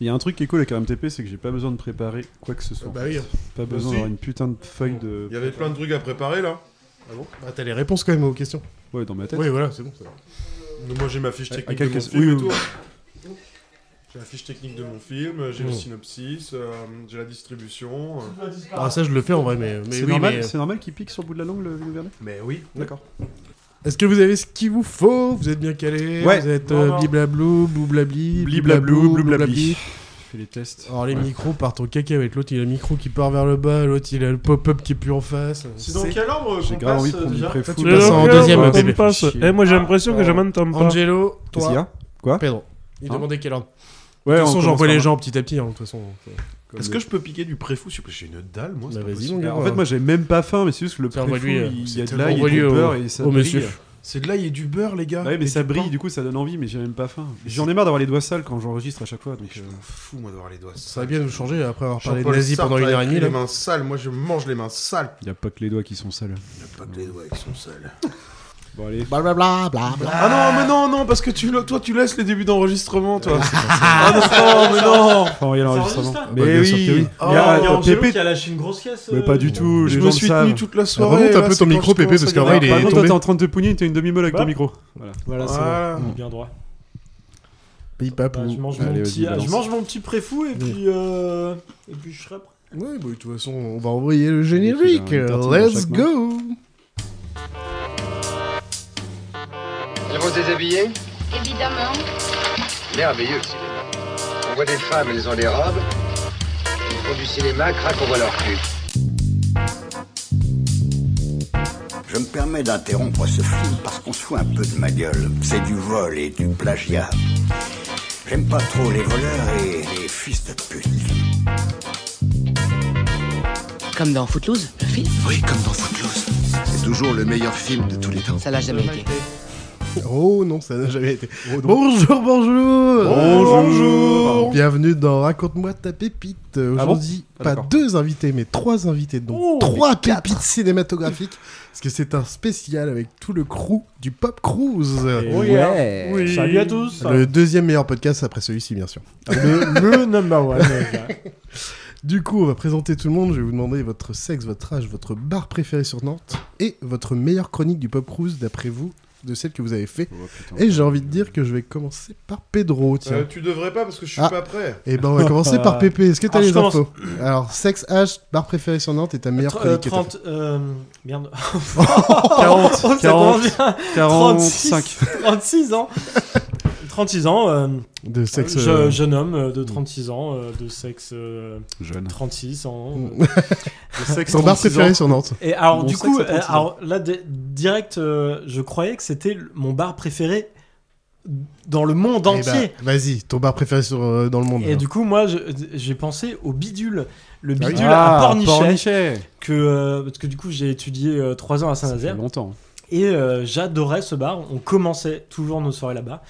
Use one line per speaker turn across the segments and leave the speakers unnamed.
Il y a un truc qui est cool avec RMTP, c'est que j'ai pas besoin de préparer quoi que ce soit.
Euh, bah oui.
Pas besoin
si.
d'avoir une putain de feuille de.
Il y avait plein de trucs à préparer là.
Ah bon Bah, t'as les réponses quand même aux questions.
Ouais, dans ma tête.
Oui, voilà, c'est bon. ça va.
Donc, moi j'ai ma fiche
À- à
technique de
quelques-
mon film
oui,
et
oui,
tout. J'ai la fiche technique de mon film, j'ai le
Mm.
synopsis, euh, j'ai la distribution. euh.
Ah, ça, je le fais en vrai, mais, mais
C'est
oui,
normal,
mais- euh,
c'est normal qu'il pique sur le bout de la langue le vernet
Mais oui.
D'accord.
Est-ce que vous avez ce qu'il vous faut Vous êtes bien calé
Ouais.
Vous êtes
Non,
euh,
non.
bliblablou, bloublablou,
Bliblablou,
bloublablou.
blabli. Je fais les tests.
Alors les micros partent au cacahuète. L'autre il a le micro qui part vers le bas, l'autre il a le pop-up qui est plus en face.
Mmh.
C'est dans
C'est-
quel ordre
J'ai
qu'on
grave
passe
envie de
euh,
prendre du
déjà
préfou.
tu passes en deuxième,
Ouais,
bébé.
fais
Tom passe.
chier.
Eh, moi j'ai l'impression que
Ah.
je m'entends pas.
Angelo,
Qu'est-ce qu'il y
toi,
a Quoi
Pedro. Il
Hein
demandait quel ordre.
Ouais,
de toute façon,
on
j'envoie
commence
les
par-
gens petit à petit. hein, de toute façon.
comme
Est-ce
le-
que je peux piquer du préfou s'il vous plaît J'ai une dalle moi, c'est
Bah,
pas
vas-y,
possible.
mon gars.
Alors, en fait, moi j'ai même pas faim, mais c'est juste que le
Tiens,
préfou,
envoie-lui, euh,
il y a
c'est
de l'ail, il y a
envoie-lui
du
au-
beurre et ça
au
brille.
oh, monsieur.
C'est de l'ail et du beurre les gars.
Ouais, mais
Et
ça
du
brille,
pain.
du coup ça donne envie, mais j'ai même pas faim. J'en ai marre d'avoir les doigts sales quand j'enregistre à chaque fois.
Mais
Donc, euh.
je m'en fous moi d'avoir les doigts
Ça
sales.
va bien nous changer après avoir parlé de
Jean-Paul
nazis
Sartre
pendant une
a
heure et demie.
écrit
là.
les mains sales, moi je mange les mains sales.
il y a pas que les doigts qui sont sales.
Il a pas que les doigts qui sont sales.
Bon, allez.
Blablabla, blablabla.
Ah non, mais non, non, parce que tu, le- toi tu laisses les débuts d'enregistrement, toi. ah non, mais non
Enfin, il y a l'enregistrement.
enregistre, là
Mais
Bah, bien
oui.
sûr que oui.
Il y a,
il y a
euh,
Angelo
Pépé-
qui a lâché une grosse caisse.
Mais pas du tout,
Je
les
me
gens
suis
le savent.
tenu toute
Bah,
la soirée.
remonte un
là,
peu
c'est
ton
quand
micro,
je
Pépé,
commence
parce
à ah,
qu'en vrai,
galérer.
il est
Par contre, toi,
tombé.
t'es en train de te pogner, t'as une demi-molle avec ton micro. Voilà.
Voilà, c'est
Voilà.
bon. bien droit.
Paypap
Ah. Bah,
ou.
je, mange
Allez,
mon
vas-y,
petit, ah,
balance.
je mange mon petit préfou et puis, euh, et puis je serai prêt.
Ouais, bah, de toute façon, on va envoyer le
Et
générique.
puis, j'ai un tartine dans
Let's
chaque
go
Elles vont se déshabiller
Évidemment.
Merveilleux le cinéma. On voit des femmes, elles ont des robes. Elles font du cinéma, craque, on voit leur cul.
Je me permets d'interrompre ce film parce qu'on se fout un peu de ma gueule. C'est du vol et du plagiat. J'aime pas trop les voleurs et les fils de pute.
Comme dans Footloose, le film,
Oui, comme dans Footloose. C'est toujours le meilleur film de tous les temps.
ça l'a jamais été.
Oh non, ça n'a jamais été. bonjour, bonjour
Oh, Bonjour. Pardon.
Bienvenue dans Raconte-moi ta pépite. Euh,
Ah
Aujourd'hui,
bon Ah,
pas
d'accord. Oh,
deux invités, mais trois invités. Donc trois pépites cinématographiques. parce que c'est un spécial avec tout le crew du Pop Cruise.
Eh
Oh yeah. Oui. Salut à tous.
Le deuxième meilleur podcast après celui-ci, bien sûr.
Le, le number one. euh, les gars.
Du coup, on va présenter tout le monde. Je vais vous demander votre sexe, votre âge, votre bar préféré sur Nantes et votre meilleure chronique du Pop Cruise, d'après vous, de celle que vous avez fait.
Oh, putain.
Et j'ai envie de dire que je vais commencer par Pedro, tiens.
Euh, tu devrais pas parce que je suis
Ah.
pas prêt.
Et ben on va commencer par Pépé. Est-ce que t'as
Ah, je
les
commence.
infos Alors, sexe, âge, bar préféré sur Nantes et ta meilleure
Tr- euh,
chronique. que t'as
30. Euh, merde.
40,
Oh, ça
40,
commence bien.
45.
36 ans. 36 ans. euh,
faite. De sexe.
je-
euh,
jeune homme euh, de 36 ans, euh, de sexe euh,
Jeune.
36 ans. euh,
Ton bar préféré sur Nantes. Eh
Et alors,
Bon
du
sexe
coup,
à
euh,
36 ans.
alors, là, di- direct, euh, je croyais que c'était le- mon bar préféré dans le monde
Eh ben,
entier.
Vas-y, ton bar préféré sur, euh, dans le monde.
Et du coup, moi, je- j'ai pensé au bidule. Le
Ah oui.
bidule à Pornichet, que, euh, parce que du coup, j'ai étudié 3 ans à
Ça fait
Saint-Nazaire.
longtemps.
Et euh, j'adorais ce bar. On commençait toujours nos soirées là-bas.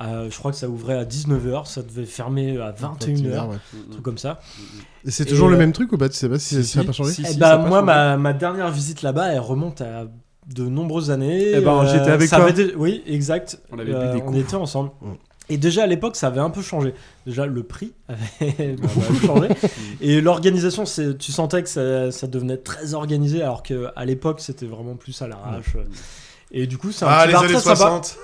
Euh, je crois que ça ouvrait à 19h, ça devait fermer à 21h,
ouais.
un truc comme ça.
Et c'est
Et,
toujours le
euh,
même truc ou pas Tu sais pas si, ça a pas changé
si,
et
si, ça
bah,
passe
moi,
en
ma, ma dernière visite là-bas, elle remonte à de nombreuses années. Euh,
Eh ben, j'étais avec
ça
toi.
avait dé- Oui, exact. Euh,
On avait bu des
on
coups.
était ensemble.
Mm.
Et déjà à l'époque, ça avait un peu changé. Déjà, le prix
Ah
avait
bah
beaucoup changé. Et l'organisation, c'est- tu sentais que ça, ça devenait très organisé, alors qu'à l'époque, c'était vraiment plus à l'arrache. Et du coup, c'est un
Ah,
petit
les
bar
années
très sympa.
60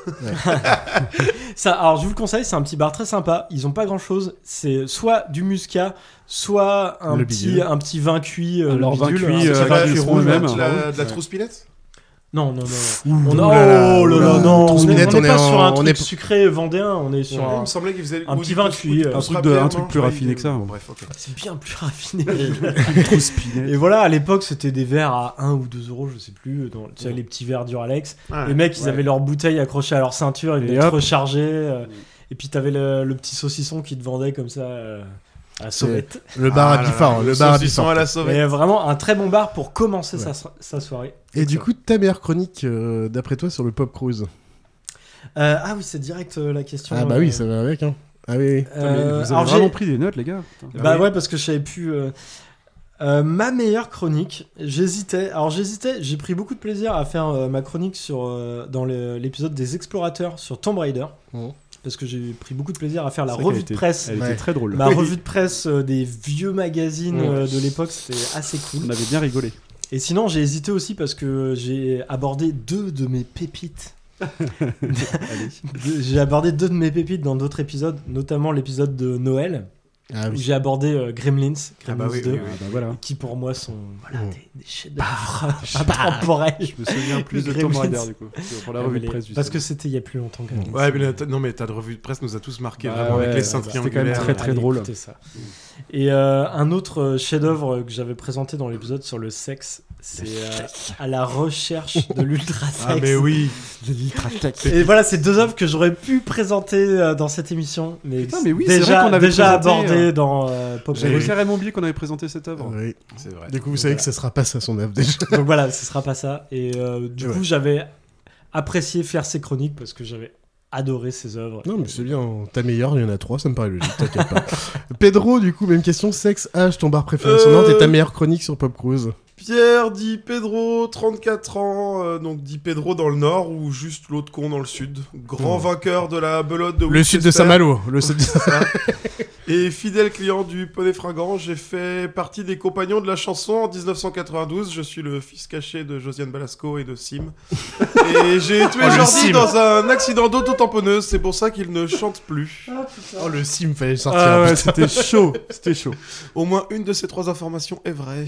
Ça, alors je vous le conseille, c'est un petit bar très sympa. Ils ont pas grand chose. C'est soit du muscat, soit un
Le
petit
bidule.
un petit vin cuit. euh,
Un leur
le
vin
bidule,
cuit,
un
euh,
petit
C'est
Ça
de
va
la-
vin
du
cuit
de
rouge
la-
même.
de la- de la
Ouais.
trousse pilette
Non non non.
Ouh
On a-
là là,
oh là
ouh
là,
là,
non, on est- on n'est
Transminette,
pas sur un
on
truc
est-
sucré vendéen, on est sur
Ouais, Il
un,
me semblait qu'il faisait
un petit vin cuit. euh,
Un truc de- un truc plus raffiné que ça. hein.
Bon, bref, ok.
C'est bien plus raffiné.
Trop spiné.
Et voilà, à l'époque, c'était des verres à 1 ou 2 euros, je sais plus, dans, tu sais,
Ouais.
les petits verres Duralex.
Ouais.
Les mecs, ils avaient leurs bouteilles accrochées à leur ceinture, ils
Et
venaient te
hop.
recharger. euh, et puis, t'avais le, le petit saucisson qui te vendait comme ça euh, à sauvette.
Le bar
Ah
à
là là,
Bifort. Le bar à
saucisson
Bifort.
à la sauvette.
Mais vraiment un très bon bar pour commencer
Ouais.
sa, so- sa soirée.
Et du coup, ta meilleure chronique, euh, d'après toi, sur le Pop Cruise
Euh, ah oui, c'est direct euh, la question.
Ah bah
euh,
oui, ça va avec, hein. Ah oui, oui.
euh,
Vous
alors
avez
j'ai-
vraiment pris Ah des notes, les gars. Putain.
Bah ouais, parce que je savais plus. euh, euh, ma meilleure chronique, j'hésitais. Alors j'hésitais, j'ai pris beaucoup de plaisir à faire euh, ma chronique sur, euh, dans le- l'épisode des explorateurs sur Tomb Raider.
Mhm.
parce que j'ai pris beaucoup de plaisir à faire la
Oh. C'est vrai
revue
qu'elle
de
était-
presse.
Elle
Ouais.
était très drôle.
Ma revue de presse euh, des vieux magazines
Ouais.
euh, de l'époque, c'était assez cool.
On avait bien rigolé.
Et sinon, j'ai hésité aussi parce que j'ai abordé deux de mes pépites. Deux- j'ai abordé deux de mes pépites dans d'autres épisodes, notamment l'épisode de Noël,
Ah
où
oui.
j'ai abordé euh, Gremlins,
Ah
Gremlins
bah oui,
2,
oui, Oh. oui.
Ah bah voilà.
qui pour moi sont voilà,
Mm.
des, des chefs-d'œuvre
Bah,
intemporels.
Je me souviens plus de Tom
Gremlins.
Raider du coup. Pour la
Ah, mais
revue de
les-
presse du
Parce
coup.
que c'était il y a plus longtemps que Gremlins.
Ouais, mais la ta- non, mais ta revue de presse nous a tous marqué
Bah
vraiment
ouais,
avec les seins
c'était quand même très,
triangulaires.
très
Allez,
drôle.
écoutez ça. Et euh, un autre euh, chef-d'œuvre que j'avais présenté dans l'épisode sur le sexe, c'est euh, à la recherche de l'ultra-sexe.
Ah, mais oui.
Et voilà, c'est deux œuvres que j'aurais pu présenter euh, dans cette émission, mais,
Putain, mais oui, c'est
déjà,
vrai qu'on avait
déjà
présenté,
abordé
euh,
dans euh, Pop
J'avais
J'avais
Culture.
carrément oublié qu'on avait présenté cette œuvre.
Oui.
C'est vrai.
Du coup, vous savez que ça sera pas ça son œuvre déjà.
Donc voilà, ce sera pas ça. Et euh, du
Ouais.
coup, j'avais apprécié faire ces chroniques parce que j'avais adoré ces œuvres.
Non, mais c'est bien. hein. Ta meilleure, il y en a trois, ça me paraît logique, t'inquiète pas. Pedro, du coup, même question. Sexe, âge, ton bar préféré sur
Euh.
Nantes et ta meilleure chronique sur Pop Cruise.
Pierre dit Pedro, 34 ans, euh, donc dit Pedro dans le nord ou juste l'autre con dans le sud. Grand
Ouais.
vainqueur de la belote Hmm. de
Le sud de
Winchester.
Saint-Malo. Le sud de
Et fidèle client du Poney Fringant, j'ai fait partie des compagnons de la chanson en 1992. Je suis le fils caché de Josiane Balasco et de Sim. Et j'ai tué
le
Jordi
Sim.
dans un accident d'auto-tamponneuse, c'est pour ça qu'il ne chante plus.
Oh, le sim, fallait le sortir.
Ah ouais,
putain.
c'était chaud, c'était chaud.
Au moins une de ces trois informations est vraie.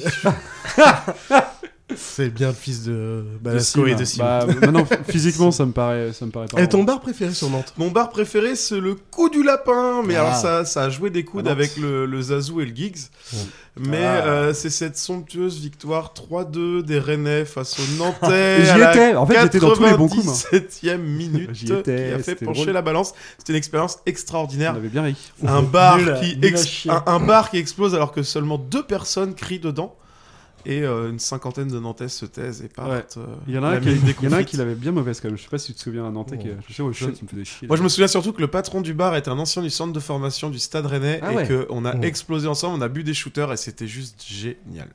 C'est bien le fils de Balasco
Sim.
et de Sim.
Bah,
hein.
maintenant, physiquement, ça me paraît, ça me paraît. pas
et
mal.
ton bar préféré sur Nantes
Mon bar préféré, c'est le coup du lapin. Mais
Ah.
alors, ça, ça a joué des coudes
Ah, non.
avec le, le Zazou et le Giggs.
Ouais.
Mais
Ah.
euh, c'est cette somptueuse victoire 3-2 des Rennais face aux
Et
Nantais. à
J'y
la
étais. En fait, j'étais dans tous les bons coups. moi.
97e minute
J'y étais,
qui a fait
c'était
pencher
drôle.
la balance. C'était une expérience
On
extraordinaire.
avait bien ri.
Un bar,
Nul à-
qui
nul à
ex-
chier.
un, un bar qui explose alors que seulement deux personnes crient dedans. Et euh, une cinquantaine de Nantais se taisent et partent. euh,
Il y en a
la
un qui,
mine des
il y en a un
confites.
qui l'avait bien mauvaise quand même. Je sais pas si tu te souviens d'un Nantais qui. Je sais, oh shit, il me fait des chier.
Moi, je me souviens surtout que le patron du bar était un ancien du centre de formation du Stade Rennais
Ah
et
ouais.
qu'on a
Mmh.
explosé ensemble, on a bu des shooters et c'était juste génial.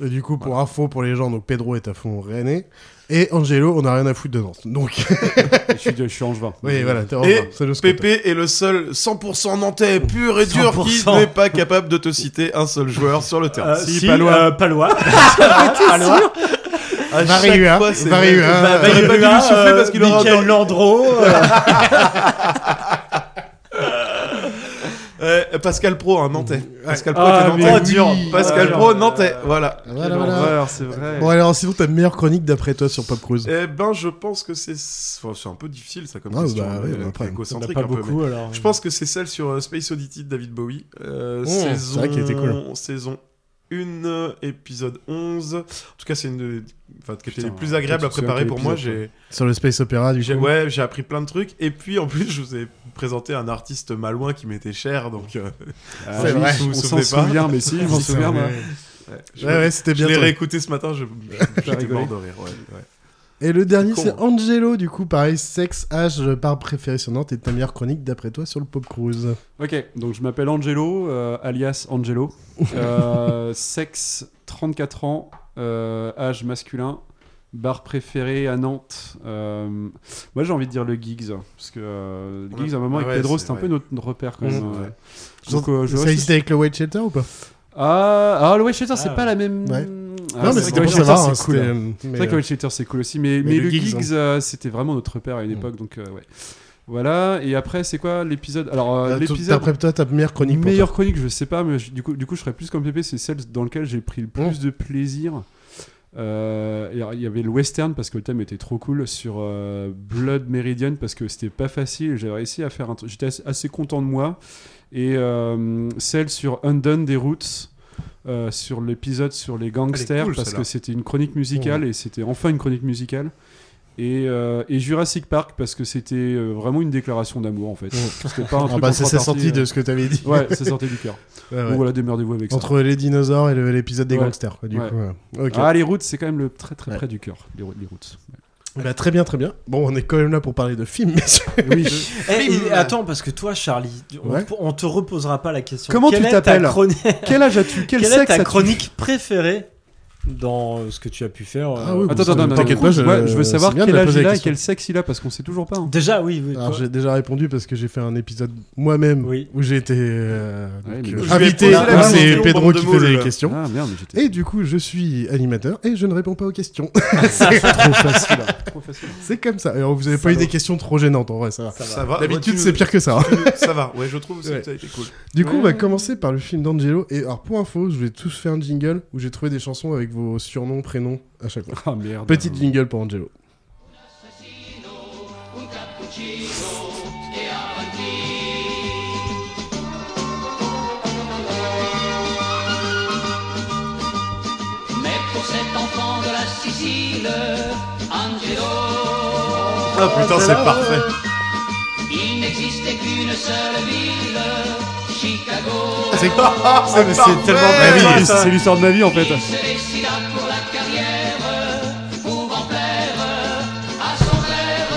Et Du coup, pour info, pour les gens, donc Pedro est à fond René. Et Angelo, on a rien à foutre de Nantes. Donc,
je suis, je suis angevin.
oui, voilà, t'es
Et
au revoir, c'est le scoop.
Pépé est le seul 100% nantais pur et dur qui
100%.
n'est pas capable de te citer un seul joueur sur le terrain.
Euh,
Si,
si,
Palois.
euh, Palois. Palois.
À chaque
Varihua,
fois, c'est
Varihua.
vrai.
Ah,
Bah,
j'aurais pas dû
Rua,
lui souffler
euh,
parce qu'il aura
Michael
encore-
Landreau. euh,
Euh, Pascal Pro, un nantais. Pascal Pro
Ah,
était
mais
nantais.
oui.
dur. Pascal
Ah,
Pro,
genre,
nantais. Voilà.
Voilà, voilà.
c'est vrai.
Bon, alors, sinon, ta meilleure chronique d'après toi sur Pop Cruise
Eh ben, je pense que c'est. enfin, c'est un peu difficile, ça, comme
Ah,
question.
bah,
mais
ouais, bah, après,
on n'a
égocentrique
pas
un peu, mais-
beaucoup alors.
Je pense que c'est celle sur euh, Space Oddity de David Bowie. Euh,
Mmh, c'est
saison...
vrai qu'elle était cool.
Saison 1, euh, épisode 11. En tout cas, c'est une de- enfin, qui était
Putain,
les plus agréables
tu
à
te souviens
préparer
quel
pour moi.
épisode,
J'ai
Sur le Space Opera, du
j'ai-
coup
ouais, j'ai appris plein de trucs. Et puis, en plus, je vous ai présenté un artiste malouin qui m'était cher. Donc, euh,
Ah,
C'est
oui,
vrai.
On
Vous vous
s'en
souvenez pas
souvient, mais si, je m'en
C'est
souviens. moi.
vrai.
je,
Ouais, ouais, c'était
je
bien.
l'ai
toi.
réécouté ce matin. Je, j'étais
rigolé.
mort de rire. ouais, ouais.
Et le dernier,
Con,
c'est
hein.
Angelo, du coup, pareil, sexe, âge, barbe préférée sur Nantes et ta meilleure chronique d'après toi sur le Pop Cruise.
Ok, donc je m'appelle Angelo, euh, alias Angelo. Euh, sexe, 34 ans, euh, âge masculin, bar préféré à Nantes. Euh, moi j'ai envie de dire le Giggs, parce que euh, le
Ouais.
Giggs à un moment
Ah ouais,
avec Pedro
c'est
c'était un
vrai.
peu notre notre repère quand
Mmh.
même.
C'est
euh.
vrai.
Donc, euh, je
ça
reste-
existait avec le White Shelter ou pas
Ah, ah, le White Shatter c'est
Ah.
pas la même.
Ouais.
Ah,
Non, mais
c'est
c'était
vrai
pour
que le White Shatter,
savoir. hein,
c'est cool.
c'était,
hein.
euh,
C'est
mais,
vrai que
euh,
le Shatter c'est cool aussi, mais, mais, le, Giggs, euh, c'était vraiment notre repère à une
Mmh.
époque, donc euh, ouais. Voilà, et après c'est quoi l'épisode Alors euh,
euh,
l'épisode.
Après toi, ta meilleure chronique pour
meilleure chronique, je sais pas, mais je- du coup, du coup, je serais plus comme Pépé, c'est celle dans laquelle j'ai pris le plus de plaisir. Euh, et alors, il y avait le western parce que le thème était trop cool sur euh, Blood Meridian parce que c'était pas facile. J'avais réussi à faire un truc, j'étais assez, assez content de moi. Et euh, celle sur Undone des Roots. euh, sur l'épisode sur les gangsters
cool,
parce
celle-là.
que c'était une chronique musicale et c'était enfin une chronique musicale et, euh, et Jurassic Park parce que c'était euh, vraiment une déclaration d'amour en fait c'était pas un
toi. Ah
truc
bah,
en
c'est
trois
ça
parties,
sorti
euh.
de ce que t'avais dit.
Ouais, ça sortait du cœur.
Ouais, ouais.
Bon, voilà, démerdez-vous avec
Entre les dinosaures et le- l'épisode des
Ouais.
gangsters. quoi, Du
Ouais.
coup, ouais. Ok.
ça. Ah, les routes, c'est quand même le très très
Ouais.
près du cœur, les, rou- les routes.
Bah, très bien, très bien. Bon, on est quand même là pour parler de films, messieurs.
Oui.
Eh,
Film.
et attends, parce que toi, Charlie, on,
Ouais.
te- on te reposera pas la question.
Comment
Quelle
tu
est ta
t'appelles
chroni-
Quel âge as-tu Quel
Quelle est
sexe
ta
as-tu
chronique préférée dans euh, ce que tu as pu faire. euh,
Ah oui,
Attends,
ça
attends,
me-
attends,
t'inquiète
attends.
pas, je-
Moi, je veux savoir
c'est bien de
quel
la
âge
poser
il
la
a et
question.
quel sexe il a parce qu'on sait toujours pas. hein.
Déjà, oui. oui,
Alors
toi-
j'ai déjà répondu parce que j'ai fait un épisode moi-même
Oui.
où j'ai été euh,
Ouais,
donc,
mais
euh,
je
vais
invité.
poser
la
Ah, C'est
question,
Pedro
bande de
qui faisait les
moules.
questions.
Ah merde, mais j'étais
Et du coup, je suis animateur et je ne réponds pas aux questions. c'est trop facile. hein.
trop facile.
C'est comme ça. Alors, vous avez pas eu des questions trop gênantes en vrai, ça va.
Ça va.
Ça va.
D'habitude,
Ouais, tu-
c'est pire que ça. hein.
Ça va, ouais, je trouve que
Ouais.
ça a été cool.
Du coup, on va
Ouais.
commencer par le film d'Angelo. Et alors, pour info, je vais tous faire un jingle où j'ai trouvé des chansons avec vos surnoms, prénoms à chaque fois.
Ah merde.
Petite jingle pour Angelo.
Mais pour cet enfant de la Sicile, Angelo,
Ah putain, c'est parfait.
il n'existait qu'une seule ville, Chicago.
C'est
C'est parfait. Bah
tellement-
Ah oui,
Ouais,
c'est-
ça-
c'est l'histoire de ma vie en fait.
Il se décida pour la carrière, pour en plaire à son père,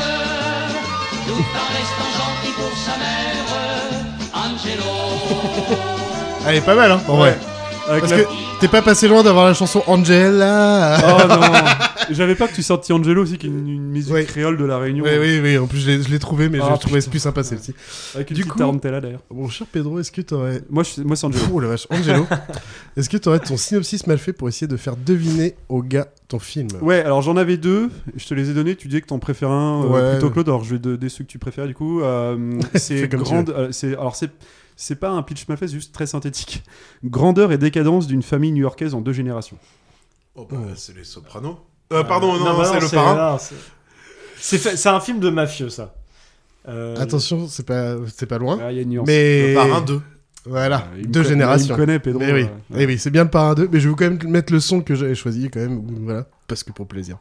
tout en restant gentil pour sa mère, Angelo.
Elle est pas mal, hein, en vrai.
Avec
Parce
la-
que t'es pas passé loin d'avoir la chanson Angela.
Oh non J'avais pas que tu sortis Angelo aussi, qui est une, une musique
Ouais.
créole de la Réunion.
Oui, oui, oui, en plus je l'ai- je l'ai trouvé, mais
Ah,
je le trouvais
putain.
plus sympa celle-ci.
Avec une
Du
petite
coup-
tarantella d'ailleurs.
Mon cher Pedro, est-ce que t'aurais.
Moi, je suis- moi c'est Angelo.
Oh la vache, Angelo, est-ce que t'aurais ton synopsis mal fait pour essayer de faire deviner au gars ton film
Ouais, alors j'en avais deux, je te les ai donnés, tu disais que t'en préfères un euh,
Ouais.
plutôt que l'autre, alors je vais donner ceux que tu préfères du coup. Euh, c'est
Fais comme tu
grande. euh, c'est- alors c'est. C'est pas un pitch mal fait, c'est juste très synthétique. Grandeur et décadence d'une famille new-yorkaise en deux générations.
Oh, bah, c'est les sopranos. Euh, pardon, non,
bah
c'est le
c'est-
parrain.
non, c'est- C'est fait- c'est un film de mafieux, ça. Euh,
Attention, c'est pas, c'est pas loin.
Ah, il y a une nuance.
Mais.
Le parrain 2.
Voilà,
Euh, il me
deux
conna- Il
générations.
me connaît, Pedro.
Mais oui,
euh,
Eh oui c'est bien le parrain 2, mais je vais vous quand même mettre le son que j'avais choisi quand même, voilà, parce que pour plaisir.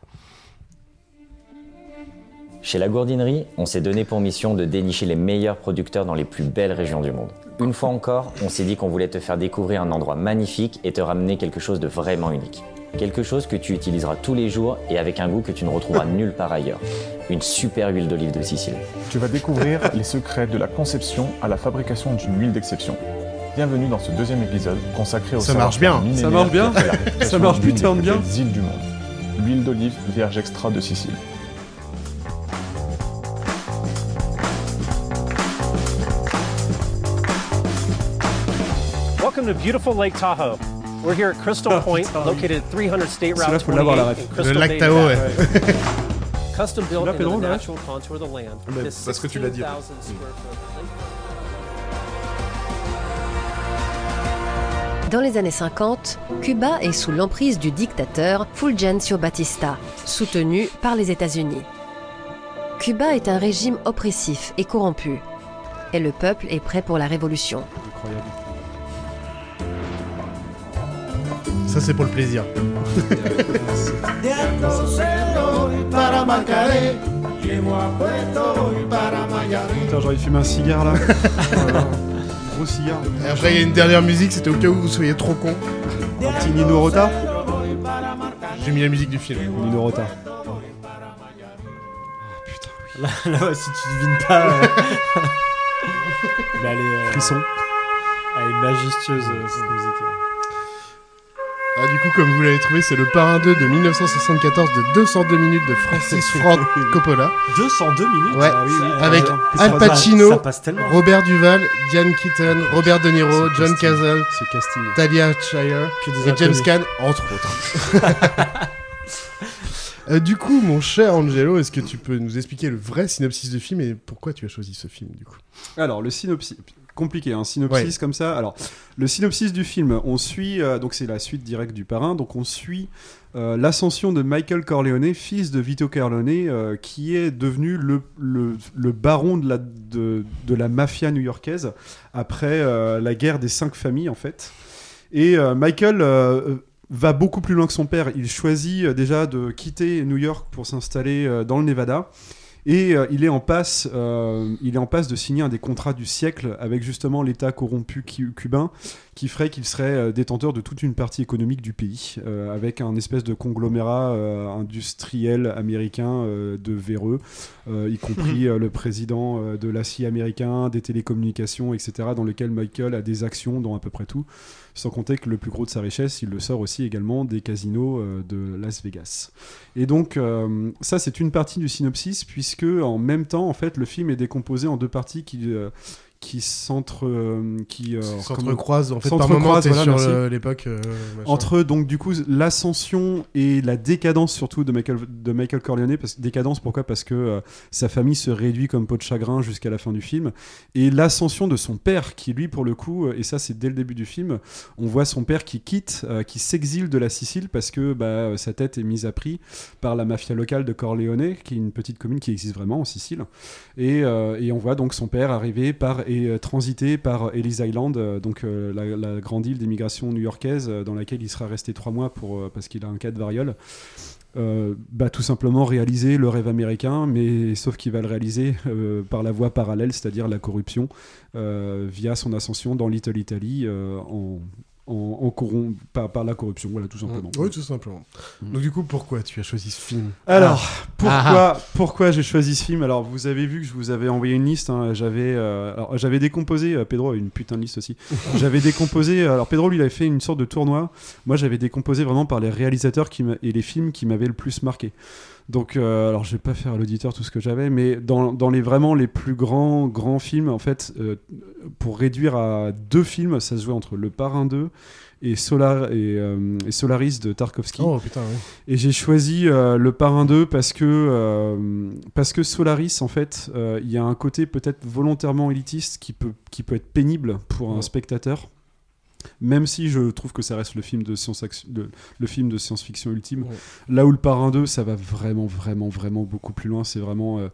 Chez La Gourdinerie, on s'est donné pour mission de dénicher les meilleurs producteurs dans les plus belles régions du monde. Une fois encore, on s'est dit qu'on voulait te faire découvrir un endroit magnifique et te ramener quelque chose de vraiment unique. Quelque chose que tu utiliseras tous les jours et avec un goût que tu ne retrouveras nulle part ailleurs. Une super huile d'olive de Sicile.
Tu vas découvrir les secrets de la conception à la fabrication d'une huile d'exception. Bienvenue dans ce deuxième épisode consacré au
Ça marche
savoir-faire
bien.
Ça
millénaire
marche bien.
qui a fait la réputation
Ça marche
d'une des
putain de
plus
bien.
belles îles du monde. L'huile d'olive vierge extra de Sicile.
Welcome to beautiful Lake Tahoe. We're here at Crystal Point, located at 300 State
Celui-là,
Route
faut l'avoir, la
28 in
ref.
Le
Crystal
lac
Bay,
Tahoe,
Nevada.
ouais.
Custom built
Celui-là,
into
Pedro,
the
la ref.
natural contour of the land.
Mais
This
parce que tu l'as dit,
16,000 square foot lake
Dans les années 50, Cuba est sous l'emprise du dictateur Fulgencio Batista, soutenu par les États-Unis. Cuba est un régime oppressif et corrompu, et le peuple est prêt pour la révolution.
Incroyable.
Ça, c'est pour le plaisir.
Putain, j'ai envie de fumer un cigare là. Voilà. Gros cigare.
Et après, il y a une dernière musique, c'était au cas où vous soyez trop con.
Un petit Nino Rota.
J'ai mis la musique du film.
Nino Rota.
Là, ouais, si tu devines pas. euh, mais elle, est, euh,
Frisson.
elle est majestueuse, euh, cette musique. hein.
Ah, du coup, comme vous l'avez trouvé, c'est le parrain 2 de 1974 de 202 minutes de Francis Ford Coppola,
202 minutes
Ouais,
ah oui, oui,
avec
euh,
Al
ça passe-
Pacino,
Ça passe tellement.
Robert Duval, Diane Keaton, Robert De Niro,
C'est
John
casting.
Cazale,
Ce casting.
Talia Shire
que des
et James
inconnus.
Caan, entre autres. Euh, du coup, mon cher Angelo, est-ce que tu peux nous expliquer le vrai synopsis du film et pourquoi tu as choisi ce film du coup
Alors, le synopsis. Compliqué, un synopsis
Ouais.
comme ça. Alors, le synopsis du film, on suit. euh, donc, c'est la suite directe du parrain. Donc, on suit euh, l'ascension de Michael Corleone, fils de Vito Corleone, euh, qui est devenu le, le- le baron de la, de, de la mafia new-yorkaise après euh, la guerre des cinq familles, en fait. Et euh, Michael. euh, va beaucoup plus loin que son père. Il choisit euh, déjà de quitter New York pour s'installer euh, dans le Nevada. Et euh, il, est en passe, euh, il est en passe de signer un des contrats du siècle avec justement l'État corrompu cu- cubain qui ferait qu'il serait euh, détenteur de toute une partie économique du pays, euh, avec un espèce de conglomérat euh, industriel américain euh, de véreux, euh, y compris euh, le président euh, de l'acier américain, des télécommunications, etc., dans lequel Michael a des actions dans à peu près tout, sans compter que le plus gros de sa richesse, il le sort aussi également des casinos euh, de Las Vegas. Et donc, euh, ça, c'est une partie du synopsis, puisque en même temps, en fait, le film est décomposé en deux parties qui... euh, qui s'entre euh, qui euh,
S'entrecroisent, en fait, par
s'entrecroisent,
moment, t'es
voilà,
sur,
merci.
euh, l'époque, euh, machin.
entre donc du coup l'ascension et la décadence surtout de Michael de Michael Corleone parce décadence pourquoi parce que euh, sa famille se réduit comme peau de chagrin jusqu'à la fin du film et l'ascension de son père qui lui pour le coup euh, et ça c'est dès le début du film on voit son père qui quitte euh, qui s'exile de la Sicile parce que bah, euh, sa tête est mise à prix par la mafia locale de Corleone qui est une petite commune qui existe vraiment en Sicile et, euh, et on voit donc son père arriver par et euh, transiter par Ellis Island, euh, donc euh, la, la grande île d'émigration new-yorkaise euh, dans laquelle il sera resté trois mois pour, euh, parce qu'il a un cas de variole. Euh, bah, tout simplement réaliser le rêve américain, mais sauf qu'il va le réaliser euh, par la voie parallèle, c'est-à-dire la corruption, euh, via son ascension dans Little Italy euh, en, en, en corrompt- par, par la corruption, voilà tout simplement.
Mm. Oui, tout simplement.
mm.
Donc, du coup, pourquoi tu as choisi ce film
Alors,
Ah.
pourquoi, pourquoi j'ai choisi ce film Alors, vous avez vu que je vous avais envoyé une liste. hein, j'avais, euh, alors, j'avais décomposé. euh, Pedro avait une putain de liste aussi. j'avais décomposé. euh, Alors, Pedro, lui, il avait fait une sorte de tournoi. Moi, j'avais décomposé vraiment par les réalisateurs qui m'a- et les films qui m'avaient le plus marqué. Donc, euh, alors, je vais pas faire à l'auditeur tout ce que j'avais, mais dans, dans les vraiment les plus grands grands films, en fait, euh, pour réduire à deux films, ça se jouait entre Le Parrain 2 et, Solar, et, euh, et Solaris de Tarkovsky.
Oh, putain, ouais.
Et j'ai choisi euh, le parrain 2 parce que, euh, parce que Solaris, en fait, euh, il y a un côté peut-être volontairement élitiste qui peut, qui peut être pénible pour un spectateur. Même si je trouve que ça reste le film de science-action, de- le film de science-fiction ultime,
Ouais.
là où le Parrain 2, ça va vraiment, vraiment, vraiment beaucoup plus loin. C'est vraiment euh,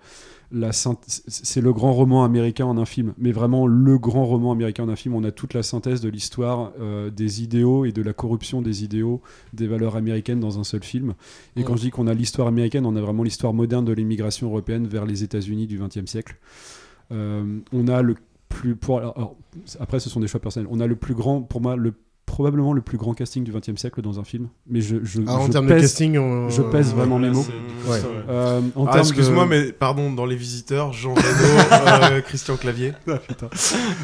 la synth- c'est le grand roman américain en un film, mais vraiment le grand roman américain en un film. On a toute la synthèse de l'histoire, euh, des idéaux et de la corruption des idéaux, des valeurs américaines dans un seul film. Et quand
Ouais.
je dis qu'on a l'histoire américaine, on a vraiment l'histoire moderne de l'immigration européenne vers les États-Unis du XXe siècle. Euh, on a le plus pour alors, alors, après ce sont des choix personnels. On a le plus grand pour moi le probablement le plus grand casting du XXe siècle dans un film. Mais je, je,
Ah, en
je
termes de
pèse,
casting, on-
je pèse vraiment
Là,
mes mots.
c'est-
Ouais.
c'est vrai.
Euh, en
Ah,
termes de-
excuse-moi, mais pardon, dans Les Visiteurs, Jean Reno, euh, Christian Clavier. Pardon.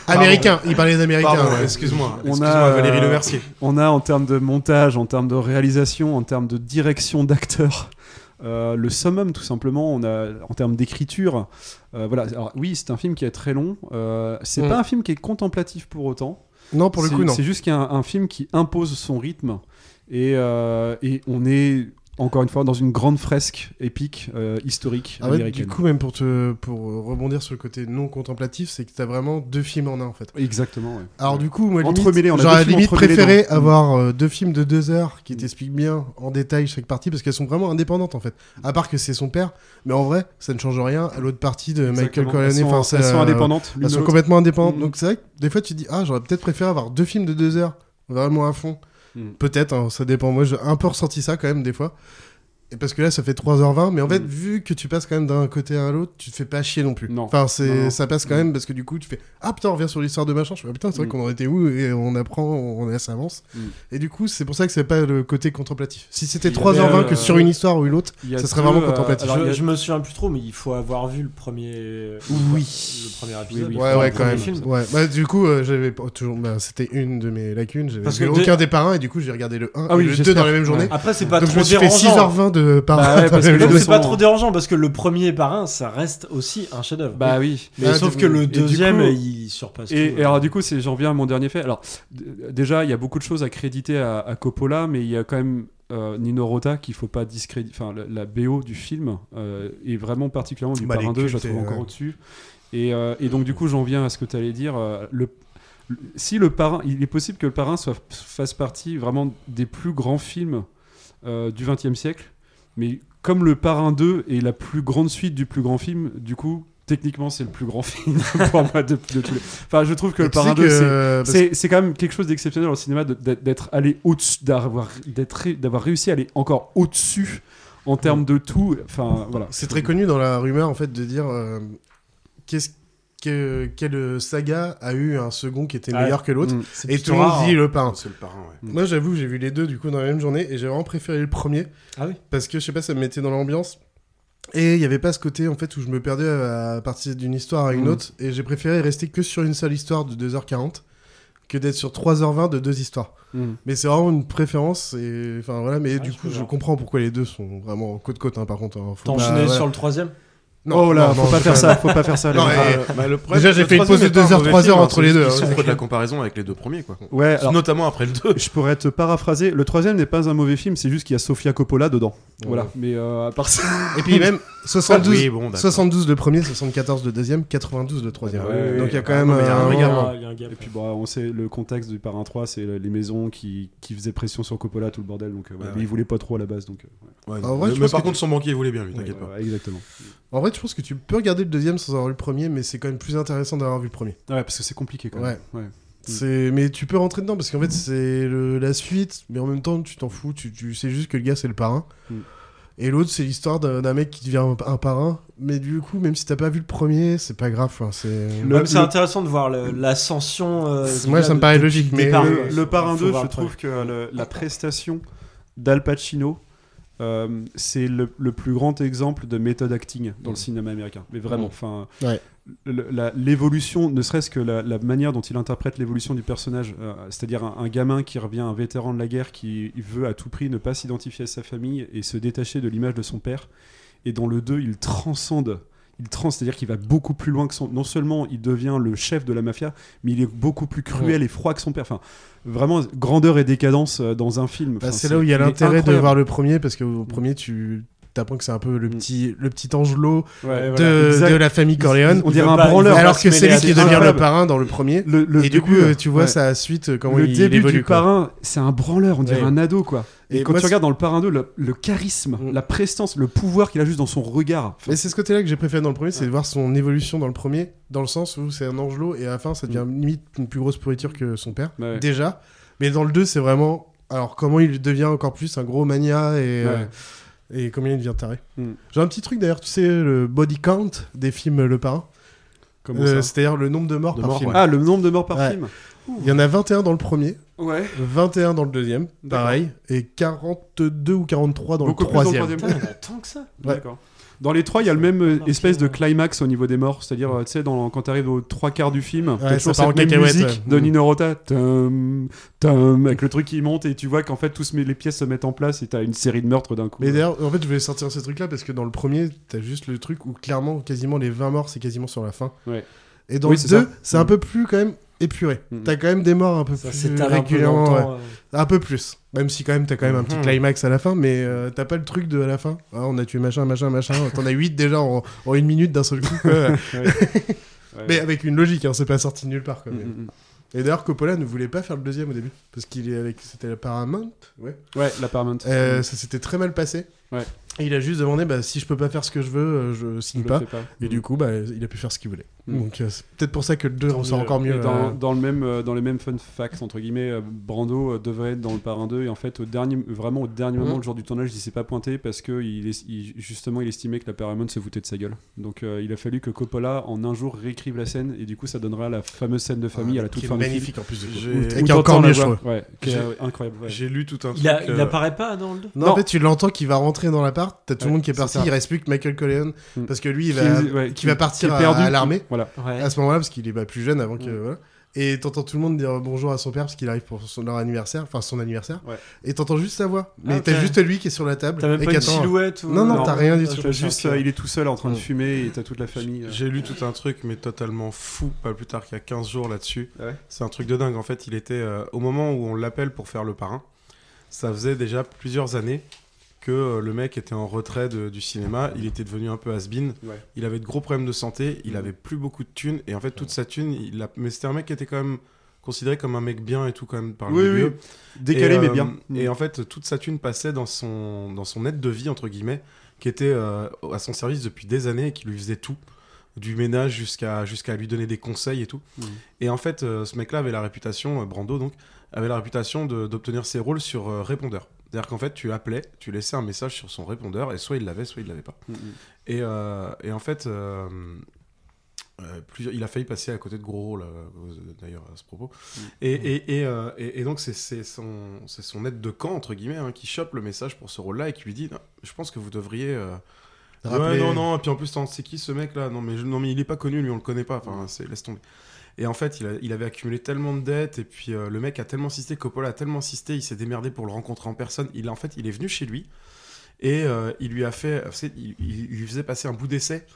Américain, il parlait d'américain,
Pardon,
ouais.
Excuse-moi,
On
excuse-moi,
a,
Valérie
euh,
Le Mercier.
On a en termes de montage, en termes de réalisation, en termes de direction d'acteur, euh, le summum tout simplement. On a en termes d'écriture, euh, voilà. Alors oui, c'est un film qui est très long. euh, c'est
Mm.
pas un film qui est contemplatif pour autant.
Non, pour le
C'est-
coup, non.
C'est juste qu'il y a un, un film qui impose son rythme et, euh, et on est encore une fois dans une grande fresque épique euh, historique
En fait,
américaine.
Ah du coup, même pour, te, pour euh, rebondir sur le côté non contemplatif, c'est que t'as vraiment deux films en un, en fait.
Exactement. ouais.
Alors, du coup, moi,
Entremêlés,
limite,
on a
j'aurais
deux films
limite
entremêlés
préféré
dans-
avoir euh, deux films de deux heures
Mm.
qui t'expliquent bien en détail chaque partie, parce qu'elles sont vraiment indépendantes, en fait. À part que c'est son père, mais en vrai, ça ne change rien à l'autre partie de Michael
Exactement.
Corleone.
Elles sont-
Enfin, c'est,
elles sont
euh,
indépendantes, l'une
Elles
de
sont
l'autre.
complètement indépendantes.
Mm.
Donc, c'est vrai que des fois, tu te dis, ah, j'aurais peut-être préféré avoir deux films de deux heures, vraiment à fond.
Mm.
Peut-être, hein, ça dépend. Moi, j'ai un peu ressenti ça quand même, des fois. Et parce que là, ça fait 3h20, mais en fait, vu que tu passes quand même d'un côté à l'autre, tu te fais pas chier non plus. Enfin, c'est,
Mm. Non, non.
ça passe quand même parce que du coup, tu fais Ah putain, on revient sur l'histoire de machin. Je fais Ah, putain, c'est vrai
Mm.
qu'on en était où et on apprend, on on- ça avance.
Mm.
Et du coup, c'est pour ça que c'est pas le côté contemplatif. Si c'était
Il y
3h20
avait,
que
euh,
sur une histoire ou une autre,
il y a
ça serait
deux,
vraiment
euh,
contemplatif.
alors, je, je me souviens plus trop, mais il faut avoir vu le premier. euh,
Oui.
Le premier épisode.
Ouais,
le
ouais,
premier
quand même.
film.
Ouais. Bah, du coup, euh, j'avais pas toujours. bah, c'était une de mes lacunes. J'avais
Parce
vu
que
aucun
dès-
des parrains et du coup, j'ai regardé le 1
Ah
et
oui,
le 2
j'espère.
dans la même journée.
Ouais. Après, c'est pas
Donc,
trop
je me suis fait
dérangeant.
6h20 de parrains.
Bah ouais,
dans la
parce que le
même
deux,
journée.
c'est pas trop dérangeant parce que le premier parrain, ça reste aussi un chef-d'œuvre.
Bah oui.
Mais sauf que le deuxième, il surpasse.
Et,
tout. euh,
et alors du coup, c'est j'en reviens à mon dernier fait. Alors d- déjà, il y a beaucoup de choses à créditer à, à Coppola, mais il y a quand même euh, Nino Rota qu'il faut pas discréditer. Enfin, la, la BO du film euh, est vraiment particulièrement du
Bah, les
Parrain 2, je la
cultes,
trouve
euh,
encore
ouais.
au-dessus. Et, euh, et donc du coup, j'en viens à ce que tu allais dire. euh, le le- si le parrain, il est possible que le parrain soit, fasse partie vraiment des plus grands films euh, du XXe siècle, mais comme le parrain 2 est la plus grande suite du plus grand film, du coup, techniquement, c'est le plus grand film pour moi de, de tous les. Enfin, je trouve que
Et
le
tu sais
parrain
que- euh,
2, c'est-
parce-
c'est c'est quand même quelque chose d'exceptionnel au cinéma de- d'être d'être allé au-dessus, d'avoir d'être ré- d'avoir réussi à aller encore au-dessus en termes de tout. Enfin, voilà.
C'est très connu dans la rumeur en fait de dire euh, qu'est-ce que quelle saga a eu un second qui était
Ouais.
meilleur que l'autre
Mm. C'est
et tout
plutôt
le monde
rare,
dit
hein.
le parrain.
C'est le parrain, ouais. Mm.
Moi j'avoue j'ai vu les deux du coup dans la même journée et j'ai vraiment préféré le premier.
Ah oui.
Parce que je sais pas ça me mettait dans l'ambiance. Et il n'y avait pas ce côté en fait où je me perdais à partir d'une histoire à une
Mm.
autre et j'ai préféré rester que sur une seule histoire de 2h40 que d'être sur 3h20 de deux histoires.
Mm. Ah,
Mais c'est vraiment une préférence et enfin voilà mais du
je
coup
peux
je
voir.
comprends pourquoi les deux sont vraiment côte côte hein, par contre. hein. Faut
T'enchaîner
pas- voilà.
sur le troisième
Oh là, faut pas
je-
faire ça, faut pas faire ça, les
Non,
gars.
mais-
Euh,
Bah, le problème,
Déjà, j'ai
le
fait une pause
troisième
de
est pas un
2h,
mauvais
3h
film,
entre les
c'est
deux.
juste qu'il
hein.
souffre de la comparaison avec les deux premiers, quoi.
Ouais, alors-
Notamment après le 2.
Je pourrais te paraphraser. Le troisième n'est pas un mauvais film, c'est juste qu'il y a Sofia Coppola dedans. Voilà. Mais euh, à part ça.
Et puis même 72,
Ah Oui, bon, d'accord.
72 le premier, 74 le deuxième, 92 le troisième.
Ouais,
Donc il y a
ouais.
quand même
Ah, non, mais il y a
euh,
un
regard.
gap. Et puis bah, on sait le contexte du Parrain 3, c'est les maisons qui, qui faisaient pression sur Coppola, tout le bordel. Donc, euh, ouais,
Ouais,
mais
ouais.
il voulait pas trop à la base. Donc, euh, ouais.
En vrai, je
mais
pense
par
Ah que
contre,
tu-
son banquier voulait bien, lui,
Ouais,
t'inquiète
ouais,
pas.
ouais, exactement.
En vrai, je pense que tu peux regarder le deuxième sans avoir vu le premier, mais c'est quand même plus intéressant d'avoir vu le premier.
Ah Ouais, parce que c'est compliqué quand même. Ouais.
C'est... Mais tu peux rentrer dedans parce qu'en fait, c'est le- la suite, mais en même temps, tu t'en fous. Tu, tu sais juste que le gars, c'est le parrain.
Mm.
Et l'autre, c'est l'histoire d'un, d'un mec qui devient un, un parrain. Mais du coup, même si t'as pas vu le premier, c'est pas grave. hein, c'est...
Ouais, mais c'est intéressant de voir le- l'ascension. euh, du
Moi,
gars
ça me
de-
paraît
depuis
logique, mais- bah,
départ,
Le-
quoi.
le parrain
Faut
2,
voir
je
le premier.
trouve que euh, le- la prestation d'Al Pacino, euh, c'est le, le plus grand exemple de méthode acting dans le cinéma américain. Mais vraiment,
Mm.
enfin,
Ouais.
le- la- l'évolution, ne serait-ce que la, la manière dont il interprète l'évolution du personnage, euh, c'est-à-dire un, un gamin qui revient, un vétéran de la guerre, qui veut à tout prix ne pas s'identifier à sa famille et se détacher de l'image de son père. Et dans le 2, il transcende. Il trans, c'est-à-dire qu'il va beaucoup plus loin que son. Non seulement il devient le chef de la mafia, mais il est beaucoup plus cruel et froid que son père. Enfin, vraiment grandeur et décadence euh, dans un film.
Bah,
Enfin,
c'est là où il y a
est
l'intérêt de
incroyable. Mm.
voir le premier parce que au premier tu t'apprends que c'est un peu le petit le petit angelot
Ouais,
de,
voilà, exact.
de la famille
Il-
Corleone.
on dirait un branleur.
Alors que
Il va se
c'est lui
mêler à
qui
des
devient le
incroyables.
parrain dans le premier.
Le- le
et du coup,
début,
euh, tu vois
ouais.
sa suite comment
le
il
début
évolue.
du
quoi.
parrain, c'est un branleur, on dirait
Ouais.
un ado quoi. Et,
Et
quand
moi,
tu
c'est- Mm.
regardes dans le parrain 2, le, le charisme, la prestance, le pouvoir qu'il a juste dans son regard.
Mais c'est ce côté-là que j'ai préféré dans le premier, c'est de voir son évolution dans le premier, dans le sens où c'est un angelot et à la fin ça devient limite une plus grosse pourriture que son père
Bah Mm. ouais.
déjà. Mais dans le 2 c'est vraiment alors comment il devient encore plus un gros mania et euh,
Ouais.
et combien il devient taré.
Mm.
J'ai un petit truc d'ailleurs, tu sais le body count des films Le Parrain.
Comment
Euh,
ça
C'est-à-dire le nombre de morts
De
par
morts,
film.
ouais. Ah, le nombre de morts par
Ouais.
film. Ouh.
Il y en a 21 dans le premier.
Ouais.
21 dans le deuxième,
D'accord.
pareil, et 42 ou 43 dans
Beaucoup
le
plus dans le
troisième.
troisième.
Putain, il y en a tant que ça.
Ouais.
D'accord. Dans les trois, il y a le même euh, espèce de climax au niveau des morts, c'est-à-dire euh, tu sais dans- quand t'arrives aux trois quarts du film, t'as
ça
toujours
part en
cette même
cacahuète,
musique
ouais.
de
Mm.
Nino Rota, tum, tum, avec le truc qui monte et tu vois qu'en fait tous les pièces se mettent en place et t'as une série de meurtres d'un coup.
Mais d'ailleurs, en fait, je voulais sortir ce truc-là parce que dans le premier, t'as juste le truc où clairement, quasiment les 20 morts, c'est quasiment sur la fin.
Ouais.
Et dans
Oui,
le
c'est
2,
ça.
c'est un
Mm.
peu plus quand même épuré.
Mm.
T'as quand même des morts un peu
Ça
plus
s'étale un peu euh.
régulièrement.
dans le temps,
ouais. Un peu plus. Même si quand même, t'as quand même un
Mm.
petit
Mhm.
climax à la fin, mais euh, t'as pas le truc de à la fin. Ah, on a tué machin, machin, machin. T'en as 8 déjà en, en une minute d'un seul coup. quoi. mais avec une logique, hein, c'est pas sorti de nulle part. Quand même.
Mm, mm, mm.
Et d'ailleurs, Coppola ne voulait pas faire le deuxième au début parce qu'il est avec, c'était la Paramount, ouais.
Ouais, la Paramount.
Euh,
Mm.
Ça s'était très mal passé.
Ouais.
Et il a juste demandé bah, si je peux pas faire ce que je veux, euh, je signe
Je le
pas.
fais pas.
Et
Mm.
du coup, bah, il a pu faire ce qu'il voulait.
Mm.
Donc euh, c'est peut-être pour ça que le 2
Tant
ressort
mieux.
encore
Et
mieux.
dans,
euh,
dans le même, euh, dans les mêmes fun facts, entre guillemets, euh, Brando euh, devait être dans le parrain 2 et en fait, au dernier, vraiment au dernier moment,
Mhm.
le jour du tournage, il s'est pas pointé parce que il est, il- justement, il estimait que la Paramount se foutait de sa gueule. Donc euh, il a fallu que Coppola, en un jour, réécrive la scène et du coup, ça donnera la fameuse scène de famille
Ah,
à la toute
qui est
fin
magnifique
du
en plus,
film.
du coup.
Où-
Et
où
qui est
t'entends
encore
la
mieux,
voix.
je trouve.
Ouais, qui est
J'ai-
euh, incroyable. ouais.
J'ai lu tout un truc.
Il, a- il
euh,
apparaît pas dans le 2
Non, en fait, tu l'entends qu'il va rentrer dans l'appart. T'as tout le
Ouais,
monde qui est
c'est
parti.
ça.
Il reste plus que Michael Colleon
Mm.
parce que lui, il
Qui-
va,
ouais,
qui,
qui-
va
qui
partir
est Mmh.
à-
perdu,
à l'armée.
qui- voilà.
Ouais.
À ce moment-là, parce qu'il est pas plus jeune avant que. voilà. Et t'entends tout le monde dire bonjour à son père parce qu'il arrive pour son, leur anniversaire, enfin son anniversaire.
Ouais.
Et t'entends juste sa voix. Mais
Ah, ok.
t'as juste lui qui est sur la table.
T'as même
et
pas
qui
une
attend.
silhouette ou-
Non, non,
Non.
t'as rien dit
Ah,
sur
T'as juste, euh, il est tout seul en train de
Mm.
fumer et t'as toute la famille. euh.
J'ai lu tout un truc, mais totalement fou, pas plus tard qu'il y a 15 jours là-dessus.
Ah ouais
C'est un truc de dingue. En fait, il était euh, au moment où on l'appelle pour faire le parrain. Ça faisait déjà plusieurs années que euh, le mec était en retrait de- du cinéma. Il était devenu un peu has-been.
Ouais. Mm.
Il avait de gros problèmes de santé. Il avait plus beaucoup de thunes. Et en fait, toute sa thune, il a... mais c'était un mec qui était quand même considéré comme un mec bien et tout quand même par le
Oui,
milieu.
oui. Décalé,
Et,
mais
euh,
bien.
Et en fait, toute sa thune passait dans son, dans son aide de vie, entre guillemets, qui était euh, à son service depuis des années et qui lui faisait tout, du ménage jusqu'à jusqu'à lui donner des conseils et tout.
Mm.
Et en fait, euh, ce mec-là avait la réputation, euh, Brando donc, avait la réputation de- d'obtenir ses rôles sur euh, répondeur. C'est-à-dire qu'en fait, tu appelais, tu laissais un message sur son répondeur, et soit il l'avait, soit il l'avait pas.
Mhm.
Et, euh, et en fait, euh, euh, plusieurs- il a failli passer à côté de gros rôles, euh, à cause de- d'ailleurs, à ce propos. Et, et- et, euh, et- et donc, c'est- c'est son, c'est son aide de camp, entre guillemets, hein, qui chope le message pour ce rôle-là et qui lui dit Non, Je pense que vous devriez. euh,
hein, Rappeler-
Ouais, non, non, et puis en plus, t'en- c'est qui ce mec-là non mais, je- non, mais il est pas connu, lui, on le connaît pas. Enfin, c'est- laisse tomber. Et en fait, il, a- il avait accumulé tellement de dettes, et puis euh, le mec a tellement insisté, Coppola a tellement insisté, il s'est démerdé pour le rencontrer en personne. Il, en fait, il est venu chez lui, et euh, il lui a fait. vous savez, Il, il- il lui faisait passer un bout d'essai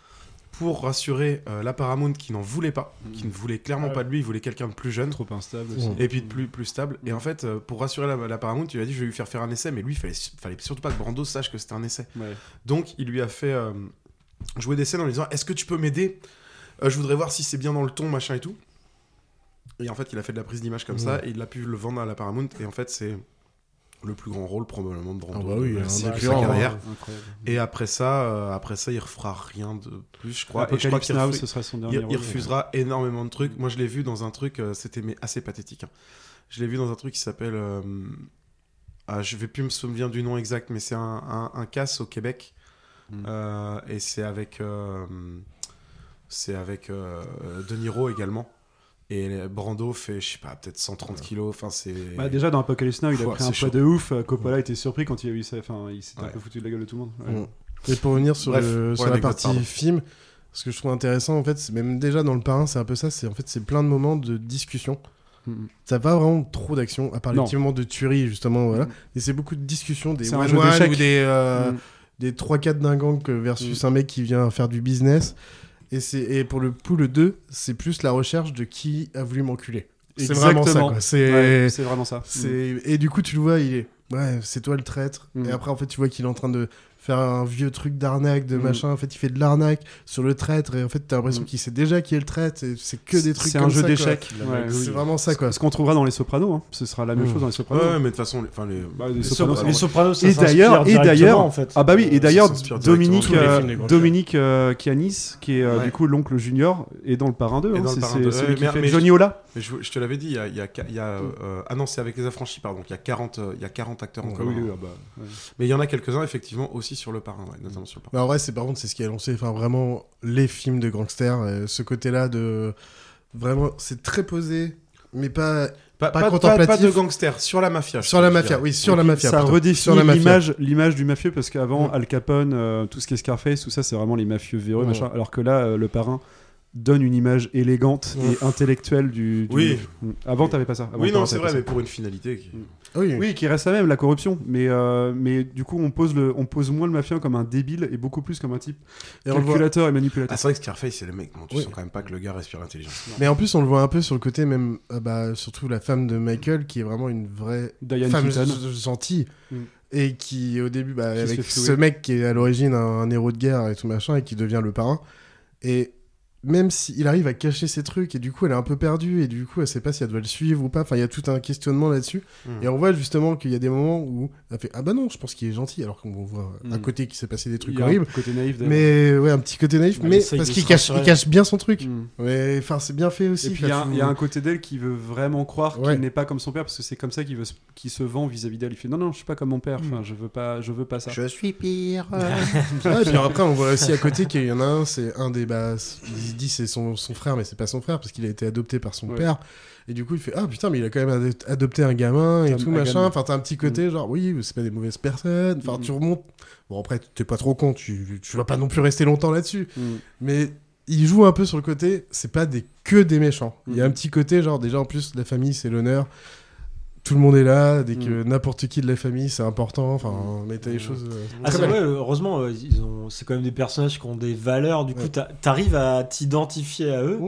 pour rassurer euh, la Paramount qui n'en voulait pas,
Mm.
qui ne voulait clairement
Mm. Ouais.
pas de lui, il voulait quelqu'un de plus jeune.
Trop instable aussi.
Et puis de plus, plus stable. Et en fait, euh, pour rassurer la, la Paramount, il lui a dit je vais lui faire faire un essai, mais lui, il fallait, fallait surtout pas que Brando sache que c'était un essai.
Ouais.
Donc, il lui a fait euh, jouer des scènes en lui disant Est-ce que tu peux m'aider Euh, Je voudrais voir si c'est bien dans le ton, machin et tout. Et en fait, il a fait de la prise d'image comme ça,
Ouais.
et il a pu le vendre à la Paramount. Et en fait, c'est le plus grand rôle probablement de Brando
Ah bah oui,
de
un
sa
récurrent,
carrière.
hein. Incroyable.
Et après ça, euh, après ça, il refera rien de plus, je crois. Et je crois
Apocalypse
qu'il
Now,
refu-
ce sera son
il-
dernier
Il
rôle.
refusera énormément de trucs. Moi, je l'ai vu dans un truc, euh, c'était mais assez pathétique. hein. Je l'ai vu dans un truc qui s'appelle. euh, ah, je vais plus me souvenir du nom exact, mais c'est un, un, un casse au Québec.
Hmm.
Euh, et c'est avec. euh, c'est avec euh, De Niro également. Et Brando fait, je sais pas, peut-être 130 kilos. Enfin, c'est.
Bah, déjà dans Apocalypse Now, il a
Pouah,
pris un
c'est
poids
chaud.
de ouf. Euh, Coppola était surpris quand il a eu ça. Enfin, il s'était un
Ouais.
peu foutu de la gueule de tout le monde. Ouais.
Mm. Et pour revenir sur,
Bref,
le-
pour
sur la
l'anecdote,
partie
pardon.
film, ce que je trouve intéressant, en fait, c'est même déjà dans le parrain, c'est un peu ça, c'est en fait, c'est plein de moments de discussion.
Mhm.
Ça va vraiment trop d'action, à part les
Non.
petits moments de tuerie, justement, voilà. Et c'est beaucoup de discussions, des
C'est un
one
jeu d'échecs. Mm.
ou des, euh,
Mm.
Mhm.
des 3-4 d'un gang que- versus un mec qui vient faire du business. Et, c'est- et pour le pool 2, c'est plus la recherche de qui a voulu m'enculer. C'est vraiment ça,
Exactement.
quoi. C'est
Ouais, c'est vraiment ça. Mm.
c'est- Et du coup, tu le vois, il est. Ouais, c'est toi le traître. Et après, en fait, tu vois qu'il est en train de faire un vieux truc d'arnaque, de
Mm.
machin. En fait, il fait de l'arnaque sur le traître. Et en fait, t'as l'impression qu'il sait déjà qui est le traître. Et c'est que des trucs
C'est
comme
un jeu
ça, quoi.
d'échecs. Ouais,
c'est
oui.
vraiment ça, quoi.
Ce qu'on trouvera dans Les Sopranos. hein. Ce sera la même
Mm.
chose dans Les Sopranos.
Ouais, mais de toute façon, les, enfin, les,
Bah, les,
les
Sopranos,
Sopra-
c'est-
les Sopranos, ça
et
s'inspire
d'ailleurs, et
directement,
d'ailleurs,
en fait.
ah bah oui,
Ça
Euh,
et d'ailleurs,
s'inspire directement.
Dominique,
Tous les
euh,
films des grands
Dominique euh, Kianis, qui est euh,
Ouais.
du coup l'oncle junior, est dans le parrain 2.
Et
hein.
dans le
C'est
parrain
c'est
de-
celui
ouais,
qui
mais-
fait
mais
Johnny Ola.
je, je- je te l'avais dit, il y a, il y a- il y a,
Hmm.
euh, ah non, c'est avec les affranchis, pardon. Il y a 40, euh, il y a 40 acteurs en
Ouais,
commun.
oui, oui, ah bah, ouais.
Mais il y en a quelques-uns, effectivement, aussi sur le parrain, ouais, notamment sur le parrain.
Mais en vrai, c'est par contre, c'est ce qui a lancé enfin, vraiment les films de gangsters. euh, ce côté-là de. Vraiment, c'est très posé, mais pas.
Ah,
Pas, pas-
contemplatif.
pas- pas de gangsters, sur la mafia, je
Sur la
dirais.
mafia, oui, sur la mafia.
Ça
pardon. Sur
redéfinit
la mafia. Mm.
l'image, l'image du mafieux parce qu'avant Al Capone, euh, tout ce qui est Scarface, tout ça, c'est vraiment les mafieux véreux,
Ouais.
machin. Alors que là, euh, le parrain donne une image élégante et intellectuelle du. du
Oui.
Mm. Avant, t'avais pas ça. Avant,
oui, non,
t'avais
c'est
pas
vrai,
ça. Mm.
mais pour une finalité. qui-
Oui.
qui reste la même, la corruption. Mais, euh, mais du coup, on pose, le, on pose moins le mafia comme un débile et beaucoup plus comme un type
Et on le voit.
calculateur et manipulateur.
Ah, c'est vrai que Scarface, c'est le mec, bon, tu
Oui.
sens quand même pas que le gars respire l'intelligence.
Mais en plus, on le voit un peu sur le côté, même, euh, bah, surtout la femme de Michael, qui est vraiment une vraie
Diane
femme
Keaton.
g- gentille.
Mm.
Et qui, au début, bah,
Qui se
avec
fait flouer.
ce mec qui est à l'origine un, un héros de guerre et tout machin, et qui devient le parrain. Et même s'il arrive à cacher ses trucs, et du coup, elle est un peu perdue, et du coup, elle sait pas si elle doit le suivre ou pas. Enfin, il y a tout un questionnement là-dessus.
Mm.
Et on voit justement qu'il y a des moments où elle fait Ah bah non, je pense qu'il est gentil, alors qu'on voit à
Mm.
côté qu'il s'est passé des
Il
trucs
y a un
horribles.
côté naïf, d'ailleurs.
Mais ouais, un petit côté naïf,
Ouais, il
mais
essaye
parce
de
qu'il
se
cache, il
rassurer.
cache bien son truc.
Mm.
Mais enfin, c'est bien fait aussi.
Et puis il y, a
enfin,
un-
tu-
il y a un côté d'elle qui veut vraiment croire
Ouais.
qu'il n'est pas comme son père parce que c'est comme ça qu'il veut se- qu'il se vend vis-à-vis d'elle. Il fait non non, je suis pas comme mon père.
Mm.
Enfin, je veux pas, je veux pas ça.
Je suis pire. Ah, et puis après, on voit aussi à côté qu'il y en a un, c'est un des. Bah, il dit c'est son, son frère, mais c'est pas son frère parce qu'il a été adopté par son
Ouais.
père. Et du coup, il fait Ah putain, mais il a quand même ado- adopté un gamin et
Un-
tout
un
machin.
gamin.
Enfin, t'as un petit côté
Mm.
genre Oui, c'est pas des mauvaises personnes. Enfin, tu remontes. Bon, après, t'es pas trop con, tu, tu vas pas non plus rester longtemps là-dessus.
Mm.
Mais. Il joue un peu sur le côté, c'est pas des que des méchants. Il
Mm.
y a un petit côté, genre, déjà en plus, la famille, c'est l'honneur. Tout le monde est là, dès
Mm.
que n'importe qui de la famille, c'est important. Enfin, mais t'as des choses. euh,
Ah,
très
c'est
belles.
vrai, heureusement, euh, ils ont- c'est quand même des personnages qui ont des valeurs, du coup, t'a- t'arrives à t'identifier à eux.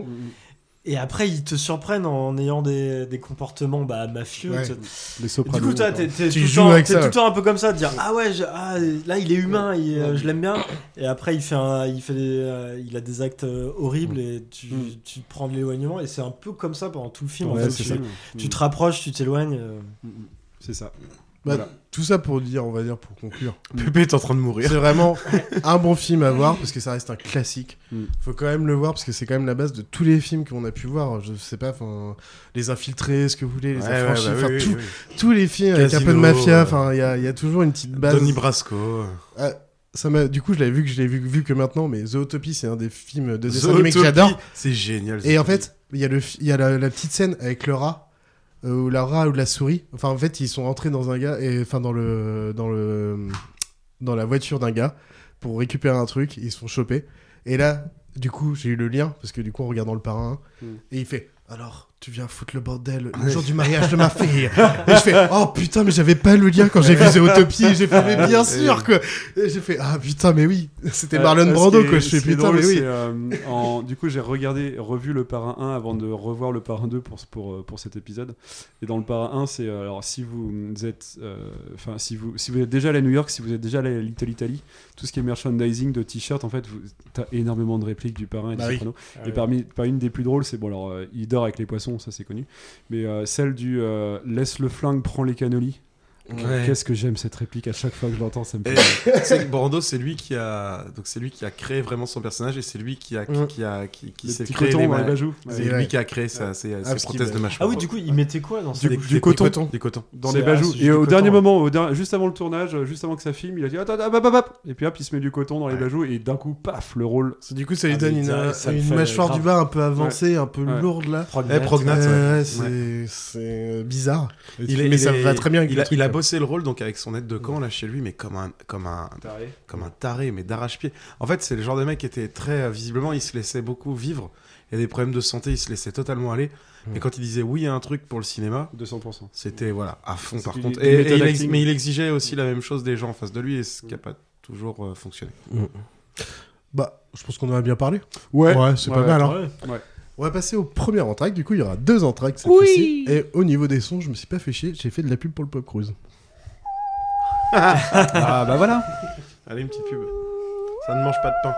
Et après, ils te surprennent en ayant des, des comportements bah, mafieux.
Ouais.
t'sais.
Les Sopranos,
Et du coup, t'as-
quoi.
t'es t'es
Tu
tout, le
joues
temps-
avec
t'es
ça.
tout le temps un peu comme ça, de dire Ah ouais, je- ah, là, il est humain, il- euh, je l'aime bien. Et après, il, fait un- il, fait des, euh, il a des actes euh, horribles et tu, tu prends de l'éloignement. Et c'est un peu comme ça pendant tout le film. en
Ouais,
fait.
c'est
Tu-
ça.
tu te rapproches, tu t'éloignes. euh.
Mm. C'est ça.
Bah,
Voilà.
Tout ça pour dire, on va dire, pour conclure.
Pépé est en train de mourir.
C'est vraiment un bon film à voir parce que ça reste un classique.
Mm.
Faut quand même le voir parce que c'est quand même la base de tous les films qu'on a pu voir. Je sais pas, enfin, les infiltrés, ce que vous voulez, les
Ouais,
affranchis,
ouais, bah
enfin,
oui, oui,
tout-
oui.
tous les films avec un peu de
Casino,
mafia.
ouais.
Enfin, il y a, il y a toujours une petite base.
Donnie Brasco.
Ah, ça m'a. Du coup, je l'avais vu que je l'ai vu, vu que maintenant, mais Zootopie, c'est un des films de dessin
Zootopie,
animé que j'adore.
c'est génial,
Et en
Zootopie.
fait, il y a le, fi- il y a la, la petite scène avec le rat. euh, Ou la rat ou la souris. Enfin, en fait, ils sont rentrés dans un gars, et enfin dans le dans le dans la voiture d'un gars pour récupérer un truc. Ils se font choper. Et là, du coup, j'ai eu le lien parce que du coup, en regardant le parrain,
Mm.
et il fait alors tu viens foutre le bordel le jour du mariage de ma fille. et je fais oh putain mais j'avais pas le lien quand j'ai vu Zootopie. J'ai fait mais bien sûr que et j'ai fait ah putain mais oui c'était
Euh,
Marlon
euh,
Brando
ce qui
quoi.
est-
Je
ce
fais
qui est
putain
drôle,
mais oui.
c'est, euh, en- du coup, j'ai regardé, revu le parrain 1 avant de revoir le parrain 2 pour, ce- pour, euh, pour cet épisode. Et dans le parrain 1, c'est euh, alors si vous êtes, euh, enfin si vous si vous êtes déjà allé à New York, si vous êtes déjà allé à Little Italy, tout ce qui est merchandising de t-shirts, en fait, vous- t'as énormément de répliques du parrain et
Bah
des
oui.
Sopranos.
Ah
Et
oui.
parmi pas une des plus drôles, c'est bon alors euh, il dort avec les poissons, ça c'est connu, mais euh, celle du euh, laisse le flingue, prends les cannolis.
Ouais.
Qu'est-ce que j'aime cette réplique à chaque fois que je l'entends, ça me fait
Et tu sais que Brando, c'est lui qui a donc c'est lui qui a créé vraiment son personnage et c'est lui qui a qui,
Mm.
qui a qui, qui
Le
s'est
petit
créé
coton
les
dans
ma-
les bajoux.
C'est
Ouais.
lui
Ouais.
qui a créé sa, ses,
Ah,
ses
parce qu'il a-
prothèses de mâchoire.
Ah oui, du coup, il mettait quoi dans
Du-
ces
du coton.
du coton
dans les bajoux. Et au dernier moment, au der- juste avant le tournage, euh, juste avant que ça filme, il a dit attends, attends, hop, hop, hop. Et puis hop, il se met du coton dans les bajoux et d'un coup, paf, le rôle.
Du coup, ça
Ah,
lui donne une,
Ah, ça le
une
fait,
mâchoire
grave.
du bas un peu avancée,
Ouais.
un peu
Ouais.
lourde là.
Prognate. Eh, Prognate,
Euh,
ouais.
ouais, c'est-
Ouais.
c'est euh, bizarre.
Il est-
mais
il
ça
est-
va très bien avec
Il
le
a,
truc,
il a
quoi.
bossé le rôle donc avec son aide de camp là chez lui, mais comme un comme un
Taré.
comme un taré, mais d'arrache-pied. En fait, c'est le genre de mec qui était très euh, visiblement, il se laissait beaucoup vivre. Il y a des problèmes de santé, il se laissait totalement aller.
Mm.
Et quand il disait oui à un truc pour le cinéma,
200%.
C'était voilà à fond
C'est
par
du-
contre.
du
Et,
méthode
et il ex-
acting.
mais il exigeait aussi la même chose des gens en face de lui, et ce qui n'a pas toujours euh, fonctionné.
Bah, je pense qu'on en a bien parlé.
Ouais.
c'est
Ouais,
pas
ouais.
mal. hein.
Ouais.
On va passer au premier entracte. Du coup, il y aura deux entractes cette
Oui.
fois-ci. Et au niveau des sons, je me suis pas fait chier. J'ai fait de la pub pour le Pop Cruise.
ah bah voilà. Allez une petite pub. Ça ne mange pas de pain.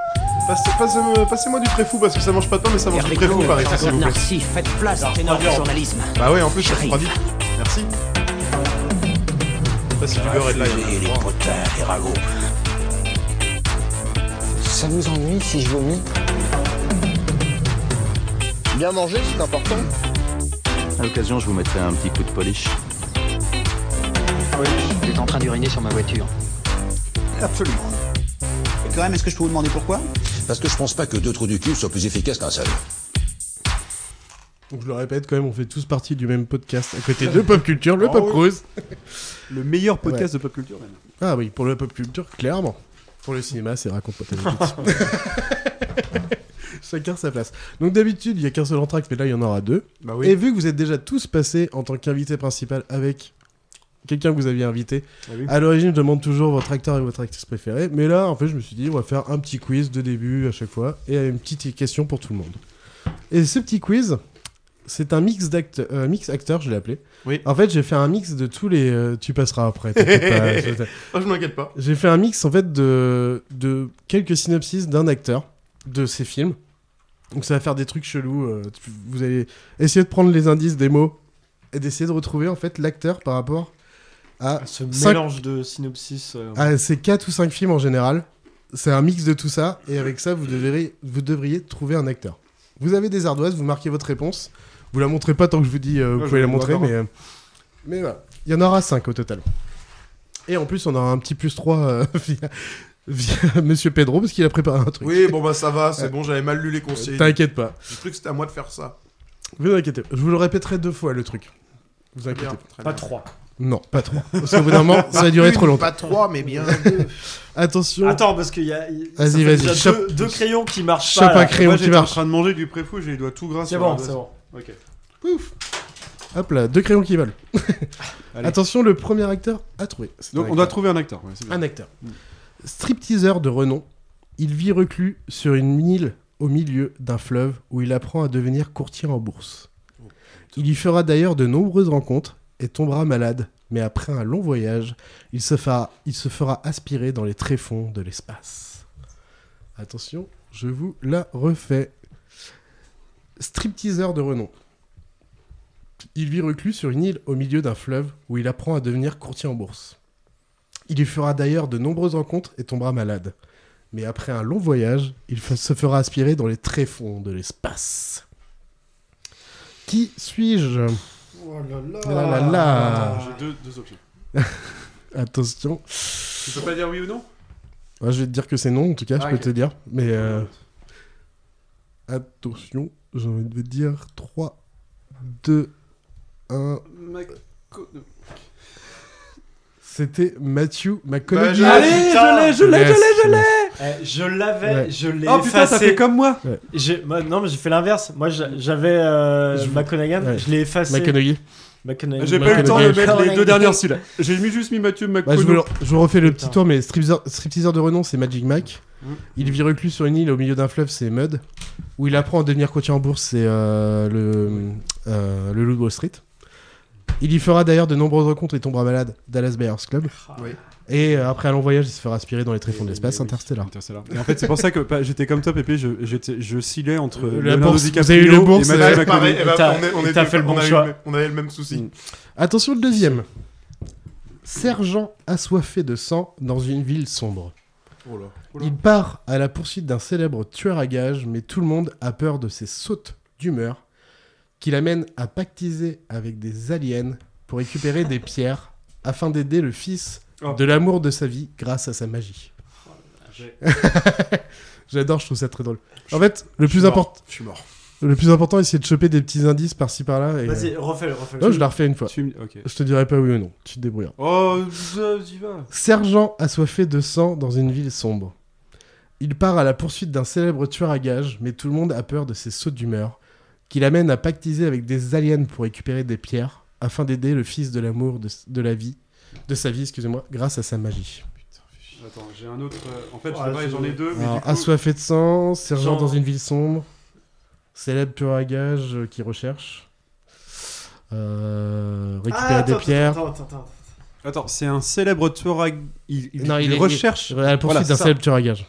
Passe- passe- euh, Passez-moi du préfou parce que ça mange pas de pain, mais ça mange du préfou par ici s'il vous plaît.
Merci, faites place à notre journalisme.
Bah ouais, en plus ça refroidit. Merci. Ça c'est du beurre et de l'ail.
Ça vous ennuie si je vomis
Bien manger, c'est important.
À l'occasion, je vous mettrai un petit coup de polish.
Tu es en train d'uriner sur ma voiture.
Absolument. Et quand même, est-ce que je peux vous demander pourquoi Parce que je pense pas que deux trous du cul soient plus efficaces qu'un seul.
Donc, je le répète quand même, on fait tous partie du même podcast. À côté de Pop Culture, le
Oh
Pop
oui.
Cruise.
Le meilleur podcast
Ouais.
de pop culture, même.
Ah oui, pour le Pop Culture, clairement. Pour le cinéma, c'est raconte pas ta vie. Chacun sa place. Donc d'habitude, il y a qu'un seul entracte, mais là, il y en aura deux.
Bah oui.
Et vu que vous êtes déjà tous passés en tant qu'invité principal avec quelqu'un que vous aviez invité,
Ah
Bah
oui.
à l'origine, je demande toujours votre acteur et votre actrice préférée. Mais là, en fait, je me suis dit, on va faire un petit quiz de début à chaque fois et une petite question pour tout le monde. Et ce petit quiz, c'est un mix d'acteurs, mix acteur, je l'ai appelé.
Oui.
En fait, j'ai fait un mix de tous les. euh, tu passeras après. t'inquiète pas, je-
Oh, je m'inquiète pas.
j'ai fait un mix en fait de, de quelques synopsis d'un acteur de ses films. Donc ça va faire des trucs chelous. euh, tu- vous allez essayer de prendre les indices des mots et d'essayer de retrouver en fait l'acteur par rapport à
Ce
cinq-
mélange de synopsis. euh,
à ces 4 Ah, ou 5 films en général. C'est un mix de tout ça et avec ça vous devriez, vous devriez trouver un acteur. Vous avez des ardoises, vous marquez votre réponse. Vous la montrez pas tant que je vous dis euh, vous
Non, je
pouvez la
vais
montrer
voir.
mais euh, mais voilà. Il y en aura 5 au total. Et en plus, on aura un petit plus 3 via, via Monsieur Pedro, parce qu'il a préparé un truc. Euh,
Oui, bon bah ça va, c'est bon, j'avais mal lu les conseils.
T'inquiète pas.
Le truc c'était à moi de faire ça.
Vous inquiétez pas. Je vous le répéterai deux fois, le truc. Vous
Très bien,
inquiétez
très
Pas
bien.
trois.
Non, pas trois. Parce qu'au bout d'un moment, ça a duré
Une,
trop longtemps.
Pas trois, mais bien deux.
Attention.
Attends, parce qu'il y a. il-
Vas-y,
ça fait
vas-y,
déjà
chope-
Deux, deux crayons qui marchent
chope
pas.
un
là.
crayon
Moi,
qui
j'étais
marche.
en
en
train
train de manger du préfou, j'ai les doigts tout gras
C'est
sur
bon,
la
c'est
base.
bon.
Ok.
Hop là, deux crayons qui volent.
Allez.
Attention, le premier acteur à trouver. C'est
Donc
un
on doit
acteur.
trouver un acteur. ouais, c'est bien.
Un acteur. Stripteaseur de renom, il vit reclus sur une île au milieu d'un fleuve où il apprend à devenir courtier en bourse. Il y fera d'ailleurs de nombreuses rencontres et tombera malade, mais après un long voyage, il se fera, il se fera aspirer dans les tréfonds de l'espace. Attention, je vous la refais. Stripteaseur de renom. Il vit reclus sur une île au milieu d'un fleuve où il apprend à devenir courtier en bourse. Il y fera d'ailleurs de nombreuses rencontres et tombera malade. Mais après un long voyage, il f- se fera aspirer dans les tréfonds de l'espace. Qui suis-je
Oh là là.
Ah là là.
J'ai deux, deux options.
Attention.
Tu peux pas dire oui ou non
Ouais, je vais te dire que c'est non, en tout cas,
Ah,
je peux
ok.
te dire. Mais euh, attention, j'ai envie de dire 3, 2, 1. C'était Matthew McConaughey.
Bah, je l'ai, Allez, putain. je l'ai, je l'ai, je
Yes,
l'ai, je l'ai.
yes.
Eh, je l'avais,
Ouais.
je l'ai
Oh, putain,
effacé.
t'as fait comme moi. Ouais.
J'ai- moi, Non, mais j'ai fait l'inverse. Moi, j'a- j'avais euh,
Je-
McConaughey,
Ouais.
je l'ai effacé.
McConaughey.
McConaughey.
J'ai pas eu le temps de mettre les deux
McConaughey.
dernières syllabes. J'ai mis juste mis Mathieu
Bah, je, vous,
McConaughey.
le- je vous refais le petit tour, mais stripteaseur stripteaseur de renom, c'est Magic Mike. Il vit reclus sur une île au milieu d'un fleuve, c'est Mud. Où il apprend à devenir courtier en bourse, c'est euh, le, euh, le loup de Wall Street. Il y fera d'ailleurs de nombreuses rencontres et tombera malade Dallas Buyers Club.
Oui.
Et euh, après un long voyage, il se fera aspirer dans les tréfonds de l'espace interstellar.
Et en fait, c'est pour ça que bah, j'étais comme top et puis je, j'étais- je oscillais entre
Euh, La
Leonardo
bourse, vous
DiCaprio
avez eu le
et
bourse,
Mathieu
ouais.
McConaughey.
Pareil, eh ben,
Et t'as-
on est-
et
on est-
t'as fait le
on
bon
a eu
choix.
le même-
On avait le même souci.
Attention, le deuxième. Sergent assoiffé de sang dans une ville sombre.
Oh là.
Il part à la poursuite d'un célèbre tueur à gages, mais tout le monde a peur de ses sautes d'humeur qui l'amènent à pactiser avec des aliens pour récupérer des pierres afin d'aider le fils
Oh.
de l'amour de sa vie grâce à sa magie. J'adore, je trouve ça très drôle. En fait, le
Je suis
plus
mort.
important.
Je suis mort.
Le plus important, essayer de choper des petits indices par-ci par-là. et-
Vas-y, refais-le, refais-le.
Non, Oh, je la refais une fois.
Tu me- ok.
Je te dirai pas oui ou non. Tu te débrouilles.
Oh, z- j'y vas.
Sergent assoiffé de sang dans une ville sombre. Il part à la poursuite d'un célèbre tueur à gages, mais tout le monde a peur de ses sauts d'humeur, qui l'amène à pactiser avec des aliens pour récupérer des pierres, afin d'aider le fils de l'amour de, de la vie, de sa vie, excusez-moi, grâce à sa magie.
Attends, j'ai un autre. euh, En fait, je
Ah,
sais pas,
c'est-
j'en ai deux. Mais
Alors,
du coup-
assoiffé de sang, sergent
Genre-
dans une ville sombre, célèbre tueur à gages euh, qui recherche, euh, récupérer
Ah,
des
attends,
pierres.
Attends, attends, attends.
Attends, c'est un célèbre tueur à. Il, il,
Non,
il
il est-
recherche.
il est à la poursuite
Voilà,
d'un
ça.
célèbre tueur à gages.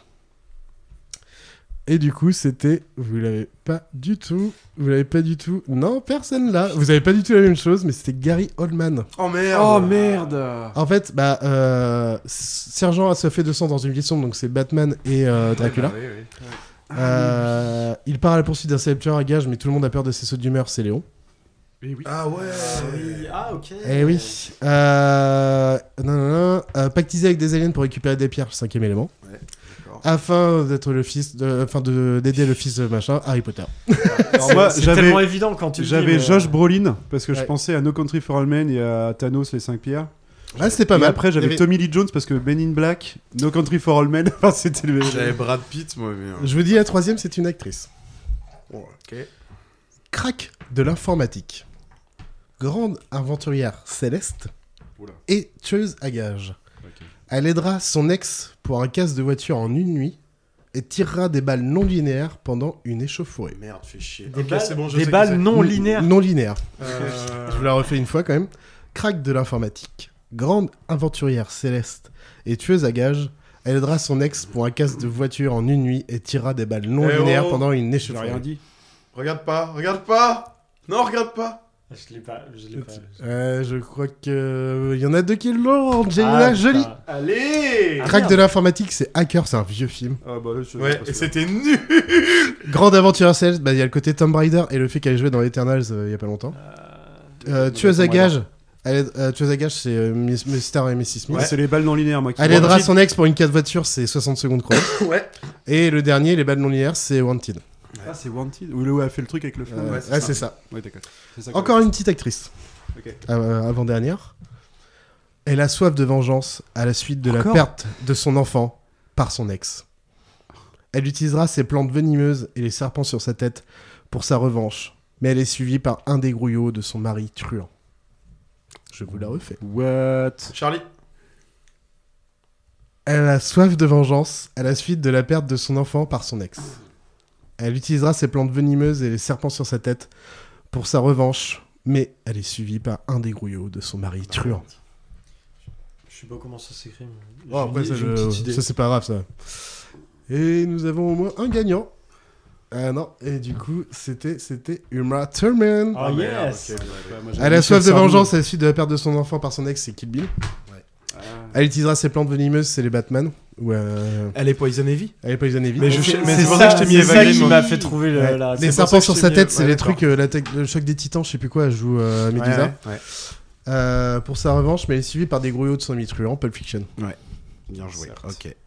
Et du coup, c'était. Vous l'avez pas du tout. Vous l'avez pas du tout. Non, personne là. Vous avez pas du tout la même chose, mais c'était Gary Oldman.
Oh merde.
Oh merde.
En fait, bah, euh, S- Sergent a se fait 200 dans une ville sombre, donc c'est Batman et euh, Dracula.
bah oui, oui, oui.
Euh, il part à la poursuite d'un célèbre tueur à gages, mais tout le monde a peur de ses sauts d'humeur, c'est Léon.
Ah ouais.
Ah ok.
Eh oui. Euh, non, non, non. Euh, pactiser avec des aliens pour récupérer des pierres, cinquième élément. afin d'être le fils, de, afin de d'aider le fils de machin, Harry Potter.
Alors moi,
c'est
j'avais-
tellement évident quand tu le dis,
J'avais
mais-
Josh Brolin, parce que je
Ouais.
pensais à No Country for All Men et à Thanos, les 5 pierres.
Ah, c'était pas
Et
mal.
après, j'avais
Il y avait-
Tommy Lee Jones, parce que Ben in Black, No Country for All Men, enfin, c'était le.
J'avais Brad Pitt, moi, mais.
Je vous dis, la troisième, c'est une actrice.
Oh, Ok.
Crac de l'informatique. Grande aventurière céleste
Oula.
et tueuse à gages. Elle aidera son ex pour un casse de voiture en une nuit et tirera des balles non linéaires pendant une échauffourée.
Merde, fais chier.
Des
Ok,
balles-
c'est bon, je
euh, des
sais qui
balles
c'est.
non linéaires.
Non linéaires.
Euh.
Je vous la refais une fois quand même. Crac de l'informatique, grande aventurière céleste et tueuse à gages, elle aidera son ex pour un casse de voiture en une nuit et tirera des balles non
Eh oh,
linéaires pendant une
j'ai
échauffourée.
rien dit. Regarde pas, regarde pas. Non, regarde pas.
Je l'ai pas, je l'ai pas.
Euh, je crois que il y en a deux qui l'ont. Angelina
Ah,
Jolie.
putain.
Allez
Crac de l'informatique, c'est hacker, c'est un vieux film.
Ah bah, je-
Ouais,
parce
et
que-
c'était nul.
Grande aventure céleste, bah, il y a le côté Tomb Raider et le fait qu'elle jouait dans Eternals euh, il y a pas longtemps. Euh, tueuse à
Tomb Raider.
gages. Elle aide- euh, tueuse à gages, c'est euh, Miss- Mr. et Mrs. Smith.
Ouais, C'est les balles non linéaires, moi. qui-
Elle aidera
Wanted.
son ex pour une 4 voiture, c'est 60 secondes chrono.
ouais.
Et le dernier, les balles non linéaires, c'est Wanted.
Ah, c'est Wanted, où Léo a fait le truc avec le flingue.
Euh, ouais, c'est ça.
Ouais, d'accord. C'est ça que-
Encore une petite actrice.
Ok.
Euh, Avant-dernière. Elle a soif de vengeance à la suite de la
Encore
perte de son enfant par son ex. Elle utilisera ses plantes venimeuses et les serpents sur sa tête pour sa revanche. Mais elle est suivie par un des grouillots de son mari truand. Je vous la refais.
What
Charlie.
Elle a soif de vengeance à la suite de la perte de son enfant par son ex. Elle utilisera ses plantes venimeuses et les serpents sur sa tête pour sa revanche, mais elle est suivie par un des grouillots de son mari truand.
Oh, Je sais pas comment ça s'écrit. mais
Oh, après,
j'ai une-
ça,
j'ai une
je-
petite idée.
ça, c'est pas grave, ça. Et nous avons au moins un gagnant. Ah non, et du coup, c'était c'était Uma Thurman.
Ah, Oh, merde, yes. ok,
ouais, moi,
Elle a soif de vengeance à la suite de la perte de son enfant par son ex, c'est Kill Bill. Elle utilisera ses plantes venimeuses, c'est les Batman. Ou euh,
Elle est Poison Ivy
Elle est Poison Ivy.
Mais je sais- mais c'est pour ça que je t'ai mis
c'est
Eva
ça
Green
qui
dans
m'a
le-
fait trouver le-
Ouais.
la-
C'est
Les
pour ça
serpents
que je
sur
t'ai
sa
mis-
tête, c'est
ouais,
les
d'accord.
trucs, euh, l'attaque- le choc des titans, je sais plus quoi, elle joue euh, Medusa.
Ouais, ouais, ouais.
Euh, pour sa revanche, mais elle est suivie par des grouillots de semi-truands, Pulp Fiction.
Ouais. Bien joué. Ok.
Eh oui.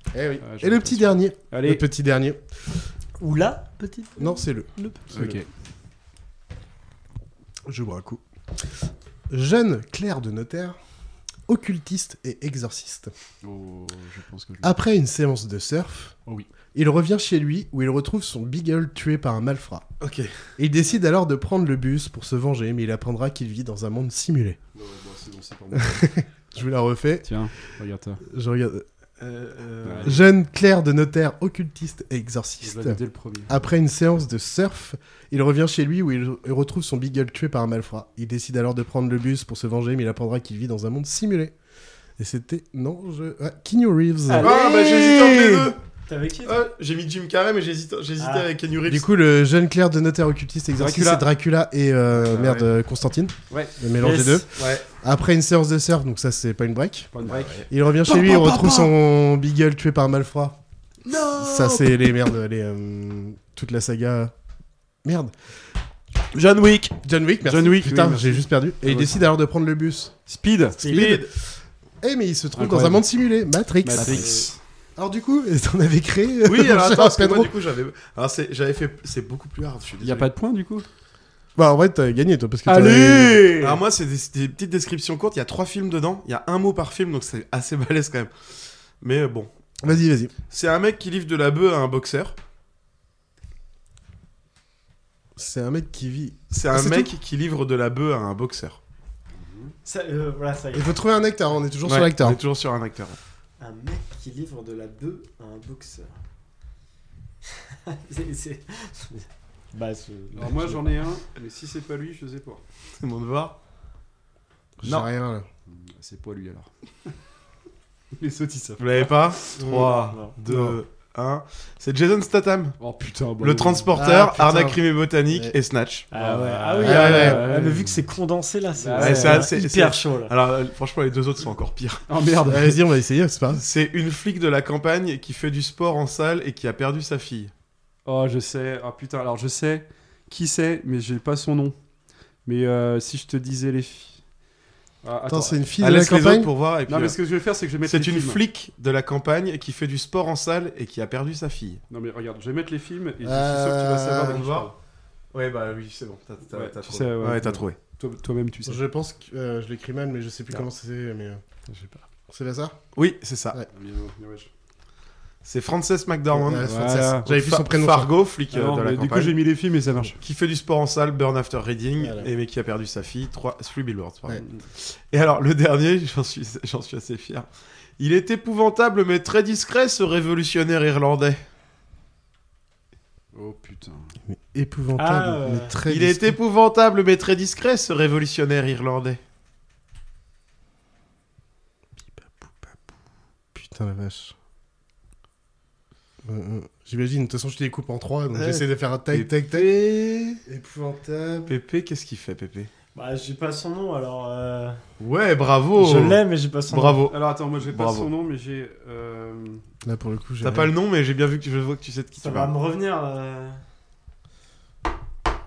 Ah, j'ai
Et le petit dernier.
Allez.
Le petit dernier.
Ou la petite
Non, c'est le.
Le
petit. Ok.
Je bois un coup. Jeune clerc de notaire, occultiste et exorciste.
Oh, je pense que je-
Après une séance de surf,
Oh oui.
il revient chez lui où il retrouve son beagle tué par un malfrat.
Ok.
Il décide alors de prendre le bus pour se venger, mais il apprendra qu'il vit dans un monde simulé.
Ouais, bon, c'est bon, c'est pour moi.
Je vous la refais.
Tiens, regarde ça.
Je regarde.
Euh, euh,
Ouais.
Jeune clerc de notaire, occultiste et exorciste.
Il va noter le premier.
Après une séance de surf, il revient chez lui où il il retrouve son beagle tué par un malfrat. Il décide alors de prendre le bus pour se venger, mais il apprendra qu'il vit dans un monde simulé. Et c'était. Non, je. Ah, Keanu Reeves.
Ah, bah j'hésitais entre les deux
T'avais qui
Ah, J'ai mis Jim Carrey, mais j'hésite- j'hésitais
Ah.
avec Kenny Reeves.
Du coup, le jeune clerc de notaire occultiste exorciste,
Dracula.
c'est Dracula et euh,
Ah,
merde
ouais.
euh, Constantine.
Ouais.
Le mélange
Yes.
des deux.
Ouais.
Après une séance de surf, donc ça c'est pas une break.
Point break.
Il revient
Pa,
chez lui,
pa,
il
pa,
retrouve
pa.
son beagle tué par un malfrat.
Non.
Ça c'est les merdes, les euh, toute la saga. Merde.
John Wick.
John Wick, merci.
John Wick, oui,
Putain,
merci.
j'ai juste perdu. Et
Ah
il
ouais.
décide alors de prendre le bus.
Speed.
Speed. Eh mais il se trouve dans un
Incroyable.
monde simulé, Matrix.
Matrix.
Alors du coup, t'en avais créé.
Oui, alors
cher
attends, parce que moi,
Pedro.
du coup, j'avais. Alors, c'est- j'avais fait. C'est beaucoup plus hard, je suis
Il n'y a
désolé.
pas de point du coup
Bah en vrai t'as gagné toi parce que. t'avais-
Allez Alors, moi, c'est des, c'est des petites descriptions courtes. Il y a trois films dedans. Il y a un mot par film, donc c'est assez balèze quand même. Mais euh, bon.
Vas-y vas-y.
C'est un mec qui livre de la bœuf à un boxeur.
C'est un mec qui vit.
C'est
Ah,
un
c'est
mec qui livre de la bœuf à un boxeur.
Ça, euh, voilà, ça y est.
Il faut trouver un acteur. On est toujours
Ouais,
sur
on
l'acteur.
est toujours sur un acteur.
Un mec qui livre de la bœuf à un boxeur. c'est, c'est- Bah, c'est-
Alors moi j'en ai un, mais si c'est pas lui, je sais pas.
C'est mon devoir.
J'ai
Non.
rien là.
C'est pas lui alors. Les autres ils savent.
Vous l'avez pas
Non.
3, 2,
Non.
1 C'est Jason Statham.
Oh putain. bah
Le
oui.
transporteur,
Ah, putain.
Arnaque Crime et Botanique
Ouais.
et Snatch.
Ah, ouais. ah oui,
Ouais,
ah ouais,
ouais.
ouais, mais vu que c'est condensé là, c'est,
Ouais,
c'est
ça, c'est-
hyper
c'est-
chaud là.
Alors, euh, franchement, les deux autres sont encore pires.
Oh merde.
Bah, Vas-y on va essayer, c'est pas. grave.
C'est une flic de la campagne qui fait du sport en salle et qui a perdu sa fille.
Oh je sais. Ah putain. Alors je sais qui c'est, mais j'ai pas son nom. Mais euh, si je te disais les filles. Ah,
Attends, c'est une fille
Ah,
de la
laisse les autres
campagne.
pour voir. et puis,
Non mais
euh,
ce que je vais faire, c'est que je vais mettre.
C'est
les
une
films.
flic de la campagne qui fait du sport en salle et qui a perdu sa fille.
Non mais regarde, je vais mettre les films et je suis sûr que tu
Euh,
vas savoir.
on
de qui je
va.
parle.
Ouais, bah oui, c'est bon. T'as t'as-
Ouais,
t'as
tu
trouvé.
sais, ouais.
t'as trouvé.
Toi- Toi-même tu sais.
Je pense que euh, je l'écris mal, mais je sais plus comment c'est. Mais euh,
Je sais pas. Ah
c'est pas ça
Oui, c'est ça.
Ouais.
Bien, bien, ouais, je-
C'est Frances McDormand.
Ouais, c'est
Voilà.
ça. J'avais plus
Fa-
son prénom.
Fargo, flic
Ah
euh,
non,
de la
mais
campagne.
du coup j'ai mis les films et ça marche.
Qui fait du sport en salle, Burn After Reading,
Voilà.
et mais qui a perdu sa fille. 3, Three Billboards, pardon.
Ouais.
Et alors, le dernier, j'en suis, j'en suis assez fier. Il est épouvantable, mais très discret, ce révolutionnaire irlandais.
Oh putain.
Mais épouvantable,
Ah, euh,
mais très.
Il est
discret.
épouvantable, mais très discret, ce révolutionnaire irlandais.
Putain la vache. Euh, euh, J'imagine. De toute façon, je te découpe en trois, donc
Ouais.
j'essaie de faire un tac, tac, tac.
Pépé.
Épouvantable.
Pépé, qu'est-ce qu'il fait, Pépé
Bah, j'ai pas son nom alors. euh,
Ouais, bravo
Je l'ai, mais j'ai pas son nom.
Oh. Bravo.
Alors attends, moi j'ai pas
Bravo.
son nom, mais j'ai. euh,
Là pour le coup, j'ai.
T'as pas le nom, mais j'ai bien vu que tu- je vois que tu sais de qui
Ça
tu
va
parles.
me revenir. euh.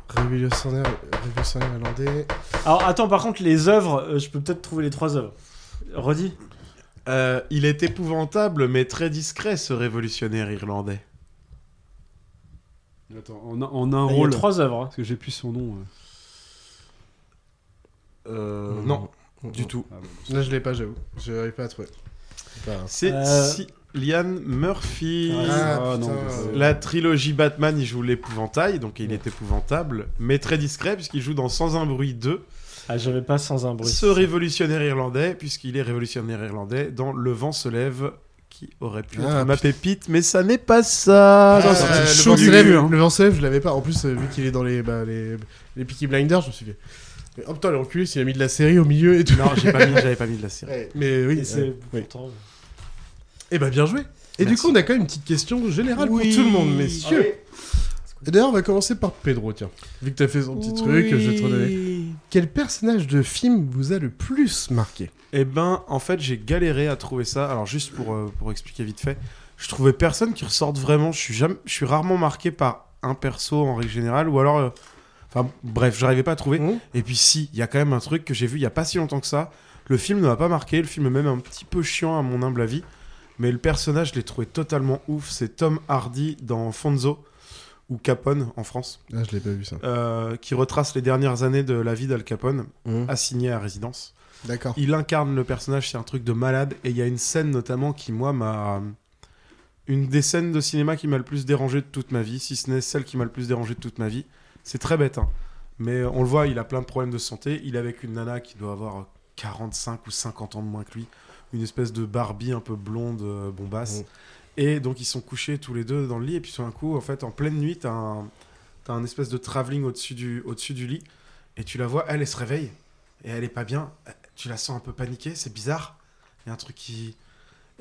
Révolutionnaire, révolutionnaire irlandais.
Alors, attends, par contre, les œuvres, euh, je peux peut-être trouver les trois œuvres. Redis.
Euh, il est épouvantable, mais très discret, ce révolutionnaire irlandais.
Attends, en, un- en un
Il y a
rôle.
trois œuvres. hein.
Parce que j'ai plus son nom. euh.
Euh, non, du tout.
Ah, bon,
Là, je l'ai pas, j'avoue. Je n'arrive pas à trouver. C'est pas grave.
C'est
Euh.
si- Cillian Murphy.
Ah,
Ah, non,
putain. Euh,
désolé.
La trilogie Batman, il joue l'épouvantail, donc il est épouvantable, mais très discret, puisqu'il joue dans Sans un bruit 2,
Ah, j'avais pas sans un bruit.
ce révolutionnaire irlandais, puisqu'il est révolutionnaire irlandais, dans Le vent se lève, qui aurait pu
Ah,
être ma pépite, mais ça n'est pas ça.
Ah,
Non,
euh,
c'était
le
chaud
vent
du
se lève,
cul, hein.
le vent se lève, je l'avais pas. En plus, euh, vu qu'il est dans les, bah, les, les Peaky Blinders, je me suis dit. mais, Oh putain, le reculé, s'il a mis de la série au milieu et tout.
Non, j'ai pas mis- j'avais pas mis de la série.
Ouais, Mais oui,
Et c'est
euh, oui.
pourtant-
Eh ben bien joué. Et
Merci.
du coup, on a quand même une petite question générale
Oui.
pour tout le monde, messieurs. Et d'ailleurs, on va commencer par Pedro, tiens. Vu que t'as fait son petit truc, je vais te redonner. Quel personnage de film vous a le plus marqué
Eh ben, en fait, j'ai galéré à trouver ça. Alors, juste pour, euh, pour expliquer vite fait, je trouvais personne qui ressorte vraiment. Je suis, jamais, je suis rarement marqué par un perso en règle générale, ou alors. euh, Enfin, bref, je n'arrivais pas à trouver. Et puis, si, il y a quand même un truc que j'ai vu il n'y a pas si longtemps que ça. Le film ne m'a pas marqué. Le film est même un petit peu chiant, à mon humble avis. Mais le personnage, je l'ai trouvé totalement ouf. C'est Tom Hardy dans Fonzo, ou Capone en France.
Ah, je l'ai pas vu ça.
Euh, qui retrace les dernières années de la vie d'Al Capone,
Mhm.
assigné à résidence.
D'accord.
Il incarne le personnage, c'est un truc de malade. Et il y a une scène notamment qui, moi, m'a. Une des scènes de cinéma qui m'a le plus dérangé de toute ma vie, si ce n'est celle qui m'a le plus dérangé de toute ma vie. C'est très bête, hein. Mais euh, on le voit, il a plein de problèmes de santé. Il est avec une nana qui doit avoir euh, 45 ou 50 ans de moins que lui. Une espèce de Barbie un peu blonde, euh, bombasse. Et donc ils sont couchés tous les deux dans le lit. Et puis tout d'un coup, en fait, en pleine nuit, t'as un, t'as un espèce de travelling au-dessus du, au du lit. Et tu la vois, elle, elle se réveille. Et elle est pas bien. Tu la sens un peu paniquée, c'est bizarre. Il y a un truc qui.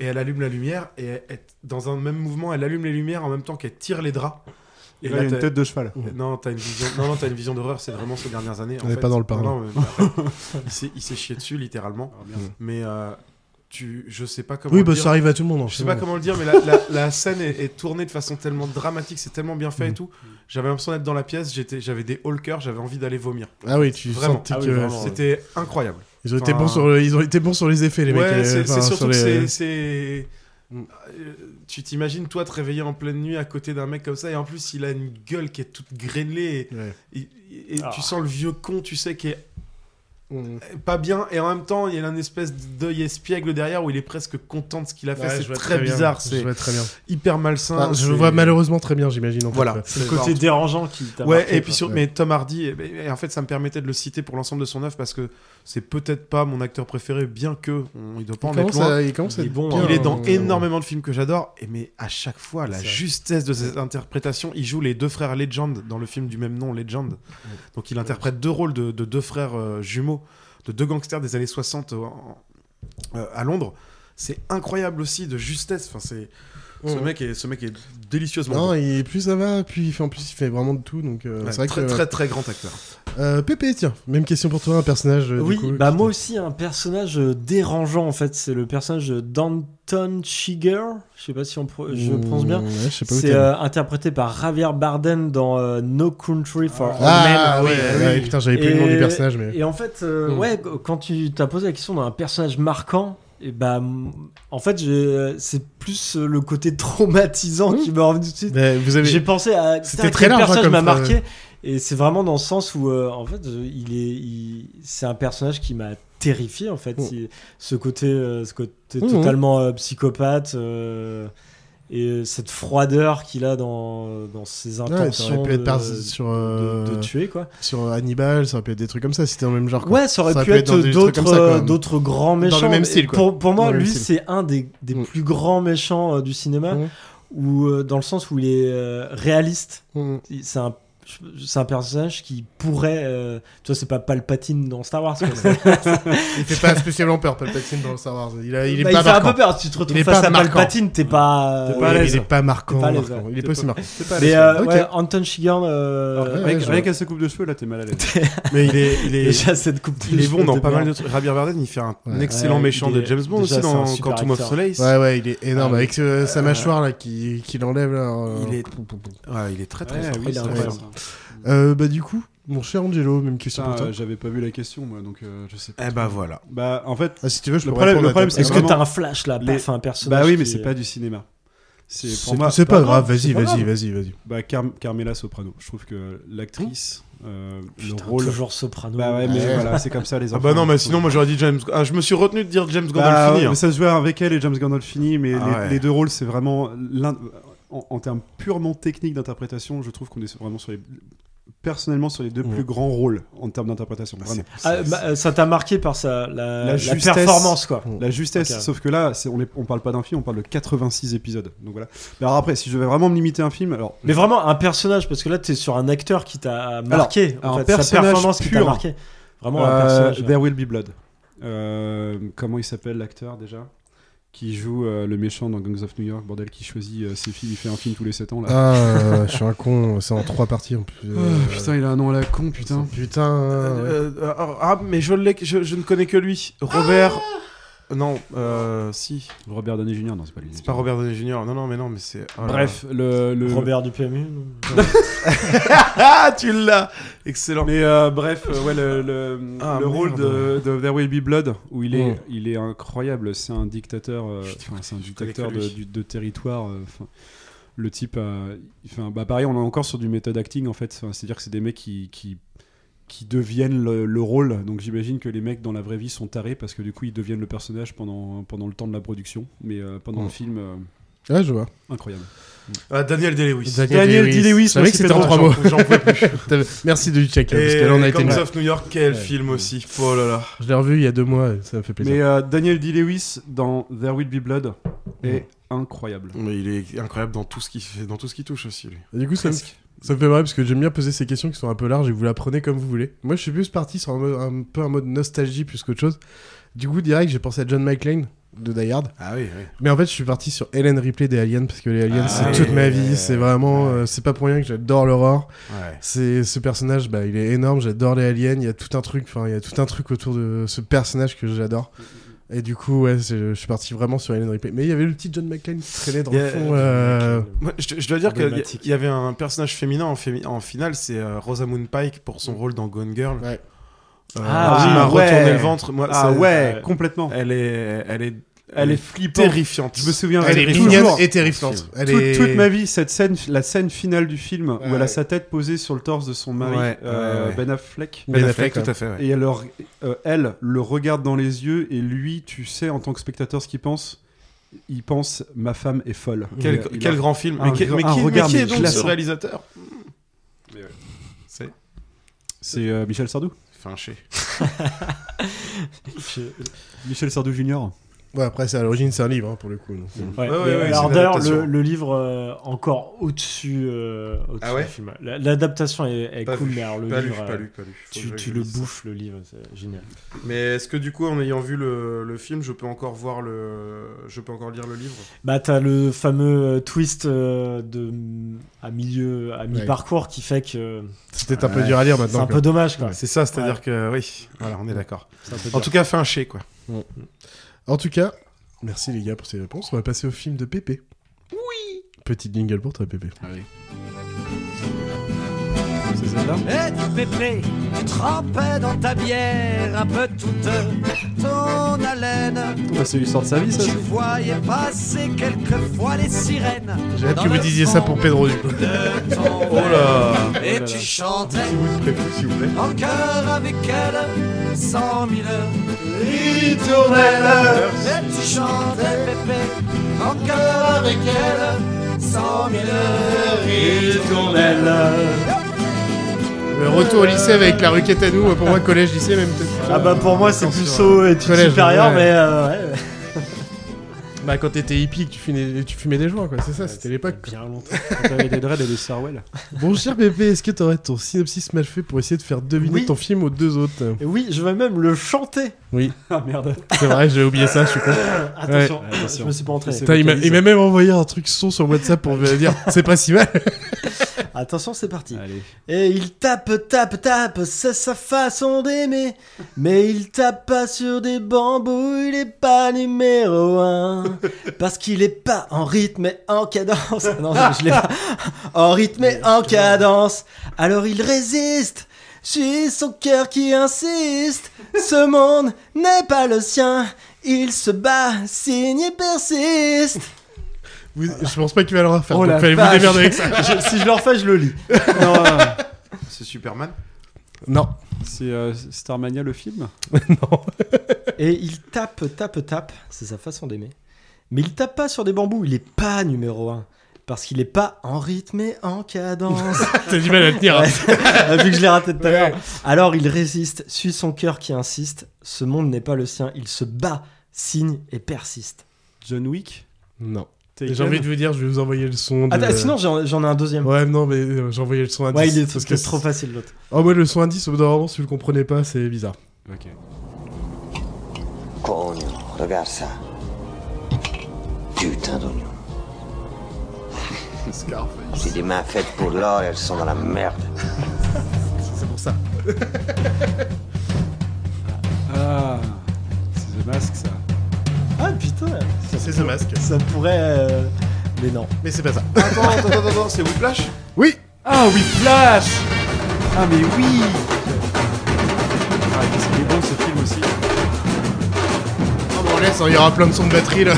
Et elle allume la lumière. Et elle- elle- dans un même mouvement, elle allume les lumières en même temps qu'elle tire les draps.
Et là, il y a une
t'as-
tête de cheval.
Non, t'as une vision, non, non, t'as une vision d'horreur, c'est vraiment ces dernières années.
On
en
n'est
fait.
pas dans le parlant.
Non, non, mais après, il s'est- il s'est chié dessus, littéralement.
merde.
mais euh, tu, je sais pas comment.
Oui,
le
bah,
dire.
ça arrive à tout le monde, hein,
Je
c'est
sais pas
bon.
comment le dire, mais la, la- la scène est, est tournée de façon tellement dramatique, c'est tellement bien
Mm.
fait et tout. J'avais l'impression d'être dans la pièce, j'étais- j'avais des hauts le cœur, j'avais envie d'aller vomir.
Ah oui, tu
Vraiment.
sentais
Ah oui,
que-
vraiment, C'était incroyable.
Ils ont, été
Enfin,
bons sur le- ils ont été bons sur les effets, les
ouais,
mecs. euh,
c'est-
enfin,
c'est surtout
sur
que
les-
c'est- c'est. Euh, Tu t'imagines, toi, te réveiller en pleine nuit à côté d'un mec comme ça, et en plus, il a une gueule qui est toute grêlée, et,
Ouais.
et- et tu sens le vieux con, tu sais, qui est
euh, Hum.
pas bien, et en même temps, il y a un espèce d'œil espiègle derrière où il est presque content de ce qu'il a fait.
Ouais, je
c'est
vois
très,
très bien.
bizarre,
Je
c'est
vois très bien.
hyper malsain.
Ah, je
c'est-
vois malheureusement très bien, j'imagine. en fait,
voilà,
ouais.
Ouais, et puis sur,
Ouais.
mais Tom Hardy, eh ben, et en fait, ça me permettait de le citer pour l'ensemble de son œuvre parce que c'est peut-être pas mon acteur préféré, bien que on- il doit
Il
pas en être
commence
loin.
à- il commence à
est
être
bon,
bien,
il est dans
euh,
énormément de films que j'adore, et mais à chaque fois, la
C'est vrai.
justesse de ses interprétations. Il joue les deux frères Legend dans le film du même nom, Legend. Donc il interprète deux rôles de, de deux frères euh, jumeaux, de deux gangsters des années 60 en- euh, à Londres. C'est incroyable aussi de justesse. Enfin, c'est ce
Ouais.
mec est ce mec est délicieusement.
Non,
bon.
et plus ça va, puis il fait- en plus il fait vraiment de tout, donc euh,
Ouais,
c'est vrai
très,
que-
très, très grand acteur.
Euh, Pépé, tiens, même question pour toi, un personnage. euh, du
Oui,
coup,
bah moi aussi un personnage euh, dérangeant en fait, c'est le personnage d'Anton Chigurh, je sais pas si on pro- je
Mmh,
prononce bien.
ouais, je sais pas où
c'est
t'es.
euh, interprété par Javier Bardem dans euh, No Country for
Ah,
Old Men.
oui, oui, oui. Putain, j'avais plus le nom
Et-
du personnage, mais-
Et en fait, euh,
Mmh.
ouais, qu- quand tu t'as posé la question d'un personnage marquant, et bah m- en fait, j'ai- c'est plus euh, le côté traumatisant qui m'a revenu tout de suite.
Bah, vous avez-
J'ai pensé à
C'était
putain,
très
quel
large, hein,
personnage
comme
m'a
phrase.
marqué. Et c'est vraiment dans le sens où, euh, en fait, je- il est, il- c'est un personnage qui m'a terrifié, en fait.
Mm.
Il- ce côté, euh, ce côté
Mm, mm.
totalement euh, psychopathe euh, et cette froideur qu'il a dans, dans ses
Ouais, ça
intentions
aurait pu être
de-
par- sur, euh,
de tuer, quoi.
Sur Hannibal, ça aurait pu être des trucs comme ça, c'était dans le même genre. quoi.
Ouais, ça aurait pu
dans
être
des trucs
d'autres
comme ça, quoi.
euh, d'autres grands méchants.
Dans le
mais
même style, quoi.
Pour, pour
Dans
moi,
le même
lui,
style.
c'est un des, des plus grands méchants euh, du cinéma,
Mm.
où, euh, dans le sens où il est euh, réaliste. Il- C'est un c'est un personnage qui pourrait euh, tu vois c'est pas Palpatine dans Star Wars quoi. Bah,
Il fait pas spécialement peur, Palpatine, dans le Star Wars. Il, a- il est
Bah,
pas
il fait un
marquant.
peu peur si tu te retrouves
Il est
face
pas
à
marquant.
Palpatine t'es pas euh,
T'es pas à
Ouais,
l'aise. Il est pas marquant,
T'es à l'aise,
marquant.
ouais.
Il est
T'es
pas aussi marquant.
T'es pas à
mais
l'aise. hein.
euh,
Ok.
ouais, Anton Chigurh euh,
Alors, rien-
ouais,
rien
ouais.
qu'à sa coupe de cheveux, là, t'es mal à l'aise.
Mais il est, il est,
Déjà, cette coupe de
il est
cheveux
bon dans
de
pas mal de
merde.
trucs. Javier Bardem, il fait un
Ouais.
excellent
Ouais,
méchant
il est-
de James Bond
déjà,
aussi
c'est un
dans
super
Quantum of
acteur.
Solace.
Ouais, ouais, il est énorme. Avec euh, sa
Euh,
mâchoire là, qui, qui l'enlève. Là, euh,
Il est, ouais, il est très très
Ouais,
fort.
oui, il est
Ouais.
incroyable.
Euh, bah, du coup, mon cher Angelo, même question pour
Putain,
toi.
euh, j'avais pas vu la question, moi, donc euh, je sais pas.
Eh bah voilà.
Bah, en fait.
Ah, si tu veux, je
le
peux
problème,
répondre
le
à ta
problème, c'est
question. Ah,
Est-ce que
vraiment
t'as un flash, là, paf, un personnage
Bah oui, mais
qui
c'est
est-
pas du cinéma. C'est
C'est-
pour moi.
c'est pas grave,
c'est
vas-y,
pas
vas-y,
grave.
vas-y, vas-y.
Bah, Car- Carmela Soprano. Je trouve que l'actrice, euh, le rôle.
toujours Soprano. euh,
Bah ouais, mais
Oh. Ouais.
voilà, c'est comme ça les
Ah
enfants.
bah non, mais sinon, moi j'aurais dit James. Ah, je me suis retenu de dire James
Bah,
Gandolfini.
ouais,
hein.
mais ça se joue avec elle et James Gandolfini, mais
Ah
les,
ouais.
les deux rôles, c'est vraiment l'un. En, en termes purement techniques d'interprétation, je trouve qu'on est vraiment sur les, personnellement sur les deux plus grands rôles en termes d'interprétation. vraiment.
Ah, bah, euh, ça t'a marqué par sa, la, la
justesse-
performance quoi.
La justesse,
Ok.
sauf que là, c'est- on, est- on parle pas d'un film, on parle de 86 épisodes. Donc voilà. Mais alors après, si je devais vraiment me limiter à un film, alors
Mais vraiment un personnage parce que là t'es sur un acteur qui t'a marqué.
Alors,
en
un
fait,
personnage
sa performance qui t'a
pur.
marqué.
Euh,
Vraiment un personnage.
There Will Be Blood. Euh, comment il s'appelle l'acteur déjà qui joue euh, le méchant dans Gangs of New York, bordel, qui choisit euh, ses filles, il fait un film tous les 7 ans là.
Ah, je suis un con, c'est en trois parties en plus.
Ah, putain, il a un nom à la con, putain.
Putain.
Euh, euh, ah, ah, mais je, l'ai- je, je ne connais que lui. Robert.
Ah
Non, euh, si.
Robert Downey Jr., non, c'est pas lui.
C'est pas Robert Downey Jr. Non, non, mais non, mais c'est. oh là
Bref,
là.
le, le-
Robert du PMU.
ah, tu l'as Excellent.
Mais euh, bref, euh, ouais, le, le,
Ah,
le
merde.
rôle de, de There Will Be Blood, où il est,
Mm.
il est incroyable. C'est un dictateur, euh, enfin, c'est un dictateur
connais que
de,
lui.
du- de territoire. euh, enfin, le type, euh, il fait un- bah, pareil, on est encore sur du méthode acting en fait. Enfin, C'est-à-dire que c'est des mecs qui, qui, qui deviennent le, le rôle. Donc j'imagine que les mecs dans la vraie vie sont tarés parce que du coup ils deviennent le personnage pendant, pendant le temps de la production. Mais euh, pendant
Mm.
le film, euh,
Ouais, je vois.
incroyable.
Ah, Daniel Day-Lewis.
Daniel Day-Lewis,
C'est vrai
merci
que c'était en
Pedro,
trois mots.
j'en- j'en pouvais plus.
T'avais- Merci de lui checker, parce
Et
que là on a été
Gangs
mal.
of New York, quel
Ouais.
film aussi. Oh là là.
Je l'ai revu il y a deux mois, et ça me fait plaisir.
Mais euh, Daniel D-Lewis dans There Will Be Blood est incroyable.
Mais il est incroyable dans tout ce qu'il fait, dans tout ce qu'il touche aussi lui.
Et Du coup, ça me,
Presque.
ça me fait marrer parce que j'aime bien poser ces questions qui sont un peu larges et vous la prenez comme vous voulez. Moi, je suis plus parti sur un, mode- un peu un mode nostalgie plus qu'autre chose. Du coup, direct, j'ai pensé à John McClane de Die Hard.
Ah oui, oui.
Mais en fait, je suis parti sur Helen Ripley des Aliens parce que les Aliens,
Ah
c'est
oui.
toute ma vie. C'est vraiment, euh, c'est pas pour rien que j'adore l'aurore.
Ouais.
C'est ce personnage, bah, il est énorme. J'adore les aliens. Il y a tout un truc, enfin, il y a tout un truc autour de ce personnage que j'adore. Et du coup, ouais, c'est- je suis parti vraiment sur Helen Ripley. Mais il y avait le petit John McClane qui traînait dans
Il y
le
a-
fond. euh,
Moi, je, je dois dire qu'il
Problématique.
y, y avait un personnage féminin en, fémi- en finale, c'est euh, Rosamund Pike pour son rôle dans Gone Girl. Euh,
Ah
qui
oui,
m'a
ouais.
retourné le ventre. Moi,
Ah
c'est-
ouais, complètement.
Elle est, elle est,
Elle est flippante.
terrifiante.
Je me souviens,
Elle est
toujours-
mignonne
et terrifiante. Elle
Toute-
est-
Toute ma vie, cette scène, la scène finale du film où elle
ouais.
a sa tête posée sur le torse de son mari,
Ouais,
euh,
ouais, ouais.
Ben Affleck.
Ben Ben Affleck, Affleck, tout à fait, ouais.
Et alors, euh, elle le regarde dans les yeux et lui, tu sais, en tant que spectateur, ce qu'il pense. Il pense ma femme est folle. euh,
Quel,
Il a-
quel grand film.
un
mais, qui-
grand-
mais
un
qui, mais
regard,
qui est
mais
donc ce
glaçant.
réalisateur C'est
C'est euh, Michel Sardou.
Enfin, chez.
Michel Sardou Junior.
hein. Ouais, après, c'est à l'origine, c'est un livre hein, pour le coup. donc, euh.
Ouais,
Mmh. Ouais, ouais,
mais
ouais, c'est
alors
une
d'ailleurs, le,
adaptation.
le livre euh, encore au-dessus euh, au-dessus
Ah ouais
du film. La- L'adaptation est, est
Pas
cool,
lu,
mais alors le
pas lu,
livre,
pas
euh,
lu, pas lu. Faut
tu,
que
tu
je
le
lise ça.
bouffes le livre, c'est génial.
Mais est-ce que du coup, en ayant vu le, le film, je peux encore voir le, je peux encore lire le livre
Bah t'as le fameux euh, twist euh, de à milieu à mi-parcours qui fait que
Ah,
C'était un peu dur à lire maintenant,
C'est un
quoi.
peu dommage quoi.
hein. C'est ça, c'est-à-dire
Ouais.
que oui, voilà, on est d'accord.
C'est un peu
En
dur.
tout cas, fais un chez quoi.
En tout cas, merci les gars pour ces réponses. On va passer au film de Pépé. Oui Petite jingle pour toi, Pépé.
C'est celle-là
Et pépé, trempé dans ta bière un peu toute ton haleine.
Bah, c'est l'histoire de sa vie, ça.
Tu voyais passer quelquefois les sirènes.
J'ai hâte
dans
que vous
le
disiez ça pour Pedro, du coup.
de ton
Oh là.
verre. Et
Oh là
tu
là.
chantais
S'il vous plaît.
en chœur avec elle cent mille
Ritournelles.
Et tu chantais pépé en chœur avec elle cent mille
Le retour au lycée avec la requête à nous, pour moi, collège, lycée, même peut-être.
Ah bah pour moi c'est
Attention,
plus
hein.
haut et
collège,
supérieur
ouais.
mais euh, ouais.
Bah, quand t'étais hippie, que tu fumais, tu fumais des joints, quoi. C'est ça, c'était l'époque. quoi.
bien longtemps.
Quand t'avais des dreads et des Sarwell.
Bon, cher Pépé, est-ce que t'aurais ton synopsis mal fait pour essayer de faire deviner
Oui.
ton film aux deux autres
Et oui, je vais même le chanter.
Oui,
Ah merde.
c'est vrai, j'ai oublié ça, je suis con.
Attention,
Ouais.
je me suis pas entraîné.
Putain, il m'a- il m'a même envoyé un truc son sur WhatsApp pour me dire c'est pas si mal.
Attention, c'est parti. Et il tape, tape, tape, c'est sa façon d'aimer. Mais il tape pas sur des bambous, il est pas numéro un. Parce qu'il est pas en rythme et en cadence. Non, je l'ai pas. En rythme et en cadence. Alors il résiste. J'ai son cœur qui insiste. Ce monde n'est pas le sien. Il se bat, signe et persiste.
Vous- je pense pas qu'il va le refaire.
Oh
donc
la
fallait vous
vache.
démerder avec ça.
Je- si je le refais, je le lis. Non,
C'est Superman.
Non.
C'est euh, Starmania le film
Et il tape, tape, tape, c'est sa façon d'aimer. Mais il tape pas sur des bambous, il est pas numéro 1. Parce qu'il est pas en rythme et en cadence.
T'as du mal à le tenir. hein.
Ouais, Vu que je l'ai raté tout à l'heure. Alors il résiste, suit son cœur qui insiste. Ce monde n'est pas le sien, il se bat, signe et persiste.
John Wick
Non.
Taken
J'ai envie de vous dire, je vais vous envoyer le son. De...
Ah, sinon j'en j'en ai un deuxième.
euh,
Ouais,
Ouais, non, mais euh, j'ai envoyé le son indice.
il est,
parce
c'est trop facile l'autre.
Oh, ouais, le son indice, au bout d'un moment, si vous le comprenez pas, c'est bizarre.
Ok.
Cogne, regarde ça.
putain d'oignon. J'ai des mains faites pour l'or et elles sont dans la merde.
C'est pour ça.
Ah, c'est The Mask ça.
Ah putain
C'est The Mask.
Ça pourrait. euh, Mais non.
Mais c'est pas ça.
Attends, attends, attends, attends, c'est Whiplash
Oui
Ah oui, Flash Ah mais oui Ah qu'est-ce qu'il est bon ce film aussi
Oh, bon, laisse, hein, il y aura plein de sons de batterie là.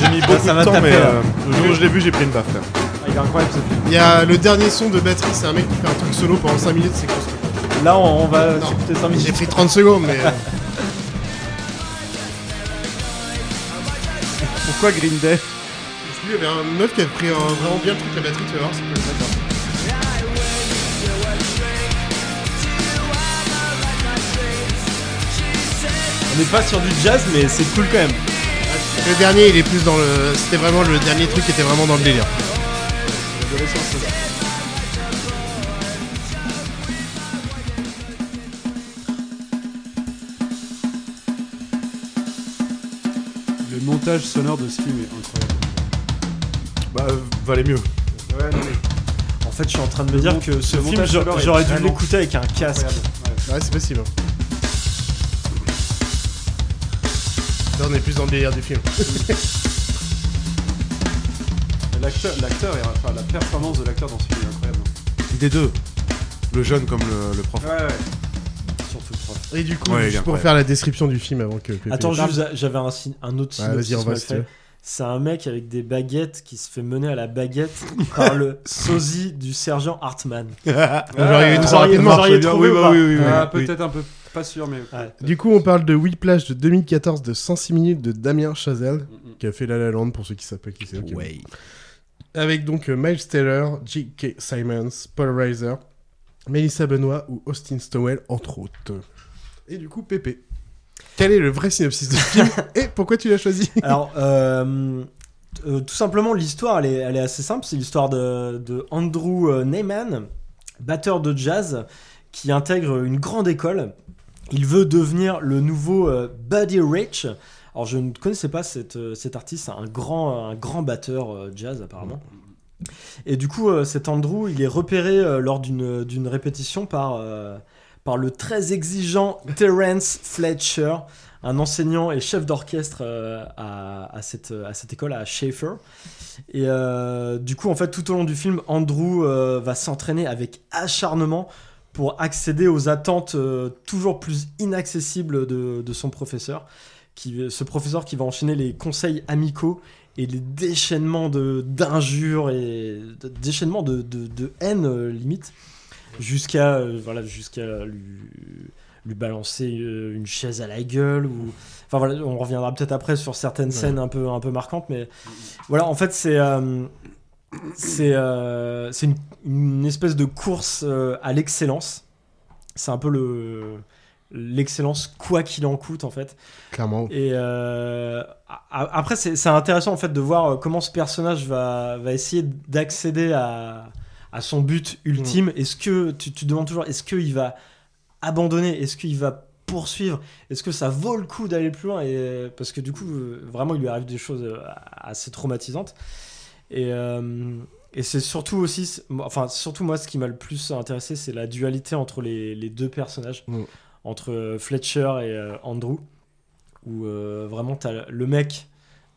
J'ai mis beaucoup
ça
de
va
temps,
taper, hein.
mais
là.
euh, le jour où je l'ai vu, j'ai pris une baffe. quand même.
Il est incroyable ce film.
Il y a le dernier son de batterie, c'est un mec qui fait un truc solo pendant 5 minutes, c'est construit.
Là, on, on va
Non.
s'écouter 5
J'ai
minutes.
pris 30 secondes, mais. euh,
Pourquoi Green Day
parce que lui, il y avait un meuf qui a pris un- vraiment bien le truc, la batterie, tu vas voir, c'est peut le mettre.
On n'est pas sur du jazz, mais c'est cool quand même.
Le dernier, il est plus dans le. C'était vraiment le dernier truc qui était vraiment dans le délire.
Le montage sonore de ce film est incroyable.
Bah, euh, valait mieux.
Ouais, non, mais...
En fait, je suis en train de me dire que ce
le
film,
montage sonore
j'a-
est
j'aurais dû
vraiment
l'écouter avec un casque.
Ouais, c'est possible. Là, on est plus dans le délire du film.
L'acteur, l'acteur est- enfin, la performance de l'acteur dans ce film est incroyable.
Des deux. Le jeune comme le, le prof.
Ouais, ouais.
Surtout le prof.
Et du coup,
Ouais, il est
juste pour
incroyable.
faire la description du film avant que. que- que-
Attends, juste, j'avais un, syn- un autre
Ouais,
synopsis
vas-y, on va,
mal
si tu
fait.
veux.
C'est un mec avec des baguettes qui se fait mener à la baguette par le sosie du sergent Hartman.
Ah, J'aurais eu une
vous
trop
auriez-
rapidement.
vous auriez
Je veux
trouvé
bien,
ou pas
Ah, peut-être un peu, pas sûr, mais.
Ouais.
Du coup, on parle de Whiplash de 2014 de 106 minutes de Damien Chazelle, qui a fait La La Land pour ceux qui savent pas qui c'est. ok. Avec donc euh, Miles Taylor, J.K. Simons, Paul Reiser, Melissa Benoit ou Austin Stowell, entre autres. Et du coup, Pépé. Quel est le vrai synopsis de film et pourquoi tu l'as choisi
Alors, euh, euh, tout simplement, l'histoire, elle est, elle est assez simple. C'est l'histoire de, de Andrew euh, Neyman, batteur de jazz, qui intègre une grande école. Il veut devenir le nouveau euh, Buddy Rich. Alors, je ne connaissais pas cette, euh, cet artiste, c'est un grand, un grand batteur euh, jazz, apparemment. Et du coup, euh, cet Andrew, il est repéré euh, lors d'une d'une répétition par, euh, par le très exigeant Terence Fletcher, un enseignant et chef d'orchestre euh, à, à cette, euh, à cette école, à Schaeffer. Et euh, du coup, en fait, tout au long du film, Andrew euh, va s'entraîner avec acharnement pour accéder aux attentes euh, toujours plus inaccessibles de, de son professeur. Qui, euh, ce professeur qui va enchaîner les conseils amicaux et les déchaînements de- d'injures et de- déchaînements de, de- de haine, euh, limite, jusqu'à euh, voilà, jusqu'à lui, lui balancer euh, une chaise à la gueule. Ou... Enfin, voilà, on reviendra peut-être après sur certaines scènes un peu, un peu marquantes, mais voilà, en fait, c'est. euh, c'est euh, c'est une, une espèce de course euh, à l'excellence. C'est un peu le l'excellence quoi qu'il en coûte en fait.
Clairement.
Et euh, a- a- après c'est c'est intéressant en fait de voir euh, comment ce personnage va, va essayer d'accéder à, à son but ultime.
Mm.
Est-ce que tu, tu te demandes toujours est-ce qu'il va abandonner Est-ce qu'il va poursuivre Est-ce que ça vaut le coup d'aller plus loin et, Parce que du coup, euh, vraiment, il lui arrive des choses euh, assez traumatisantes. Et, euh, et c'est surtout aussi, c'est- moi- enfin, surtout moi, ce qui m'a le plus intéressé, c'est la dualité entre les, les deux personnages,
Mm.
entre euh, Fletcher et euh, Andrew, où euh, vraiment, t'as le mec,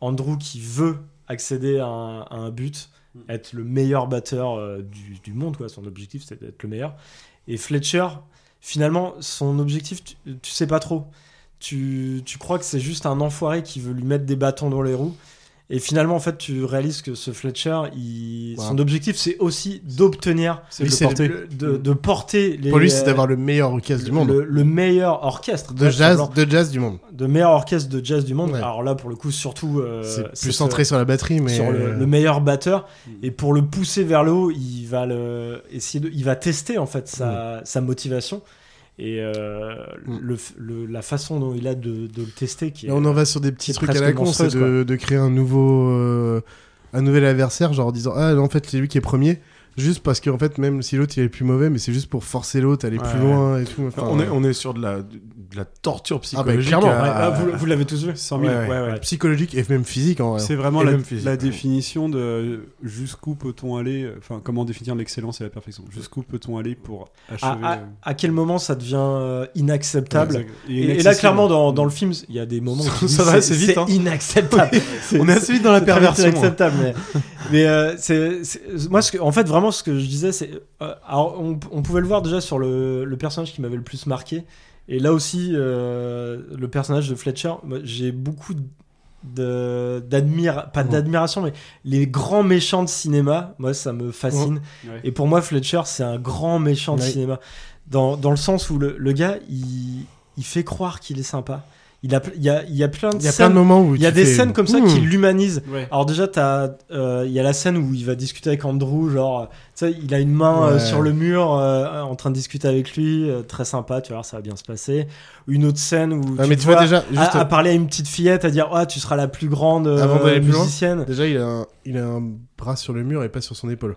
Andrew, qui veut accéder à un, à un but,
Mm.
être le meilleur batteur euh, du, du monde, quoi. Son objectif, c'est d'être le meilleur. Et Fletcher, finalement, son objectif, tu, tu sais pas trop. Tu, tu crois que c'est juste un enfoiré qui veut lui mettre des bâtons dans les roues. Et finalement, en fait, tu réalises que ce Fletcher, il-
Ouais.
son objectif, c'est aussi d'obtenir,
C'est de porter.
le- de, de porter les,
Pour lui, c'est d'avoir euh, le meilleur orchestre du monde.
le, le meilleur orchestre
De
ouais,
jazz,
simplement.
de jazz du monde.
de meilleur orchestre de jazz du monde.
Ouais.
Alors là, pour le coup, surtout euh,
C'est plus
cette-
centré sur la batterie, mais.
sur le,
euh,
le meilleur batteur
Mm.
et pour le pousser vers le haut il va le essayer de, il va tester en fait sa, sa motivation et euh,
Mm.
le, le- la façon dont il a de, de le tester qui
Et
est-
on en va sur des petits
est
trucs à
presque
la con, c'est
monstrueuse,
de, de créer un nouveau, euh, un nouvel adversaire, genre en disant ah en fait c'est lui qui est premier, juste parce qu'en fait même si l'autre il est le plus mauvais, mais c'est juste pour forcer l'autre à aller
Ouais.
plus loin et tout.
on, est, on est sur de la, de de la torture
Ah, bah,
psychologique.
clairement.
à-
Ouais, ah, vous-
vous l'avez tous vu
100 000.
Ouais, ouais.
Psychologique et même physique en vrai.
C'est vraiment
Et
la,
même physique,
la
ouais.
définition de jusqu'où peut-on aller, enfin comment définir l'excellence et la perfection. Jusqu'où peut-on aller pour achever.
à, à-
euh,
à quel moment ça devient euh, inacceptable
Ouais, exact. Mm. Et
et, et là,
inaccessible.
clairement, dans, dans le film, il y a des moments où tu
Ça
dis,
va
c'est-
assez vite,
C'est
hein.
inacceptable.
Oui,
C'est-
on est assez vite dans la
c'est très vite
perversion, hein.
inacceptable. Mais, mais, euh, c'est- c'est- moi, ce que- en fait, vraiment, ce que je disais, c'est. euh, alors, on, on pouvait le voir déjà sur le, le personnage qui m'avait le plus marqué. Et là aussi, euh, le personnage de Fletcher, moi, j'ai beaucoup de- d'admir pas
Mhm.
d'admiration mais les grands méchants de cinéma moi ça me fascine
Mhm. Ouais.
et pour moi Fletcher c'est un grand méchant de
Ouais.
cinéma dans, dans le sens où le, le gars il, il fait croire qu'il est sympa il a, il y, a, il y a plein de
Il y a
scènes-
plein de moments où
hein. il y a
tu
des
fais,
scènes comme ça
hmm.
qui l'humanisent
Ouais.
alors déjà t'as, euh, il y a la scène où il va discuter avec Andrew genre euh, tu sais il a une main euh,
Ouais.
sur le mur euh, en train de discuter avec lui euh, très sympa tu vois ça va bien se passer une autre scène où
Ah,
tu
mais
le
tu vois
vois
déjà,
à-
juste- euh,
à, parler à une petite fillette à dire Ah, tu seras la plus grande euh,
Avant d'aller plus loin,
musicienne
déjà il a, un, il a un bras sur le mur et pas sur son épaule.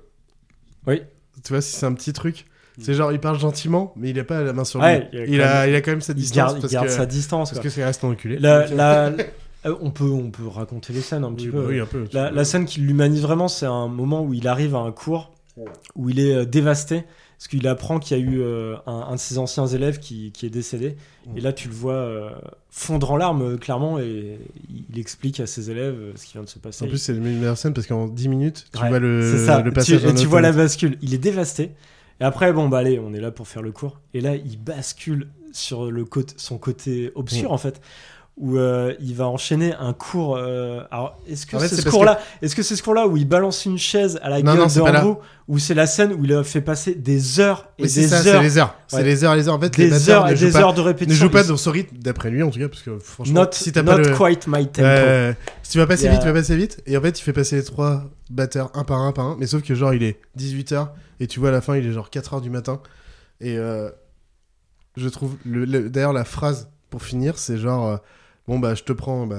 Oui. Hmm.
Tu vois, si c'est un petit truc, c'est genre il parle gentiment, mais il a pas la main sur
Ouais,
lui. Il
il a quand
a,
même-
il a quand même sa
il
distance.
garde- il
parce
garde
que-
sa distance,
Parce
quoi.
que c'est reste un enculé.
La-
Donc,
la-
euh,
euh, on, peut, on peut raconter les scènes un petit
Oui,
peu.
bah oui, un peu, tu
la,
peux.
la scène qui l'humanise vraiment, c'est un moment où il arrive à un cours où il est euh, dévasté parce qu'il apprend qu'il y a eu euh, un, un de ses anciens élèves qui, qui est décédé.
Mm.
Et là, tu le vois euh, fondre en larmes, euh, clairement, et il, il explique à ses élèves euh, ce qui vient de se passer.
En plus,
Il-
c'est la meilleure scène parce qu'en 10 minutes, tu
Ouais,
vois le,
c'est ça.
le passage.
Tu-
en
et tu vois la
automatique.
bascule. Il est dévasté. Et après, bon, bah allez, on est là pour faire le cours. Et là, il bascule sur le côté, son côté obscur,
Ouais.
en fait, où euh, il va enchaîner un cours. euh, alors, est-ce que
En fait,
c'est
c'est
ce
parce
cours-là Est-ce que c'est ce cours-là où il balance une chaise à la
Non,
gueule
non,
de
c'est pas là.
Rambo Ou c'est la scène où il a fait passer des heures et
Oui, c'est
des
ça,
heures
c'est les heures. C'est
Ouais.
les heures, les heures. En fait, les
des
batteurs
heures
ne
et
jouent
des
pas-
heures de répétition.
Ne joue pas
Ils-
dans ce rythme, d'après lui en tout cas, parce que franchement,
Not,
si t'as
not
pas le-
quite my tempo.
Euh, si tu vas passer
Il y a-
vite, tu vas passer vite. Et en fait, il fait passer les trois batteurs un par un par un. Mais sauf que genre, il est 18h et tu vois à la fin, il est genre 4h du matin. Et euh, je trouve. le- le- D'ailleurs, la phrase pour finir, c'est genre. euh, Bon bah je te prends bah,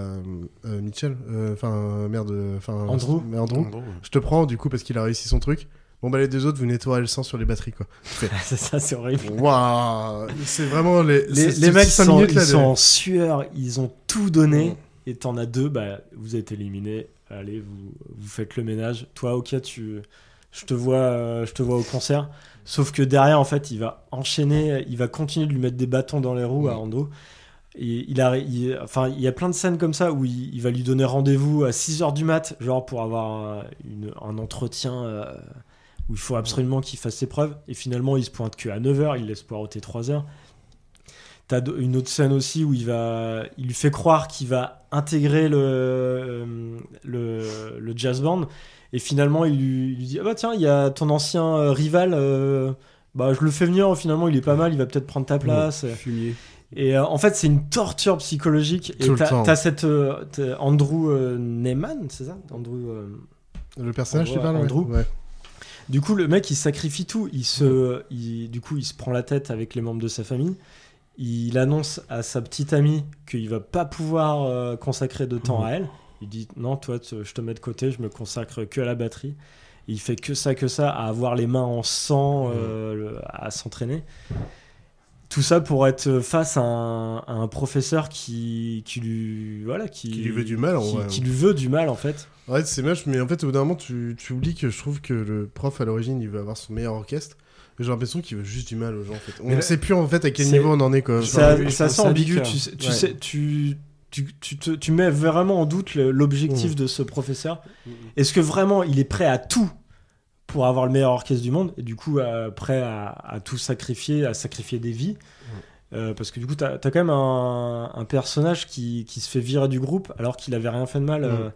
euh, Mitchell euh, enfin euh, merde euh, enfin
Andrew.
mais Andrew,
Andrew, ouais.
je te prends du coup parce qu'il a réussi son truc bon bah les deux autres vous nettoyez le sang sur les batteries quoi Tu fais,
C'est ça, c'est horrible.
Waouh C'est vraiment les,
les,
c'est-
les
c'est
mecs
cinq
sont,
minutes,
ils
là, de-
sont en sueur, ils ont tout donné. Et t'en as deux, bah, vous êtes éliminés. Allez, vous, vous faites le ménage. Toi, ok, tu, je te vois, euh, je te vois au concert. Sauf que derrière, en fait, il va enchaîner, il va continuer de lui mettre des bâtons dans les roues à Ando. Et il a, il- enfin, il y a plein de scènes comme ça où il, il va lui donner rendez-vous à 6h du mat, genre pour avoir un, une- un entretien euh, où il faut absolument qu'il fasse ses preuves. Et finalement, il se pointe que à 9h, il laisse poireauter 3h. T'as d- une autre scène aussi où il va, il lui fait croire qu'il va intégrer le, euh, le, le jazz band et finalement il lui, il lui dit ah bah tiens il y a ton ancien euh, rival, euh, bah je le fais venir finalement il est pas mal il va peut-être prendre ta place.
fumier.
Et euh, en fait c'est une torture psychologique et
Tout le
t'as
temps.
t'as cette euh, t'as Andrew euh, Neyman c'est ça Andrew euh,
le personnage tu
Andrew,
parles ouais.
Andrew.
Ouais.
du coup, le mec, il sacrifie tout. Il se, il- du coup, il se prend la tête avec les membres de sa famille. Il annonce à sa petite amie qu'il va pas pouvoir euh, consacrer de temps à elle. Il dit non, toi, tu- je te mets de côté, je me consacre que à la batterie. Et il fait que ça, que ça, à avoir les mains en sang, euh, le- à s'entraîner. Tout ça pour être face à un, à un professeur qui, qui lui voilà qui,
Qui lui veut du mal, en
qui-
vrai. hein.
qui lui veut du mal en fait.
Ouais, c'est moche, mais en fait, au bout d'un moment, tu, tu oublies que je trouve que le prof à l'origine, il veut avoir son meilleur orchestre. mais J'ai l'impression qu'il veut juste du mal aux gens. En fait. On
Mais
ne
là-
sait plus en fait à quel
C'est-
niveau on en est. Quoi.
C'est
Enfin,
a-
oui, je
c'est assez
pense à
ambigu.
Dicker.
Tu, sais- tu
Ouais.
sais, tu, tu, tu, te- tu mets vraiment en doute le- l'objectif
Mmh.
de ce professeur.
Mm,
Mmh.
Est-ce que vraiment il est prêt à tout pour avoir le meilleur orchestre du monde et du coup euh, prêt à, à tout sacrifier, à sacrifier des vies Euh, parce que du coup, t'as as quand même un, un personnage qui, qui se fait virer du groupe alors qu'il avait rien fait de mal. euh.
Mmh.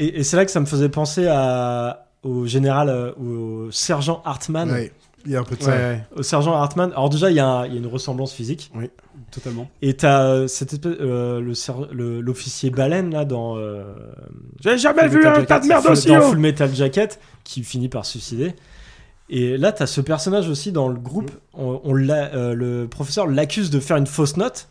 Et, et c'est là que ça me faisait penser à, au général, euh, au sergent Hartman.
Ouais, Il y a un peu de ça.
Au sergent Hartman. Alors déjà, il y, a un- il y a une ressemblance physique.
Oui,
totalement.
Et t'as euh, cette espèce- euh, le ser- le- l'officier baleine là dans. euh,
J'ai jamais
Full
vu
Metal
un
Jacket-
tas de merde
Full-
aussi
Dans
haut.
Full Metal Jacket qui finit par se suicider. Et là, t'as ce personnage aussi dans le groupe. On, on l'a- euh, le professeur l'accuse de faire une fausse note.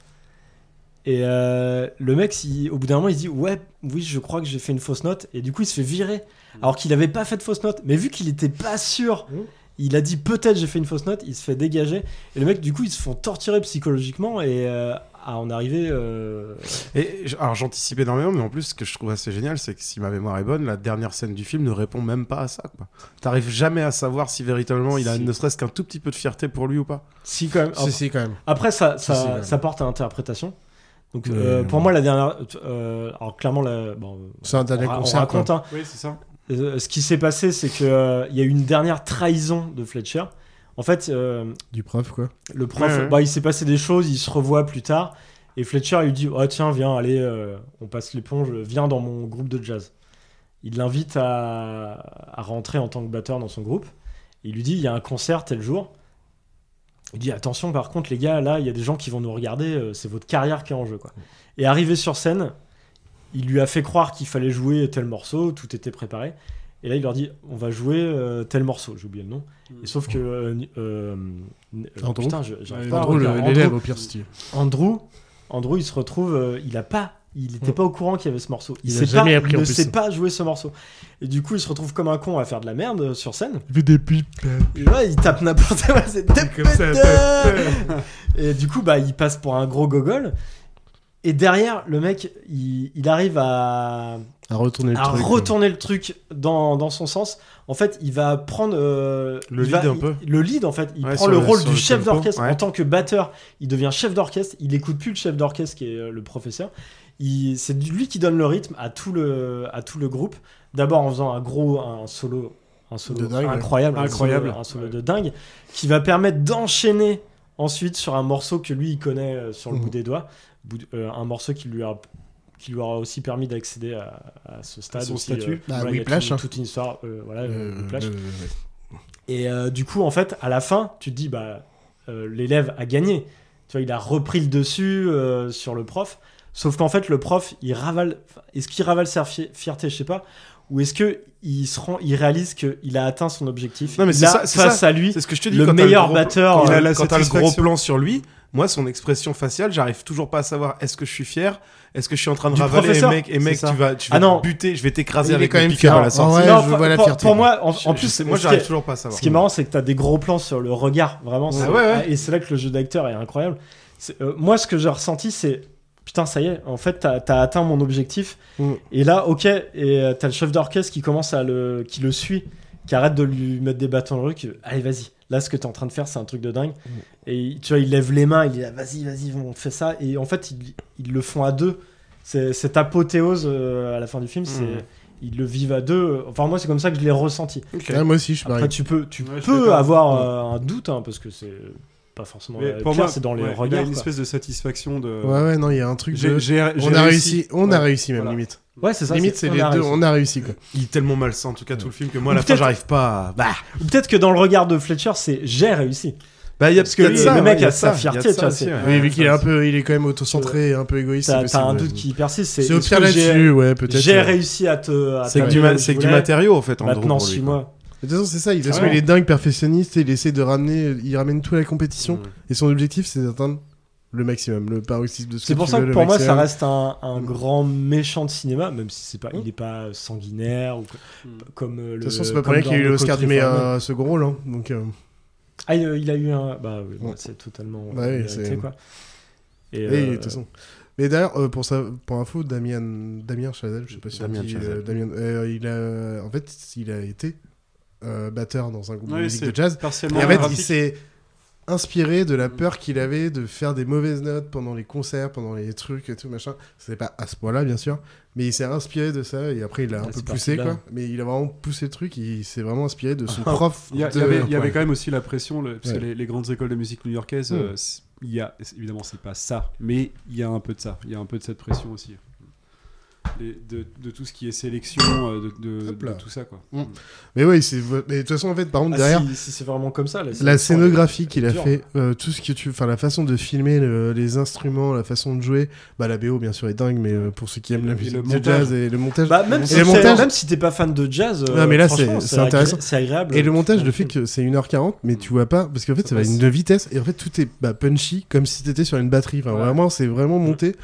Et euh, le mec, il- au bout d'un moment, il se dit ouais, oui, je crois que j'ai fait une fausse note. Et du coup, il se fait virer
Mm.
alors qu'il n'avait pas fait de fausse note. Mais vu qu'il n'était pas sûr. Il a dit peut-être j'ai fait une fausse note, il se fait dégager. Et le mec, du coup, ils se font torturer psychologiquement. Et euh, à en arriver. euh,
Et j- alors j'anticipe énormément, mais en plus ce que je trouve assez génial, c'est que si ma mémoire est bonne, la dernière scène du film ne répond même pas à ça. quoi. T'arrives jamais à savoir si véritablement il a
Si.
ne serait-ce qu'un tout petit peu de fierté pour lui ou pas.
Si quand même.
Si, si, quand même.
Après, ça,
Si,
ça,
si, quand même.
ça porte à interprétation. Donc,
Mais
euh,
non.
pour moi, la dernière. euh, alors, clairement, la, bon,
C'est un
on
dernier
ra- on,
concert,
raconte.
quoi.
hein.
Oui, c'est ça.
Euh, ce qui s'est passé, c'est qu'il y a eu une dernière trahison de Fletcher. En fait, euh,
Du prof, quoi.
le prof,
Ouais, ouais.
bah, il s'est passé des choses, il se revoit plus tard. Et Fletcher il lui dit Oh, tiens, viens, allez, euh, on passe l'éponge, viens dans mon groupe de jazz. Il l'invite à, à rentrer en tant que batteur dans son groupe. Il lui dit Il y a un concert tel jour. Il dit Attention, par contre, les gars, là, il y a des gens qui vont nous regarder, euh, c'est votre carrière qui est en jeu. Quoi. Et arrivé sur scène, il lui a fait croire qu'il fallait jouer tel morceau, tout était préparé. Et là, il leur dit On va jouer euh, tel morceau, j'ai oublié le nom. Et sauf que. euh, euh, euh,
Andrew
putain, je- j'arrive
Ouais,
pas à
Andrew,
retenir.
le- euh, l'élève au pire style.
Andrew, Andrew, il se retrouve, euh, il a pas, il n'était pas au courant qu'il y avait ce morceau. Il,
Mm. Il a
sait
jamais
pas,
appris
il
en
ne
plus.
sait pas jouer ce morceau. Et du coup, il se retrouve comme un con à faire de la merde euh, sur scène.
Il fait des pipes.
Et ouais, il tape n'importe quoi, c'est
ça,
Dépêche-toi Et du coup, bah, il passe pour un gros gogol. Et derrière, le mec, il, il arrive à,
À retourner le
à
truc,
retourner le truc dans, dans son sens. En fait, il va prendre euh,
Le
il
lead
va-
un peu.
il- le lead, en fait, il
Ouais,
prend
sur
le
le-
rôle
sur
du
le
chef
tempo,
d'orchestre
ouais.
en tant que batteur. Il devient chef d'orchestre. Il écoute plus le chef d'orchestre qui est euh, le professeur. Il- C'est lui qui donne le rythme à tout le à tout le groupe. D'abord en faisant un gros un solo un solo
De dingue, ouais.
incroyable, un
Incroyable.
solo- un solo de dingue qui va permettre d'enchaîner ensuite sur un morceau que lui il connaît euh, sur le
Mm.
Mhm.
bout des doigts, bout de- euh, un morceau qui lui a qui lui aura aussi permis d'accéder à, à ce stade.
son
aussi,
statut.
euh,
Bah,
voilà, il y a
Whiplash,
toute-
hein.
Toute une histoire, euh, voilà,
Euh,
Whiplash.
le- le-
Et euh, du coup, en fait, à la fin, tu te dis, bah, euh, l'élève a gagné. Tu vois, il a repris le dessus euh, sur le prof. Sauf qu'en fait, le prof, il ravale. enfin, Est-ce qu'il ravale sa fi- fierté, je sais pas, ou est-ce que il se rend, il réalise qu'il a atteint son objectif.
Non, mais
Il
c'est
a
ça, c'est
face
ça.
à lui,
C'est ce que je te dis,
le
quand t'as
meilleur
gros-
batteur.
quand
euh,
t'as le-
quand
quand t'as
t'as
le gros plan sur lui. Moi, son expression faciale, j'arrive toujours pas à savoir est-ce que je suis fier, est-ce que je suis en train de
Du
ravaler et
professeur,
mec, et mec,
c'est ça.
tu vas, tu
Ah
vas
non.
te buter, je vais t'écraser
Il est
avec
quand
mon
même
piqueur
fier.
à la sortie.
Ouais,
Non,
je
pour-
vois la
pour-
fierté.
Pour moi, en,
Je-
en
je
plus,
sais- moi,
ce
j'arrive
qui est-
toujours pas à savoir.
Ce qui est marrant, c'est que t'as des gros plans sur le regard, vraiment. c'est-
Ah ouais, ouais.
Et c'est là que le jeu d'acteur est incroyable. C'est- euh, moi, ce que j'ai ressenti, c'est putain, ça y est, en fait, t'as as atteint mon objectif.
Mm.
Et là, ok, et euh, t'as le chef d'orchestre qui commence à le, qui le suit, qui arrête de lui mettre des bâtons dans le qui allez, vas-y. Là, ce que t'es en train de faire, c'est un truc de dingue.
Mm.
Et tu vois, il lève les mains, il dit, ah, vas-y, vas-y, on fait ça. Et en fait, ils, ils le font à deux. C'est- Cette apothéose euh, à la fin du film, c'est
Mm.
ils le vivent à deux. Enfin, moi, c'est comme ça que je l'ai ressenti.
Ouais, Ah, moi aussi, je suis
Après,
pareil.
tu peux, tu
Ouais, je suis
peux
d'accord.
avoir euh, un doute, hein, parce que c'est pas forcément.
Mais
euh,
pour
clair,
moi,
c'est dans les
ouais, Il y a
regards.
une
quoi.
espèce de satisfaction de.
Ouais, ouais, non, il y a un truc.
J'ai-
de-
j'ai-
on
j'ai
a
réussi.
réussi, on a
Ouais.
réussi même
Voilà.
limite.
Ouais, c'est ça.
limite, c'est
on
les
a
deux,
réussi.
on a réussi quoi.
Il est tellement malsain, en tout cas, tout le film, que moi, à
Ou
la fin,
peut-être-
j'arrive pas à. Bah,
Ou Peut-être que dans le regard de Fletcher, c'est j'ai réussi.
bah, il y a
Parce que
peut-être
le-
ça, ouais,
le mec
il y
a sa
ça, il y a
fierté,
ça
tu vois,
aussi,
c'est-
ouais.
oui, vu qu'il est un peu, il est quand même autocentré, un peu égoïste.
T'as
mais c'est-
t'as un doute qui persiste.
C'est au
est-ce
pire
que j'ai-
là-dessus, ouais, peut-être.
J'ai
ouais.
réussi à te. à
C'est que
t'amener
du ma-
où je
c'est que du
voulais.
matériau, en fait, Andrew,
Maintenant,
pour lui,
suis-moi.
De toute façon, c'est ça. Il,
Ah ouais.
il est dingue perfectionniste et il essaie de ramener, il ramène tout à la compétition.
Mm.
Et son objectif, c'est d'atteindre le maximum, le paroxysme de ce
C'est
que
pour
tu
ça
veux,
que
le
pour moi, ça
maximum.
reste un, un grand méchant de cinéma, même si c'est pas, il est pas sanguinaire ou co- comme euh, le.
De toute façon, c'est pas pour
comme
rien qu'il y a
dans
eu
No
l'Oscar du
Country for Old Men.
meilleur second rôle. hein, Donc, euh,
Ah, il, il a eu un. Bah oui, bah,
Ouais.
c'est totalement.
Bah oui,
mérité,
c'est-
quoi. Et,
et, de
euh,
toute façon. Mais d'ailleurs, euh, pour, ça, pour info, Damien, Damien Chazelle, je sais pas si on
Damien
dit,
Chazelle.
euh, Damien- euh, il a, en fait, il a été euh, batteur dans un groupe de
Ouais,
musique
c'est
de jazz. Et
partiellement
en fait, il
graphique.
s'est inspiré de la peur qu'il avait de faire des mauvaises notes pendant les concerts, pendant les trucs et tout machin. C'était pas à ce point-là, bien sûr, mais il s'est inspiré de ça et après il l'a
Ah,
un peu
c'est
poussé
parti de là.
quoi. Mais il a vraiment poussé le truc. Il s'est vraiment inspiré de son prof.
Ah, Il y, a-
de-
il y avait, il y avait
Ouais.
quand même aussi la pression, le- parce que
Ouais.
les, les grandes écoles de musique new-yorkaises,
Mm.
euh, c'est- il y a, c'est- évidemment, c'est pas ça, mais il y a un peu de ça, il y a un peu de cette pression aussi. Les- de, de tout ce qui est sélection, euh, de, de-
Hop là.
de tout ça, quoi.
Mm. Mais oui, c'est. Mais de toute façon, en fait, par contre,
ah,
derrière.
si, si c'est vraiment comme ça. là, c'est-
La scénographie qu'il a
dur.
fait, euh, tout ce que tu, enfin la façon de filmer, le- les instruments, la façon de jouer, bah la BO bien sûr est dingue, mais euh, pour ceux qui aiment la
le- et
musique
le
de
montage.
jazz et le montage,
Bah, même,
Et
si
le
t'es-
montage-
même si t'es pas fan de jazz, euh,
Non, mais là,
franchement,
c'est- c'est intéressant.
agré- C'est agréable.
Et le montage, le fait
Mmh.
que c'est 1h40, mais tu vois pas, parce qu'en fait, ça, va à une vitesse, et en fait, tout est bah, punchy, comme si t'étais sur une batterie. Enfin,
Ouais.
vraiment, c'est vraiment monté.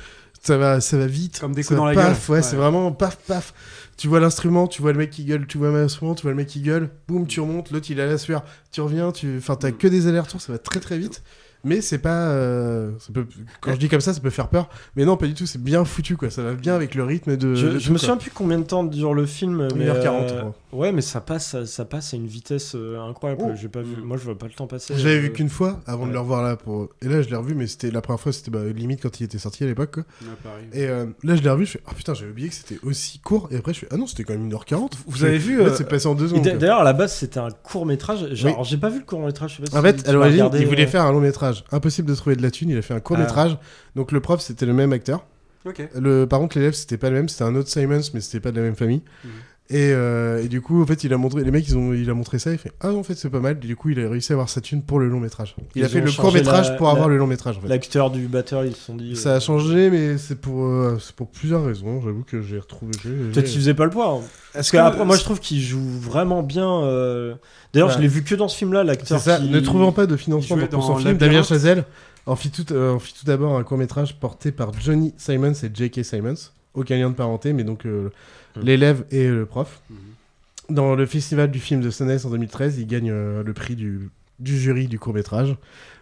Ça va, ça va vite.
Comme des
Ça
coups dans
va
la gueule.
Paf, ouais, c'est vraiment paf, paf. Tu vois l'instrument, tu vois le mec qui gueule, tu vois l'instrument, tu vois le mec
Mmh.
qui gueule, boum, tu remontes, l'autre il a la sueur, tu reviens, tu. Enfin, t'as que des allers-retours, ça va très très vite. Mais c'est pas. euh, ça peut- quand je dis comme ça, ça peut faire peur. Mais non, pas du tout. C'est bien foutu, quoi. Ça va bien avec le rythme de.
Je,
de tout,
je me
quoi.
souviens plus combien de temps dure le film.
Une
mais,
heure quarante,
euh,
je crois.
Ouais, mais ça passe, à- ça passe à une vitesse euh, incroyable. J'ai pas vu. Moi, je vois pas le temps passer.
Je l'avais
euh,
Mm. vu qu'une fois avant
ouais.
de le revoir là. Pour... Et là, je l'ai revu, mais c'était la première fois, c'était bah, limite quand il était sorti à l'époque. quoi.
Ouais, pareil.
et euh, là, je l'ai revu, je fais Ah putain, j'avais oublié que c'était aussi court. Et après, je fais Ah non, c'était quand même 1h40.
Vous avez vu
Là,
euh,
c'est passé en deux
et
secondes.
d'a-
quoi.
D'ailleurs, à la base, c'était un court métrage.
Oui.
Alors, j'ai pas vu le court métrage. Je sais pas
En
si
fait,
tu
à
l'as
l'origine,
regardé,
il voulait
euh,
faire un long métrage. Impossible de trouver de la thune, il a fait un court métrage. Donc le prof, c'était le même acteur.
Ok.
Le, par contre, l'élève, c'était pas le même. C'était un autre Simons, mais c'était pas de la même famille.
Mhm.
Et, euh, et du coup, en fait, il a montré, les mecs, ils ont, il a montré ça. Il fait Ah, en fait, c'est pas mal. Et du coup, il a réussi à avoir sa thune pour le long métrage. Il
ils
a fait
ont
le
changé
court métrage
la-
pour avoir
la-
le long métrage. en fait.
L'acteur du batteur, ils se sont dit. euh,
Ça a changé, mais c'est pour, euh, c'est pour plusieurs raisons. J'avoue que j'ai retrouvé. j'ai-
Peut-être
j'ai-
qu'il faisait pas le poids. hein. Parce
Est-ce
que,
que-
après, moi, je trouve qu'il joue vraiment bien. euh, D'ailleurs,
Ouais.
je l'ai vu que dans ce film-là, l'acteur.
C'est ça,
qui-
ne trouvant pas de financement
il jouait
pour son
dans
film,
Labyrinthe.
Damien Chazelle en fit tout, euh, en fit tout d'abord un court-métrage porté par Johnny Simons et J.K. Simons, aucun lien de parenté, mais donc euh,
Mm.
l'élève et le prof.
Mm-hmm.
Dans le festival du film de Sundance en 2013, il gagne euh, le prix du, du jury du court-métrage.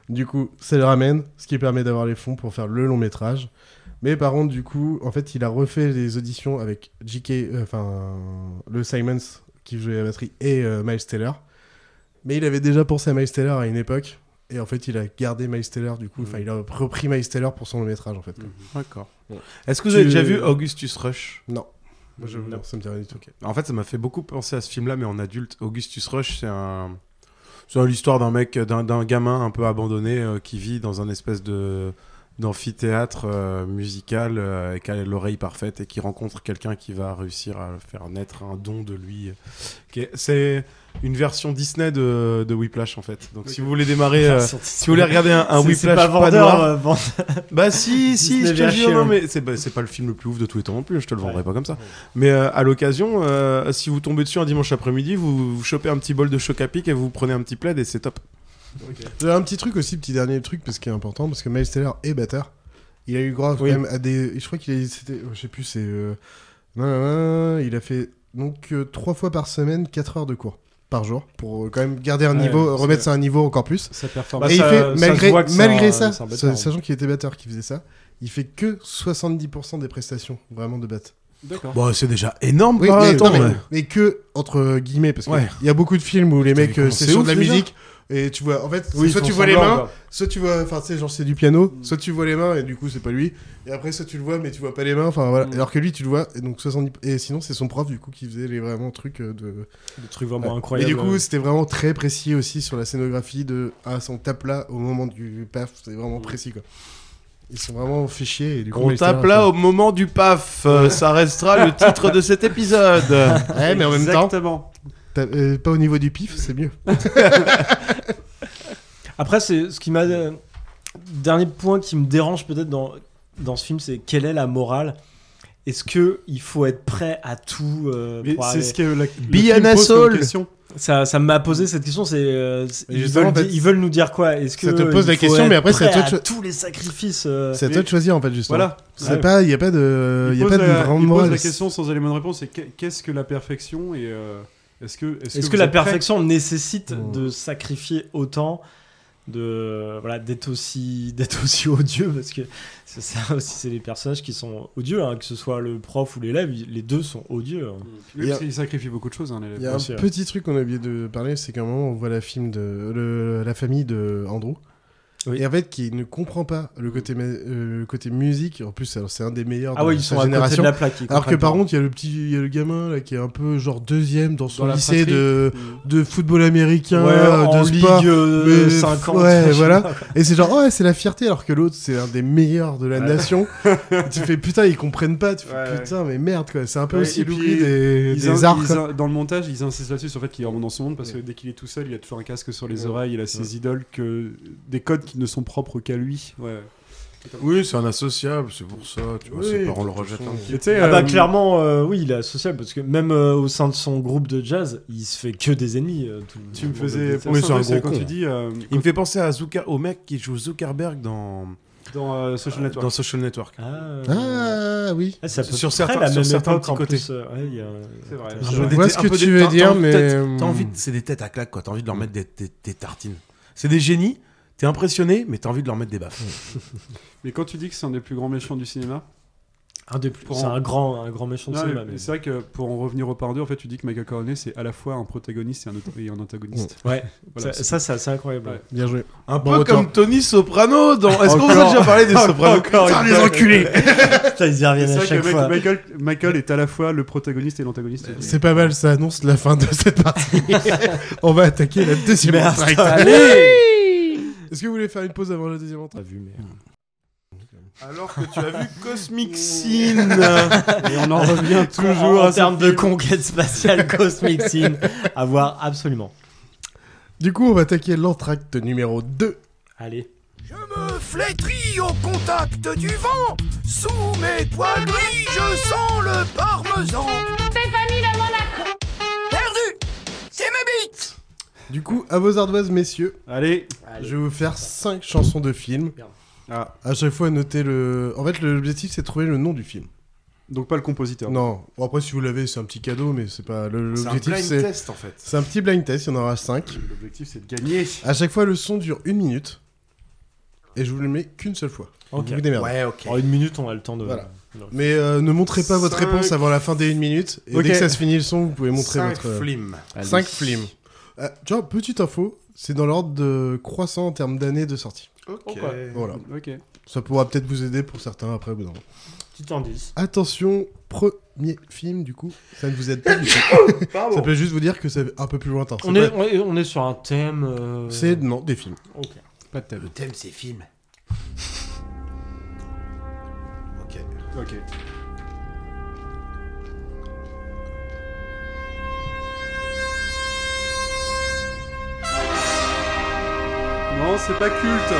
Du coup, ça le ramène, ce qui permet d'avoir les fonds pour faire le long-métrage. Mais par contre, du coup, en fait, il a refait les auditions avec J.K., euh, enfin, le Simons qui jouait la batterie et euh, Miles Taylor. Mais il avait déjà pensé à Miles Taylor à une époque. Et en fait, il a gardé Miles Taylor, du coup. Enfin, il a repris Miles Taylor pour son long métrage, en fait.
Mm.
quoi.
D'accord. Est-ce que vous avez
Tu-
déjà vu Augustus Rush
Non. Moi,
Mm.
je... non, ça me dit rien du tout.
En fait, ça m'a fait beaucoup penser à ce film-là, mais en adulte. Augustus Rush, c'est un. C'est l'histoire d'un mec, d'un d'un gamin un peu abandonné euh, qui vit dans un espèce de d'amphithéâtre euh, musical euh, et qui a l'oreille parfaite et qui rencontre quelqu'un qui va réussir à faire naître un don de lui. euh, qui est- C'est une version Disney de, de Whiplash en fait. Donc si vous voulez démarrer, euh,
Version
si vous voulez regarder un, un
C'est- c'est
Whiplash
pas vendeur,
noir-
euh, vendeur.
bah si, si,
Disney
je te jure,
VHS.
non, mais c'est bah, c'est pas le film le plus ouf de tous les temps non plus, je te le vendrai pas comme ça. Mais euh, à l'occasion, euh, si vous tombez dessus un dimanche après-midi, vous, vous chopez un petit bol de choc à pic et vous prenez un petit plaid et c'est top.
J'ai un petit truc aussi, petit dernier truc, parce qu'il est important, parce que Miles Taylor est batteur. Il a eu grâce
Oui.
quand même à des. Je crois qu'il a. c'était- Je sais plus, c'est. euh, nan, nan, nan, Il a fait donc euh, trois fois par semaine, 4 heures de cours par jour pour euh, quand même garder un
Ouais,
niveau,
parce
remettre
que
ça à un niveau encore plus.
sa performance- Bah,
Et il
ça-
fait
ça se
malgré
voit que c'est
malgré
un-
ça,
c'est un
sa-
batteur. hein.
sachant qu'il était batteur, qui faisait ça, il fait que 70% des prestations vraiment de batte.
D'accord.
Bon, c'est déjà énorme,
Oui,
quoi,
mais,
Bah, attends,
non, mais-
ouais.
mais que entre guillemets parce qu'il
Ouais.
y a beaucoup de films où les
Putain, mais
mecs euh,
comment
c'est
c'est
sur
ouf,
de la
déjà
musique et tu vois en fait
Oui,
soit
ils
tu
font
vois les
semblant,
mains
quoi. Mm.
soit tu vois enfin tu sais genre c'est du piano soit tu vois les mains et du coup c'est pas lui et après soit tu le vois mais tu vois pas les mains enfin voilà
Mm.
alors que lui tu le vois et donc 70 et sinon c'est son prof du coup qui faisait les vraiment trucs euh, de
Des trucs vraiment
et
incroyables.
bah,
du coup c'était vraiment très précis aussi sur la scénographie de à son tape là au moment du paf c'est vraiment
Mm.
précis quoi ils sont vraiment fait chier et du coup
On
Miles Taylor,
tape là au moment du paf, euh, ça restera le titre de cet épisode.
Ouais, mais en même temps, t'as- euh, pas au niveau du pif, c'est mieux.
Après, c'est ce qui m'a. euh, Dernier point qui me dérange peut-être dans, dans ce film, c'est quelle est la morale Est-ce que il faut être prêt à tout euh,
Mais
pour
c'est
aller-
ce que la- le Be film an pose comme asshole. question.
Ça, ça m'a posé cette question. C'est euh, c'est-
Mais
ils,
justement,
veulent,
en fait,
di- ils veulent nous dire quoi Est-ce que
ça te pose
il
la
faut
question,
être
mais après, c'est à
prêt
toi de cho-
tous les sacrifices. euh,
C'est à toi de choisir en fait justement.
Voilà.
C'est
Ouais.
pas, il y a pas de,
Il
Euh, y a
pose
pas de
la-
grande
il pose
morale.
la question sans élément de réponse, c'est qu'est- qu'est-ce que la perfection et euh, est-ce que
Est-ce que,
vous
la
êtes prêts Hmm.
perfection nécessite de sacrifier autant de voilà d'être aussi d'être aussi odieux parce que c'est ça aussi c'est les personnages qui sont odieux hein, que ce soit le prof ou l'élève ils- les deux sont odieux hein.
Oui, parce qu'il sacrifie beaucoup de choses, hein, l'élève.
Il y a un
Aussi, ouais.
petit truc qu'on a oublié de parler, c'est qu'à un moment on voit la film de le- la famille de Andrew. Et en fait, qui ne comprend pas le côté, ma- euh, le côté musique. En plus, alors, c'est un des meilleurs
Ah
de
ouais, ils
sa
sont à côté de
génération.
la plaque, ils
alors que
comprennent
par
pas.
contre, il y a le petit, il y a le gamin là qui est un peu genre deuxième dans son
Dans la
lycée
fratrie.
de, de football américain,
Ouais,
euh,
en
de sport,
Ligue, euh,
mais-
50, je
Ouais,
sais
voilà.
pas.
Et c'est genre, oh ouais, c'est la fierté, alors que l'autre, c'est un des meilleurs de la nation. Et tu fais putain, ils comprennent pas. Tu fais putain, mais merde quoi. C'est un peu
Ouais,
aussi
et puis,
l'oubli des,
ils
des
in-
arts.
ils
quoi.
in- dans le montage, ils insistent là-dessus sur le fait qu'il est vraiment dans son monde parce que dès qu'il est tout seul, il a toujours un casque sur les
Ouais.
oreilles, il a ses
Ouais.
idoles, que des codes qui ne sont propres qu'à lui. Ouais.
Oui, c'est un associable, c'est pour ça, tu vois,
Oui,
ses parents le
de toute
rejettent hein.
façon.
un
Et
petit
tu sais,
Ah bah
euh,
clairement euh, oui il est social parce que même euh, au sein de son groupe de jazz il se fait que des ennemis euh, tout le-
Tu me
tout le monde
faisais
le
bah,
déteste.
penser un peu, c'est quand tu dis. euh,
Il me fait penser à Zucker, au mec qui joue Zuckerberg dans,
dans euh, Social Network.
Dans Social Network.
Ah oui.
Ah, ça peut
Sur
être près
certains-
la
sur
même
certains
époque,
petits
en
côtés.
plus, euh, ouais, il y a-
C'est vrai.
Je
Je
vois
déteste
ce
un
que
peu
tu
des-
veux
t'as-
dire,
t'as envie de-
mais-
T'as envie, de- c'est des têtes à claque, quoi. T'as envie de leur mettre des, des- des tartines. C'est des génies, T'es impressionné, mais t'as envie de leur mettre des baffes.
Mais quand tu dis que c'est un des plus grands méchants du cinéma,
Un des plus- c'est un grand- un grand méchant du
Non,
cinéma,
mais
mais-
C'est vrai que pour en revenir au Pardieu, en fait, tu dis que Michael Corleone, c'est à la fois un protagoniste et un, auto- et un antagoniste.
Ouais,
Voilà,
ça, ça, c'est assez incroyable.
Ouais.
Bien joué.
Un
Bon
peu
retour.
comme Tony Soprano dans. Est-ce qu'on vous a
Encore.
déjà parlé des
Encore,
Sopranos
Oh, encore
Putain,
une
les
fois.
enculés
Putain, ils y reviennent
C'est
à
vrai
chaque
que
fois.
Michael, Michael est à la fois le protagoniste et l'antagoniste.
C'est pas mal, ça annonce la fin de cette partie. On va attaquer la deuxième
Merde.
entracte.
Allez
Est-ce que vous voulez faire une pause avant la deuxième entrée
vu, mais...
Alors que tu as vu Cosmic Sin
Et on en revient toujours
hein,
en termes de conquête spatiale Cosmic Sin à voir absolument.
Du coup, on va attaquer l'entracte numéro 2.
Allez.
me flétris au contact du vent. Sous mes poils gris, je sens le parmesan. Stéphanie de Monaco. Perdu C'est ma bite
Du coup, à vos ardoises, messieurs.
Allez,
je vais vous faire 5 chansons de film.
Ah.
À chaque fois, notez le. En fait, le- l'objectif, c'est de trouver le nom du film.
Donc, pas le compositeur.
Non. Bon, après, si vous l'avez, c'est un petit cadeau, mais c'est pas. le-
C'est un
L'objectif,
blind
c'est.
test, en fait.
C'est un petit blind test, il y en aura 5.
L'objectif, c'est de gagner.
À chaque fois, le son dure une minute. Et je vous le mets qu'une seule fois.
Ok.
Vous vous démerdez.
Ouais, ok. En une minute, on a le temps de-
Voilà.
Non.
Mais euh, ne montrez pas votre
Cinq.
réponse avant la fin des une minute. Et
Ok.
dès que ça se finit le son, vous pouvez montrer
Cinq
votre. euh,
flims. Allez.
5 flims. Euh, tu vois, petite info, c'est dans l'ordre de croissant en termes d'années de sortie.
Ok.
Voilà.
Ok.
Ça pourra peut-être vous aider pour certains après au bout d'un moment.
Petit indice.
Attention, premier film du coup, ça ne vous aide pas du tout.
Pardon.
ça peut juste vous dire que c'est un peu plus lointain.
On
C'est
est,
pas-
on, est, on est sur un thème. euh,
C'est non, des films.
Ok.
Pas de thème.
Le thème, c'est film. Ok.
Ok. Non, c'est pas culte.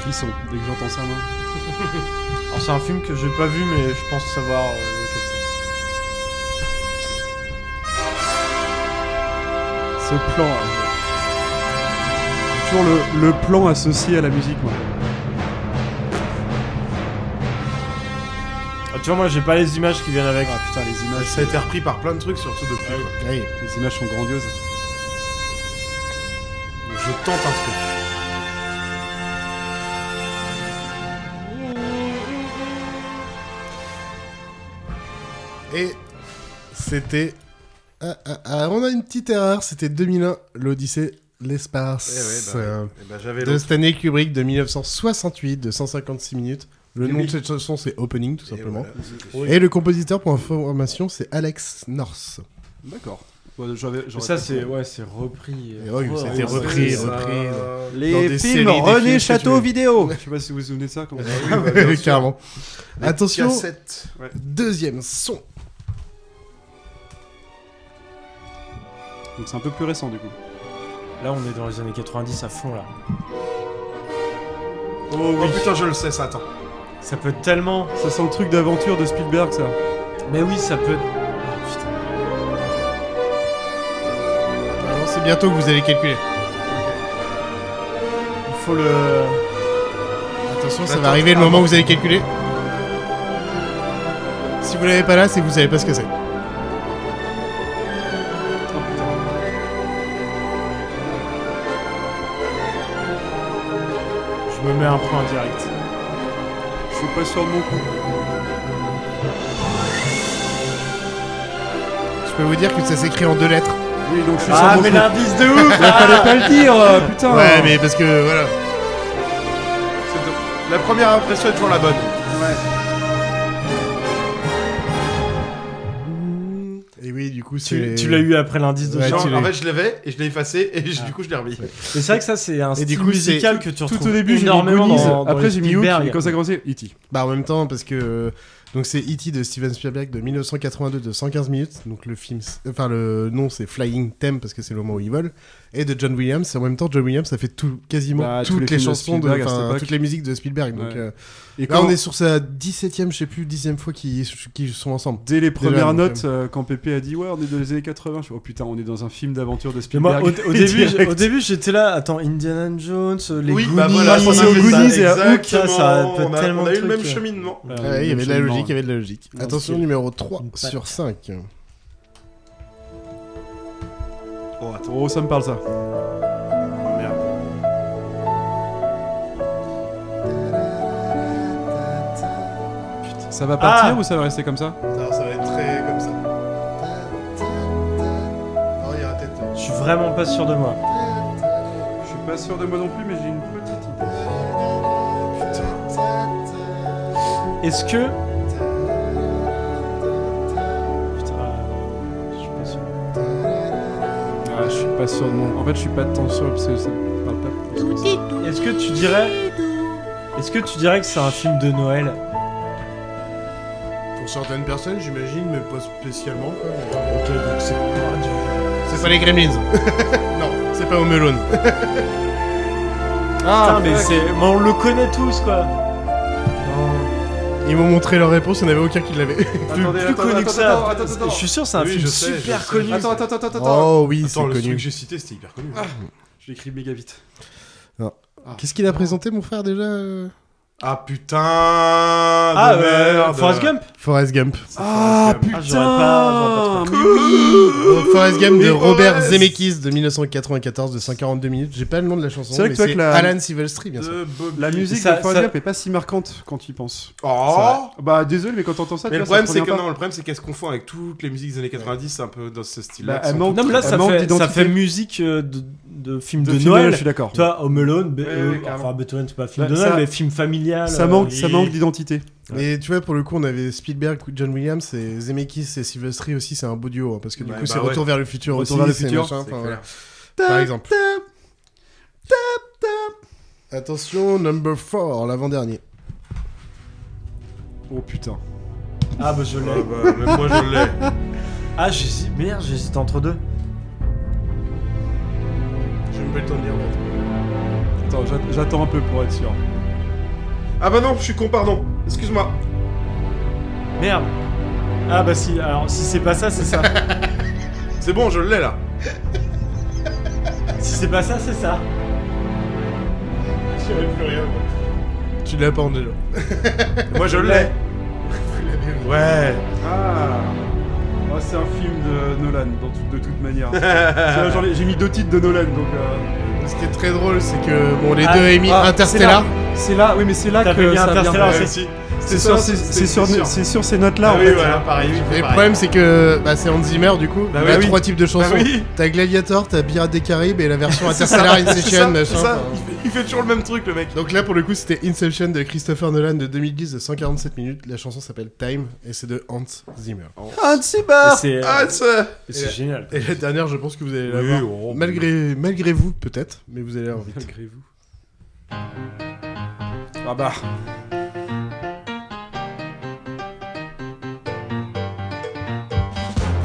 Frisson, dès que j'entends ça, moi.
Alors, c'est un film que j'ai pas vu, mais je pense savoir euh, lequel c'est.
Ce plan. hein. J'ai Toujours le, le plan associé à la musique, moi.
Ah, tu vois, moi j'ai pas les images qui viennent avec. Ah
putain, les images.
Ça a été repris par plein de trucs, surtout depuis.
Ah
quoi.
Les images sont grandioses.
Donc, Je tente un truc.
Et c'était. Ah, ah, ah, on a une petite erreur, c'était 2001, l'Odyssée, l'espace.
Eh ouais, bah
euh,
ouais. Eh bah, j'avais
de
l'autre.
Stanley Kubrick de 1968, de 156 minutes. Le
Eh
nom
oui.
de cette chanson, c'est Opening, tout simplement.
voilà.
Et le compositeur, pour information, c'est Alex North.
D'accord. Bon, j'avais- j'aurais
Ça,
pas-
c'est ouais, c'est repris.
Et ouais,
Oh,
c'était
ouais,
repris,
c'est ça.
repris.
Les
Dans des
films
séries, des
René
films, ce que tu
Château
veux.
Vidéo.
Je sais pas si vous vous souvenez de ça quand même.
Carrément. Attention,
cassettes. Ouais.
deuxième son.
Donc c'est un peu plus récent du coup.
Là, on est dans les années 90 à fond là.
Oh, putain, je le sais, ça attends.
Ça peut tellement.
Ça sent le truc d'aventure de Spielberg ça.
Mais oui, ça peut.
Alors, C'est bientôt que vous allez calculer.
Il faut le.
Attention, ça va arriver le moment où vous allez calculer. Si vous l'avez pas là, c'est que vous savez pas ce que c'est.
Je me mets un point direct.
Je suis pas sûr de mon coup.
Je peux vous dire que ça s'écrit en deux lettres.
Oui, donc je
suis Ah, sur mon mais coup. l'indice de ouf,
Il
ah fallait pas le dire, euh, putain.
Ouais, mais parce que voilà.
La première impression est toujours la bonne.
Et oui, du coup, c'est.
Tu, tu l'as eu après l'indice de
Genre,
Jean.
en fait, je l'avais et je l'ai effacé et je- du coup, je l'ai remis.
Mais c'est vrai que ça, c'est un style musical que tu retrouves
au début, j'ai mis
énormément
Goonies,
dans, dans
après,
les
j'ai mis
Spielberg.
Hook, et quand ça a commencé, E E.T.
Bah en même temps parce que euh, donc c'est E.T. de Steven Spielberg de 1982 de 115 minutes. Donc le film, c- enfin le nom c'est Flying Theme parce que c'est le moment où il vole. et de John Williams. En même temps, John Williams, ça fait tout, quasiment
Bah, tous
toutes
les films
les,
de
chansons, de,
Spielberg à
enfin,
cette époque.
toutes les musiques de Spielberg. Donc,
Ouais.
euh,
Et
là,
quand-
on est sur sa 17ème, je sais plus, 10ème fois qu'ils qu'ils sont ensemble.
Dès les
Déjà,
premières
donc,
notes,
euh,
euh, quand Pépé a dit Ouais, on est dans les années 80, je fais, Oh putain, on est dans un film d'aventure de
Mais moi,
Spielberg.
au, au début, j'ai-
Direct.
au début, j'étais là, attends, Indiana Jones, euh, les
Oui,
Goonies,
bah voilà,
je
on
pensais
a
aux
fait ça,
Goonies et à Hook, ça,
exactement,
ça peut
on a-
tellement
on a eu le
truc,
même
euh.
cheminement.
Ouais,
ouais, il y avait de la
cheminement,
logique, il y
ouais.
avait de la logique.
Non,
Attention,
parce que-
numéro 3
Une patte.
sur 5.
Oh, attends. Oh, ça me parle ça.
Oh,
Putain, Ça va partir
Ah
ou ça va rester comme ça
Non, ça va être très comme ça. Non, il y a la tête.
Je suis vraiment pas sûr de moi.
Je suis pas sûr de moi non plus, mais j'ai une petite
Est-ce que. Putain, euh, je suis pas sûr.
Ah, je suis pas sûr de mon. En fait, je suis pas tant sûr parce que ça me parle pas. plus que ça.
Est-ce que tu dirais. Est-ce que tu dirais que c'est un film de Noël
Pour certaines personnes, j'imagine, mais pas spécialement. quoi, mais-
Ok, donc c'est pas
C'est pas les Gremlins. non, c'est pas Home Alone.
Ah, mais c'est. mais on le connaît tous, quoi.
Ils m'ont montré leur réponse, il n'y en avait aucun qui l'avait. Plus-
Attendez,
plus
attends,
connu
attends,
que ça.
attends, attends, attends. Je suis sûr, c'est un
Oui,
film
je sais,
super
je sais.
connu.
Attends, attends, attends, attends.
Oh oui, c'est
Attends, le
connu.
truc que j'ai cité, c'était hyper connu.
Je l'écris méga vite.
Non. Qu'est-ce qu'il a présenté, mon frère, déjà euh
Ah putain Ah
Ah, euh, Forrest Gump
Forrest Gump.
Ah putain
Euh, Forrest Gump de
Mais
Robert
Forrest
Zemeckis de 1994 de 142 minutes. J'ai pas le nom de la chanson,
C'est vrai
mais
que toi
c'est
que la- Euh,
Alan Silvestri, bien sûr.
De Bobby.
La musique
Ça-
de Forrest
ça-
Gump est pas si marquante quand tu y penses.
C'est vrai.
Oh
Bah désolé, mais quand t'entends ça,
Mais
tu
le
vois, ça
problème,
te
c'est que
revient pas.
non, le problème, c'est qu'elle se confond avec toutes les musiques des années 90, c'est un peu dans ce
Bah,
style-là.
elle manque-
Non, mais là,
Elle
ça
manque
fait, ça
d'identité.
fait musique euh, de, de film
De
de,
film de Noël,
Noël.
je suis d'accord.
Toi, Home Alone, Be-
Ouais, ouais,
euh,
carrément.
enfin, Beethoven, c'est pas film
Bah,
de Noël,
ça-
mais film familial.
Ça
euh,
manque,
oui.
ça manque d'identité.
Et tu vois, pour le coup, on avait Spielberg, John Williams et Zemeckis et Silvestri aussi, c'est un beau duo. hein, parce que du
Ouais,
coup,
bah
c'est Retour
ouais.
vers le futur
Retour
aussi.
vers le
c'est
futur,
machin,
c'est
enfin,
clair.
voilà. Par exemple. Attention, number 4, l'avant-dernier.
Oh putain.
Ah, bah je
Ah
l'ai.
bah, même moi, je l'ai.
Ah, j'hésite. Merde, j'hésite entre deux.
Je vais me le temps de dire.
Attends, j'a- j'attends un peu pour être sûr.
Ah bah non, je suis con, pardon. Excuse-moi.
Merde. Ah, bah si, alors si c'est pas ça, c'est ça.
C'est bon, je l'ai là.
si c'est pas ça, c'est ça.
plus rien. Tu l'as pas en déjà.
Moi, je l'ai. Ouais.
Ah Oh, C'est un film de Nolan, dans tout- de toute manière. Tu vois, j'en ai- J'ai mis deux titres de Nolan, donc. euh,
Ce qui est très drôle, c'est que bon, les
Ah,
deux émis
ah,
Interstellar.
C'est là, oui, mais c'est là
T'as
que
bien
ça vient.
Interstellar,
Ouais.
c'est
C'est sur, ces- c'est Ah sur, c'est sur ces notes-là, en
oui,
fait.
voilà, pareil.
Et le problème, c'est que bah, c'est Hans Zimmer, du coup.
Bah
il a
oui.
trois types de chansons.
oui.
T'as Gladiator, t'as Pirates des Caraïbes et la version Interstellar Inception.
C'est
machin,
ça,
enfin.
il fait- il fait toujours le même truc, le mec.
Donc là, pour le coup, c'était Inception de Christopher Nolan de 2010 de 147 minutes. La chanson s'appelle Time et c'est de Hans Zimmer.
Hans
Et
Zimmer
c'est euh,
Ah, ça
et c'est génial.
Et la dernière, je pense que vous allez la
Oui,
voir.
oh,
malgré, malgré vous, peut-être, mais vous allez la voir vite.
Malgré vous. Ah bah.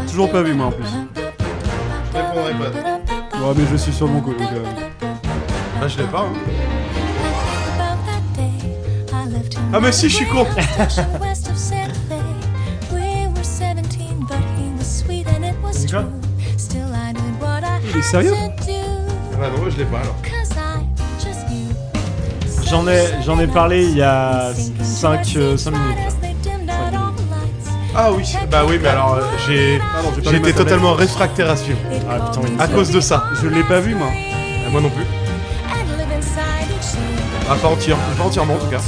Toujours pas vu moi en plus.
Je répondrai pas.
Ouais mais je suis sur mon coup donc. euh,
Ah, je l'ai pas. hein. Ah, mais si, je suis con.
Il est sérieux
Ah bah non, je l'ai pas alors.
J'en ai, j'en ai parlé il y a 5,
euh,
minutes.
Ah oui, bah oui, mais alors euh, j'ai
Pardon, j'ai perdu ma
j'étais
tablette.
totalement réfractaire à ce film
Ah putain, il-
à cause de ça.
Je l'ai pas vu moi.
Ah, moi non plus. Ah, pas entièrement, pas entièrement en tout cas.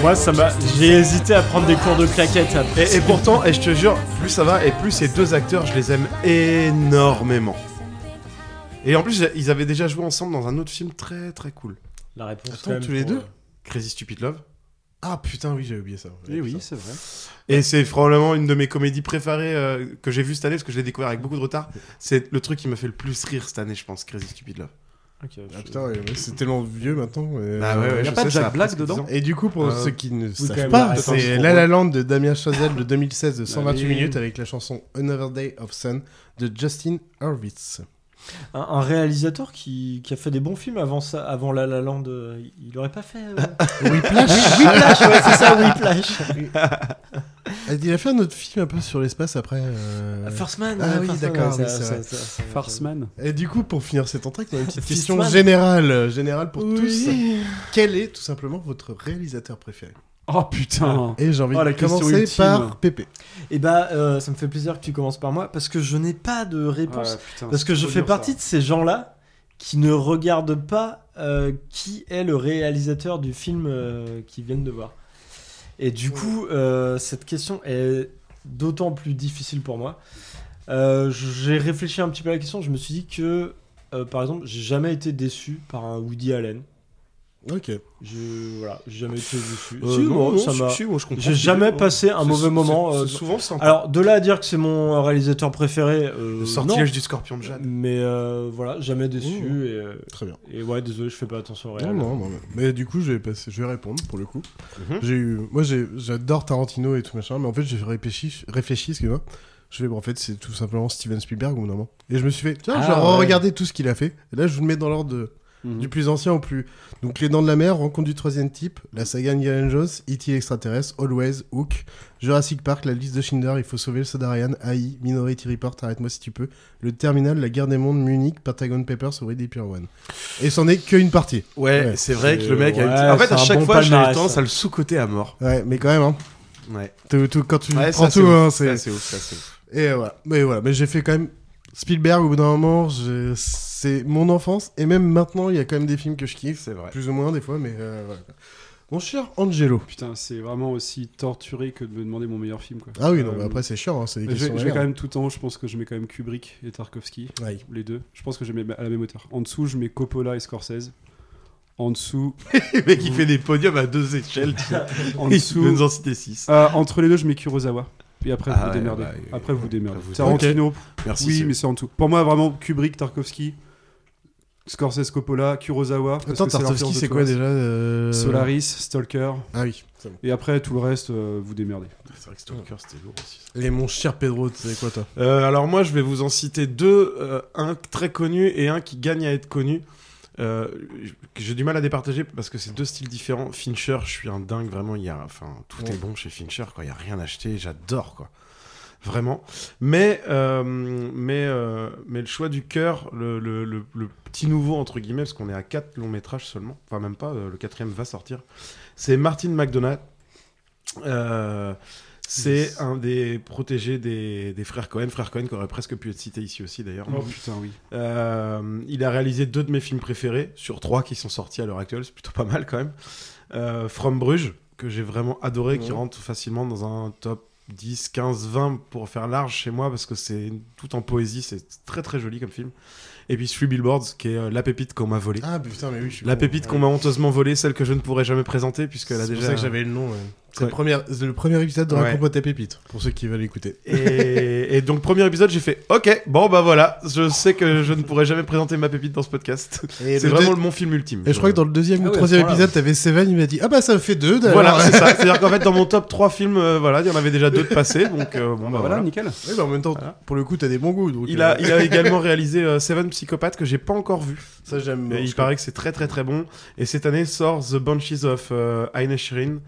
Moi, ça m'a. J'ai hésité à prendre des cours de claquettes après.
Et, et pourtant, et je te jure, plus ça va et plus ces deux acteurs, je les aime énormément. Et en plus, ils avaient déjà joué ensemble dans un autre film très très cool,
La réponse. euh,
Attends, tous les deux
Crazy Stupid Love.
Ah putain, oui, j'avais oublié ça.
Eh oui c'est vrai.
Et c'est probablement une de mes comédies préférées euh, que j'ai vue cette année parce que je l'ai découvert avec beaucoup de retard. C'est le truc qui m'a fait le plus rire cette année, je pense, Crazy Stupid Love.
Ah putain, ouais, ouais, c'est tellement vieux maintenant. mais-
Bah ouais, ouais, Y a je pas sais, de Jack ça a Black presque dedans 10 ans.
Et du coup, pour
Ah.
Euh,
ceux qui ne
Oui, quand
savent
même,
pas,
la
c'est
référence
La La
pour-
Land de Damien Chazelle de 2016 de 128
Allez.
minutes avec la chanson Another Day of Sun de Justin Hurwitz.
Un, un réalisateur qui, qui a fait des bons films avant, ça, avant La La Land, euh, il aurait pas fait. euh,
Whiplash
Whiplash, ouais, c'est ça, Whiplash.
Il a fait un autre film un peu sur l'espace après. euh,
First Man,
Ah
ouais,
oui,
First Man,
d'accord.
ouais,
oui,
ça-
c'est
ça-
vrai.
ça- ça- Farceman.
Et du coup, pour finir cet entrée, on a une petite
First
question
Man.
générale, euh, générale pour
Oui.
tous. Quel est tout simplement votre réalisateur préféré
Oh putain
Et j'ai envie
Oh,
de
la question
commencer
ultime.
par Pépé.
Et bah, euh, ça me fait plaisir que tu commences par moi parce que je n'ai pas de réponse.
Ouais, putain,
parce
c'est
que je
trop
fais
dur,
partie de ces gens-là qui ne regardent pas euh, qui est le réalisateur du film euh, qu'ils viennent de voir. Et du coup, euh, cette question est d'autant plus difficile pour moi. Euh, j'ai réfléchi un petit peu à la question. Je me suis dit que, euh, par exemple, j'ai jamais été déçu par un Woody Allen.
Ok.
Je, voilà, j'ai jamais été déçu.
Euh,
Si,
non,
bon,
non,
ça
si,
m'a-
si, moi, je comprends
J'ai
tout à
jamais
fait.
passé un
C'est-
mauvais
c'est-
moment.
c'est
euh,
souvent sympa.
Alors, de là à dire que c'est mon réalisateur préféré. euh,
Le sortilège
non.
du scorpion de Jade.
Mais euh, voilà, jamais déçu.
Mmh.
Et, euh,
Très bien.
Et ouais, désolé, je fais pas attention au réel.
Ah Non, non, non, mais, mais du coup, je vais, passer, je vais répondre pour le coup.
Mhm.
J'ai eu, moi, j'ai- j'adore Tarantino et tout machin, mais en fait, j'ai réfléchi, réfléchi, excuse-moi. Je vais, en fait, c'est tout simplement Steven Spielberg ou non Et je me suis fait, tiens, je vais
Ah, ouais.
regarder tout ce qu'il a fait. Et là, je vous le mets dans l'ordre de-
Mhm.
du plus ancien au plus. Donc, Les Dents de la Mer, Rencontre du Troisième Type, la saga Indiana Jones, E.T. extraterrestre, Always, Hook, Jurassic Park, La Liste de Schindler, Il faut sauver le Sadarian, AI, Minority Report, Arrête-moi si tu peux, Le Terminal, La Guerre des Mondes, Munich, Pentagon Papers, Au Ready Player One. Et c'en est qu'une partie.
Ouais, c'est vrai que le mec a une-
ouais,
En fait, à
c'est un
chaque
bon
fois, j'ai
palmarès,
tendance
ça.
à le sous-coter à mort.
Ouais, mais quand même, hein.
Ouais.
Tout- tout- quand tu
Ouais,
prends
ça, c'est
tout,
ouf.
hein,
Ça, c'est ouf, ça, c'est ouf.
Et euh, voilà. Mais voilà, mais j'ai fait quand même Spielberg au bout d'un moment, je- c'est mon enfance et même maintenant, il y a quand même des films que je kiffe,
c'est vrai.
Plus ou moins des fois, mais euh, voilà. Mon cher Angelo.
Putain, c'est vraiment aussi torturé que de me demander mon meilleur film. Quoi.
Ah oui, non, mais après, c'est chiant, hein, c'est des
Euh, je vais-
questions
Je
de
vais
merde.
quand même tout en haut, je pense que je mets quand même Kubrick et Tarkovsky,
Ouais.
les deux. Je pense que je mets à la même hauteur. En dessous, je mets Coppola et Scorsese. En dessous.
Le mec, il fait des podiums à deux échelles, tu vois.
en
Il
dessous.
peut nous en citer six.
Euh, entre les deux, je mets Kurosawa. Et après, vous
Ah ouais,
démerdez.
bah,
après, vous démerdez.
vous-
Tarantino.
Ok. Merci,
Oui,
c'est-
mais c'est en tout. Pour moi, vraiment, Kubrick, Tarkovsky. Scorsese, Coppola, Kurosawa. parce
Attends,
que c'est
Tarkovsky,
l'influence de
c'est
tout
quoi
le reste.
déjà, euh,
Solaris, Stalker.
Ah oui, c'est bon.
Et après, tout le reste, euh, vous démerdez.
C'est vrai que Stalker, c'était lourd aussi.
Et mon cher Pedro, c'est quoi toi
Euh, alors moi, je vais vous en citer deux, euh, un très connu et un qui gagne à être connu. Euh, j- J'ai du mal à départager parce que c'est deux styles différents. Fincher, je suis un dingue vraiment. Il y a, enfin, tout
Ouais.
est bon chez Fincher. Quoi, il y a rien à acheter. J'adore quoi, vraiment. Mais euh, mais euh, mais le choix du cœur, le, le- le- le petit nouveau entre guillemets, parce qu'on est à quatre longs métrages seulement. Enfin même pas. euh, le quatrième va sortir. C'est Martin McDonagh. Euh, c'est un des protégés des, des frères Cohen, frères Cohen qui aurait presque pu être cité ici aussi d'ailleurs.
Oh, putain, oui.
Euh, il a réalisé deux de mes films préférés sur trois qui sont sortis à l'heure actuelle, c'est plutôt pas mal quand même. Euh, From Bruges, que j'ai vraiment adoré, qui
Ouais.
rentre facilement dans un top 10, 15, 20 pour faire large chez moi parce que c'est tout en poésie, c'est très très joli comme film. Et puis Three Billboards, qui est euh, la pépite qu'on m'a volée.
Ah putain, mais oui, je suis
La
con.
pépite qu'on
Ouais.
m'a honteusement volée, celle que je ne pourrai jamais présenter puisqu'elle a
C'est
déjà.
pour ça que j'avais le nom. ouais. C'est le
Ouais.
premier- c'est le premier épisode de
Ouais.
Raconte-moi ta pépite, pour ceux qui veulent l'écouter.
Et, et donc, premier épisode, j'ai fait Ok, bon, bah voilà, je sais que je ne pourrai jamais présenter ma pépite dans ce podcast.
Et
C'est
le
vraiment
deux-
le- mon film ultime.
Et je crois que dans le deuxième
Ah
ou
ouais, à ce
troisième
point-là.
épisode, t'avais Seven, il m'a dit Ah bah ça fait deux d'ailleurs.
Voilà, c'est ça. C'est-à-dire qu'en fait, dans mon top 3 films, euh, voilà, il y en avait déjà deux de passés. Donc, euh, bon, bah, voilà.
Oui, mais en même temps, pour le coup, t'as des bons goûts. donc,
Il
euh,
a, il a également réalisé euh, Seven Psychopathes que j'ai pas encore vu.
Ça, j'aime.
Et il
je
paraît que c'est très très très bon. Et cette année sort The Banshees of euh, Aina Shirin,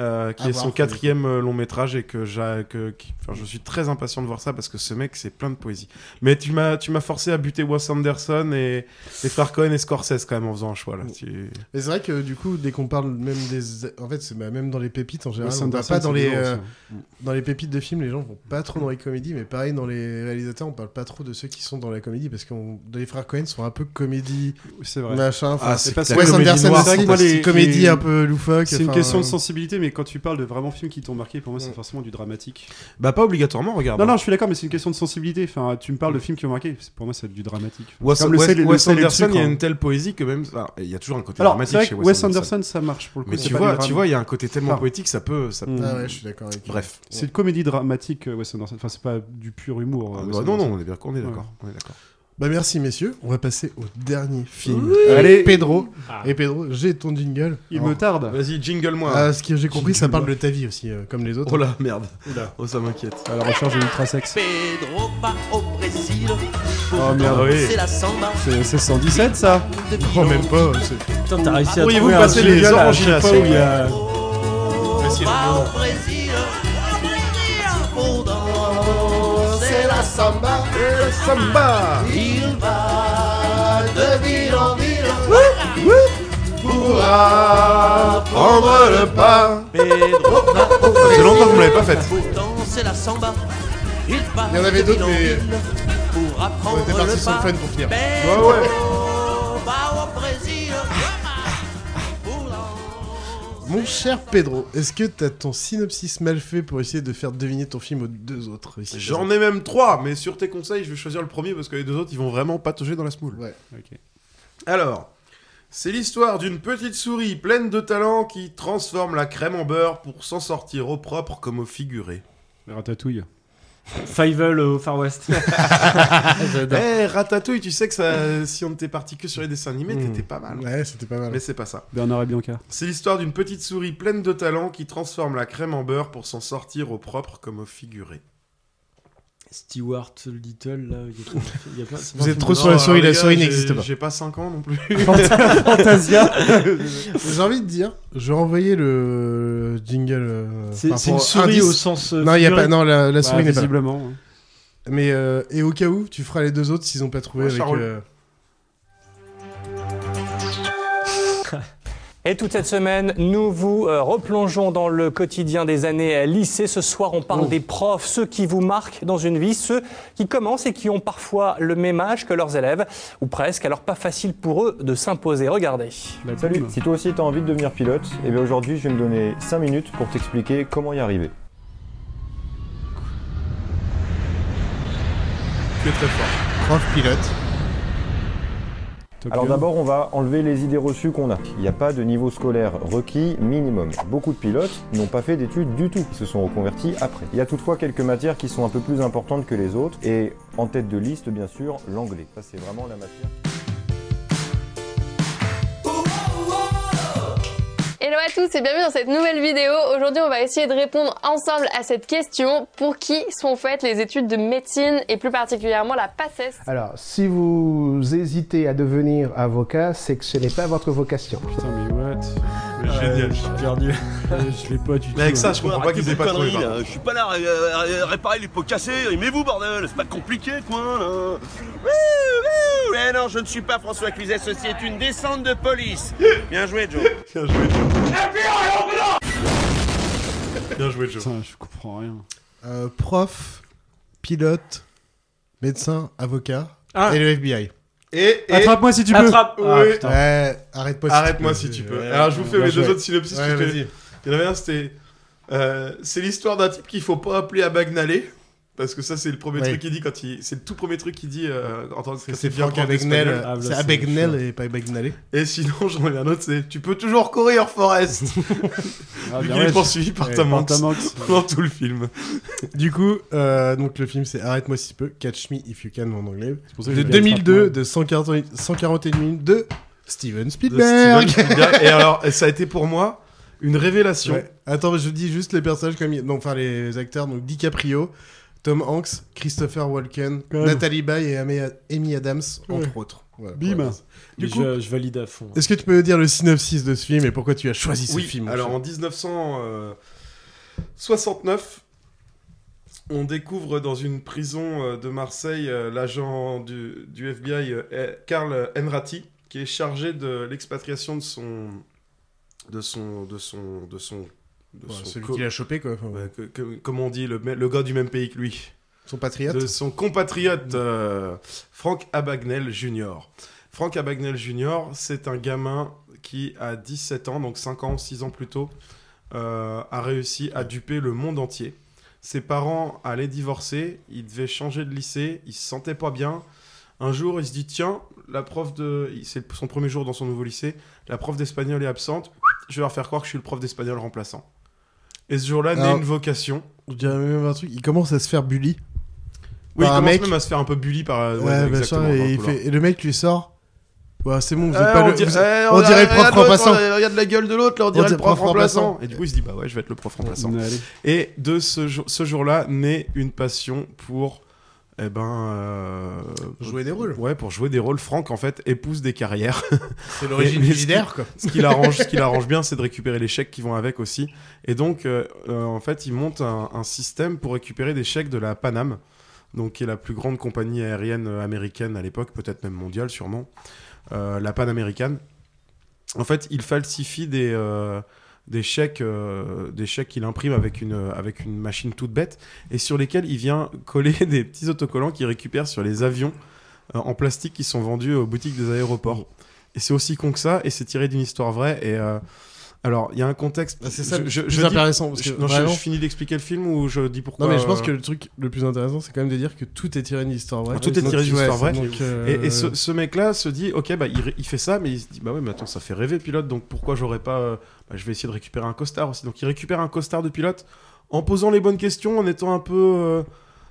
euh, qui
À
est
voir,
son
faut le
quatrième euh, long métrage et que, j'a- que qui- enfin, je suis très impatient de voir ça parce que ce mec c'est plein de poésie. Mais tu m'as tu m'as forcé à buter Wes Anderson et les frères Cohen et Scorsese quand même en faisant un choix là. Tu-
Mais c'est vrai que du coup, dès qu'on parle même des. En fait, c'est bah, même dans les pépites en général,
Wes
on va
Anderson,
pas dans
c'est
les.
lourd,
euh,
ça. Mm.
Dans les pépites de films, les gens vont pas trop dans les comédies, mais pareil, dans les réalisateurs, on parle pas trop de ceux qui sont dans la comédie, parce que les frères Cohen sont un peu comédie.
C'est vrai.
Machin.
Ah,
enfin,
Ah, c'est
parce
clair.
que Wes
Comédie
Anderson
noire,
aussi,
c'est vrai que moi,
c'est
les-
comédie
les-
hein.
un peu loufoque.
C'est une
enfin,
question de
euh,
sensibilité, mais quand tu parles de vraiment films qui t'ont marqué, pour moi, c'est forcément du dramatique.
Bah pas obligatoirement regarde.
Non, non, je suis d'accord, mais c'est une question de sensibilité. Enfin, tu me parles de films qui ont marqué. c'est- Pour moi, c'est du dramatique. Enfin,
Wes,
c'est comme le
Wes-
sel et- le
Wes
sel et le
Anderson,
sucre,
il y a
hein.
une telle poésie que même. alors, Il y a toujours un côté
Alors,
dramatique
c'est vrai
chez
que
Wes
Wes
Anderson.
Anderson, ça marche pour le coup.
Mais
c'est
tu
pas
vois,
du
tu
drame.
vois, il y a un côté tellement
Enfin,
poétique, ça peut. Ça peut...
Ah ouais, je suis d'accord avec toi.
Bref.
C'est une comédie dramatique, euh, Wes Anderson. Enfin, c'est pas du pur humour. euh,
Ah,
Wes
bah, non,
Anderson.
non, on est bien- on est d'accord,
Ouais.
on est d'accord.
Bah merci messieurs, on va passer au dernier film.
Oui.
Allez Pedro.
Ah.
Et Pedro, j'ai ton jingle.
Il
Alors,
me tarde. Vas-y, jingle-moi.
Ah, ce que j'ai compris, ça
Jingle-moi.
parle de ta vie aussi, euh, comme les autres.
Oh là, merde.
Oula.
Oh, ça m'inquiète.
À la recherche de l'ultrasex.
Pedro part au Brésil pour
Oh merde,
Ah
commencer
oui.
la samba.
C'est c'est 117 ça
Oh, même pas.
Putain, t'as réussi à
Pourriez-vous
trouver un
passer les
jingle à
orangines
chaque fois où il y a-
Va au Brésil pour danser la samba. Le samba. Il va de ville en ville pour apprendre le pas. Pedro va au
Ça faisait longtemps que vous me l'avez pas
Brésil
faite.
pour danser la samba. Il va
Il y en avait
de
d'autres,
ville en
mais-
ville Pour apprendre
On était parti
le
sur le
pas.
fun pour finir.
Pedro
Ouais, ouais.
va au Brésil.
Mon cher Pedro, est-ce que t'as ton synopsis mal fait pour essayer de faire deviner ton film aux deux autres ici
J'en ai même trois, mais sur tes conseils, je vais choisir le premier parce que les deux autres, ils vont vraiment pas toucher dans la smoule.
Ouais.
Alors, c'est l'histoire d'une petite souris pleine de talent qui transforme la crème en beurre pour s'en sortir au propre comme au figuré.
Ratatouille.
Fievel au Far West.
Eh
J'adore.
Ratatouille, tu sais que ça, si on était parti que sur les dessins animés, t'étais pas mal.
Ouais, c'était pas mal.
Mais c'est pas ça.
Bernard et Bianca.
C'est l'histoire d'une petite souris pleine de talent qui transforme la crème en beurre pour s'en sortir au propre comme au figuré.
Stewart Little, là, il y a plein de- il y a plein- c'est
Vous
pas un
êtes
film.
trop sur la
Non,
souris,
alors,
la
les
souris
gars,
n'existe
j'ai-
pas.
J'ai pas 5 ans non plus.
Fanta-
Fantasia.
J'ai envie de dire, je vais envoyer le jingle. euh,
C'est-
par
c'est une
rapport-
souris
indice.
au sens, euh,
Non, il y a
figuré.
pas. Non, la, la
Bah,
souris n'est pas. là.
visiblement, hein. ouais.
Mais euh, et au cas où, tu feras les deux autres s'ils n'ont pas trouvé
Ouais,
avec.
Charles.
euh,
Et toute cette semaine, nous vous euh, replongeons dans le quotidien des années euh, lycée. Ce soir, on parle des profs, ceux qui vous marquent dans une vie, ceux qui commencent et qui ont parfois le même âge que leurs élèves, ou presque, alors pas facile pour eux de s'imposer. Regardez.
Salut, si toi aussi t'as envie de devenir pilote, et bien aujourd'hui je vais me donner 5 minutes pour t'expliquer comment y arriver.
Tu es très fort.
Prof pilote.
Alors
Gun.
d'abord, on va enlever les idées reçues qu'on a. Il n'y a pas de niveau scolaire requis minimum. Beaucoup de pilotes n'ont pas fait d'études du tout, ils se sont reconvertis après. Il y a toutefois quelques matières qui sont un peu plus importantes que les autres, et en tête de liste, bien sûr, l'anglais. Ça, c'est vraiment la matière.
Hello à tous et bienvenue dans cette nouvelle vidéo. Aujourd'hui, on va essayer de répondre ensemble à cette question pour qui sont faites les études de médecine et plus particulièrement la PACES
Alors, si vous hésitez à devenir avocat, c'est que ce n'est pas votre vocation.
Putain, mais what
Mais génial.
je suis perdu. je l'ai pas du tout.
Mais avec ça, je comprends pas qu'ils aient pas trouvé.
conneries,
pardon.
là.
Je suis pas là à réparer les pots cassés, aimez-vous bordel, c'est pas compliqué coin là. Wouh, wouh. Eh non, je ne suis pas François Cluzet, ceci est une descente de police. Bien joué Joe. Bien joué
Bien joué, Joe.
Putain, je comprends rien.
euh, prof, pilote, médecin, avocat
Ah.
et le FBI.
Et, et-
Attrape-moi si tu peux. Attrape.
Oui.
Ah, putain.
Ouais, arrête-moi si tu peux.
Arrête-moi si tu peux. Alors je vous fais
Bien
mes deux
joué.
autres synopsis.
Ouais,
parce que
vas-y.
Il y en avait un, c'était. euh, c'est l'histoire d'un type qu'il faut pas appeler à Bagnalé. Parce que ça, c'est le premier
Ouais.
truc qu'il dit quand il. C'est le tout premier truc qu'il dit euh, en tant que.
C'est
bien
Franck Abagnale. C'est Abagnale et pas Abagnale.
Et sinon, j'en ai un autre, c'est Tu peux toujours courir, Forrest
Ah, bien Eh,
Vu qu'il est
ouais,
poursuivi par
ouais,
Tom
par
Hanks
Tom Hanks.
dans tout le film.
Du coup, euh, donc le film c'est Arrête-moi si tu peux, Catch Me If You Can en anglais.
pour ça que
De
j'ai dit
2002,
Attrape-moi.
de 140 141 minutes de Steven Spielberg.
De Steven Spielberg. Et alors, ça a été pour moi une révélation.
Ouais. Attends, je dis juste les personnages comme il- non, enfin les acteurs donc DiCaprio, Tom Hanks, Christopher Walken,
Calme.
Nathalie Baye et Amy, Amy Adams entre
Ouais.
autres. Voilà,
Bim.
voilà.
Mais
Du coup,
je, je valide à fond.
est-ce que tu peux dire le synopsis de ce film et pourquoi tu as choisi
oui,
ce film mon
Alors
cher
en euh, 1969, on découvre dans une prison euh, de Marseille euh, l'agent du, du FBI euh, eh, Karl Enrati qui est chargé de l'expatriation de son de son de son de son de
Ouais,
son
celui
co-
qui l'a chopé quoi. enfin,
Ouais, que- que- comment on dit le, me- le gars du même pays que lui
Son patriote
De son compatriote, euh, Frank Abagnale Jr. Frank Abagnale Jr., c'est un gamin qui, à 17 ans, donc 5 ans, 6 ans plus tôt, euh, a réussi à duper le monde entier. Ses parents allaient divorcer, il devait changer de lycée, il se sentait pas bien. Un jour, il se dit tiens, la prof de. il- C'est son premier jour dans son nouveau lycée, la prof d'espagnol est absente, je vais leur faire croire que je suis le prof d'espagnol remplaçant. Et ce jour-là, naît
Alors-
une vocation.
Je dirais même un truc, il commence à se faire bully.
Oui, il
par un
commence
mec.
même à se faire un peu bully par. euh, ouais,
Ouais, bien sûr,
exactement, par
et,
le
il
polar.
fait- et le mec lui sort. Ouais, c'est bon, vous êtes
Eh,
pas
on
le.
dirait-
vous-
eh,
on dirait le prof
regarde l'autre,
remplaçant.
on- Regarde la gueule de l'autre, là, on dirait le prof remplaçant. Et
Et
du coup, il se dit, bah ouais, je vais être le prof remplaçant.
Ouais, allez.
Et de ce, jour- ce jour-là, naît une passion pour. Eh ben, euh,
Jouer des rôles.
Ouais, pour jouer des rôles. Franck, en fait, épouse des carrières.
C'est l'origine
Mais- mais
du
ce qui-
leader, quoi.
Ce qui l'arrange, ce qui l'arrange bien, c'est de récupérer les chèques qui vont avec aussi. Et donc, euh, euh, en fait, il monte un, un système pour récupérer des chèques de la Paname, donc qui est la plus grande compagnie aérienne euh, américaine à l'époque, peut-être même mondiale, sûrement. Euh, la panaméricaine. En fait, il falsifie des, euh, des chèques, euh, des chèques qu'il imprime avec une, euh, avec une machine toute bête et sur lesquels il vient coller des petits autocollants qu'il récupère sur les avions euh, en plastique qui sont vendus aux boutiques des aéroports. Et c'est aussi con que ça et c'est tiré d'une histoire vraie. Et euh, alors, il y a un contexte.
Bah, c'est ça le plus
dis-
intéressant, parce que
je- non, je-
vraiment-
je finis d'expliquer le film ou je dis pourquoi
Non, mais je pense
euh,
que le truc le plus intéressant, c'est quand même de dire que tout est tiré d'une histoire vraie.
Ah, tout est tiré d'une
Ouais,
histoire vraie.
donc, euh,
Et, et ce, ce mec-là se dit, ok, bah, il, ré- il fait ça, mais il se dit, bah ouais, mais attends, ça fait rêver pilote, donc pourquoi j'aurais pas. euh, bah, je vais essayer de récupérer un costard aussi. Donc il récupère un costard de pilote en posant les bonnes questions, en étant un peu. euh,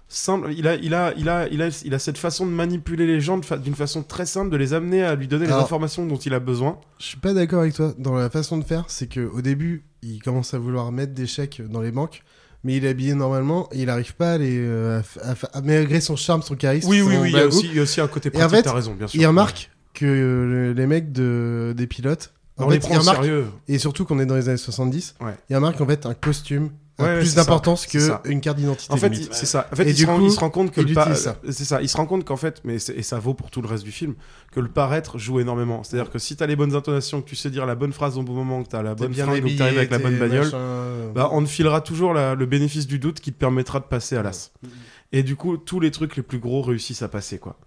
Simple, il a, il, a, il, a, il, a, il a cette façon de manipuler les gens de fa- d'une façon très simple, de les amener à lui donner les
Alors,
informations dont il a besoin.
Je suis pas d'accord avec toi. Dans la façon de faire, c'est que au début, il commence à vouloir mettre des chèques dans les banques, mais il est habillé normalement et il arrive pas à les. euh, à- à- à- mais malgré son charme, son charisme.
Oui, oui,
son
oui, il y a
blague,
aussi- il y a aussi un côté
Et en
pratique,
fait,
t'as raison, bien sûr.
Il remarque que euh, le- les mecs de, des pilotes. en
On les
fait,
prend
il
au
remarque-
sérieux.
Et surtout qu'on est dans les années 70.
Ouais.
Il remarque en fait un costume. a
Ouais, ouais,
plus
c'est ça,
d'importance
c'est ça.
que une carte d'identité.
En fait,
limite.
il- c'est ça. En fait,
Et
il,
du
se rend,
coup,
il se rend compte que
il
le pa-
utilise ça.
euh, c'est ça. Il se rend compte qu'en fait, mais c'est- et ça vaut pour tout le reste du film, que le paraître joue énormément. C'est-à-dire que si t'as les bonnes intonations, que tu sais dire la bonne phrase au bon moment, que t'as la
T'es
bonne
bien
fringue, ou que
habillé,
t'arrives avec la
t'es
bonne bagnole,
machin.
bah, on te filera toujours la- le bénéfice du doute qui te permettra de passer à l'as.
Mm-hmm.
Et du coup, tous les trucs les plus gros réussissent à passer, quoi.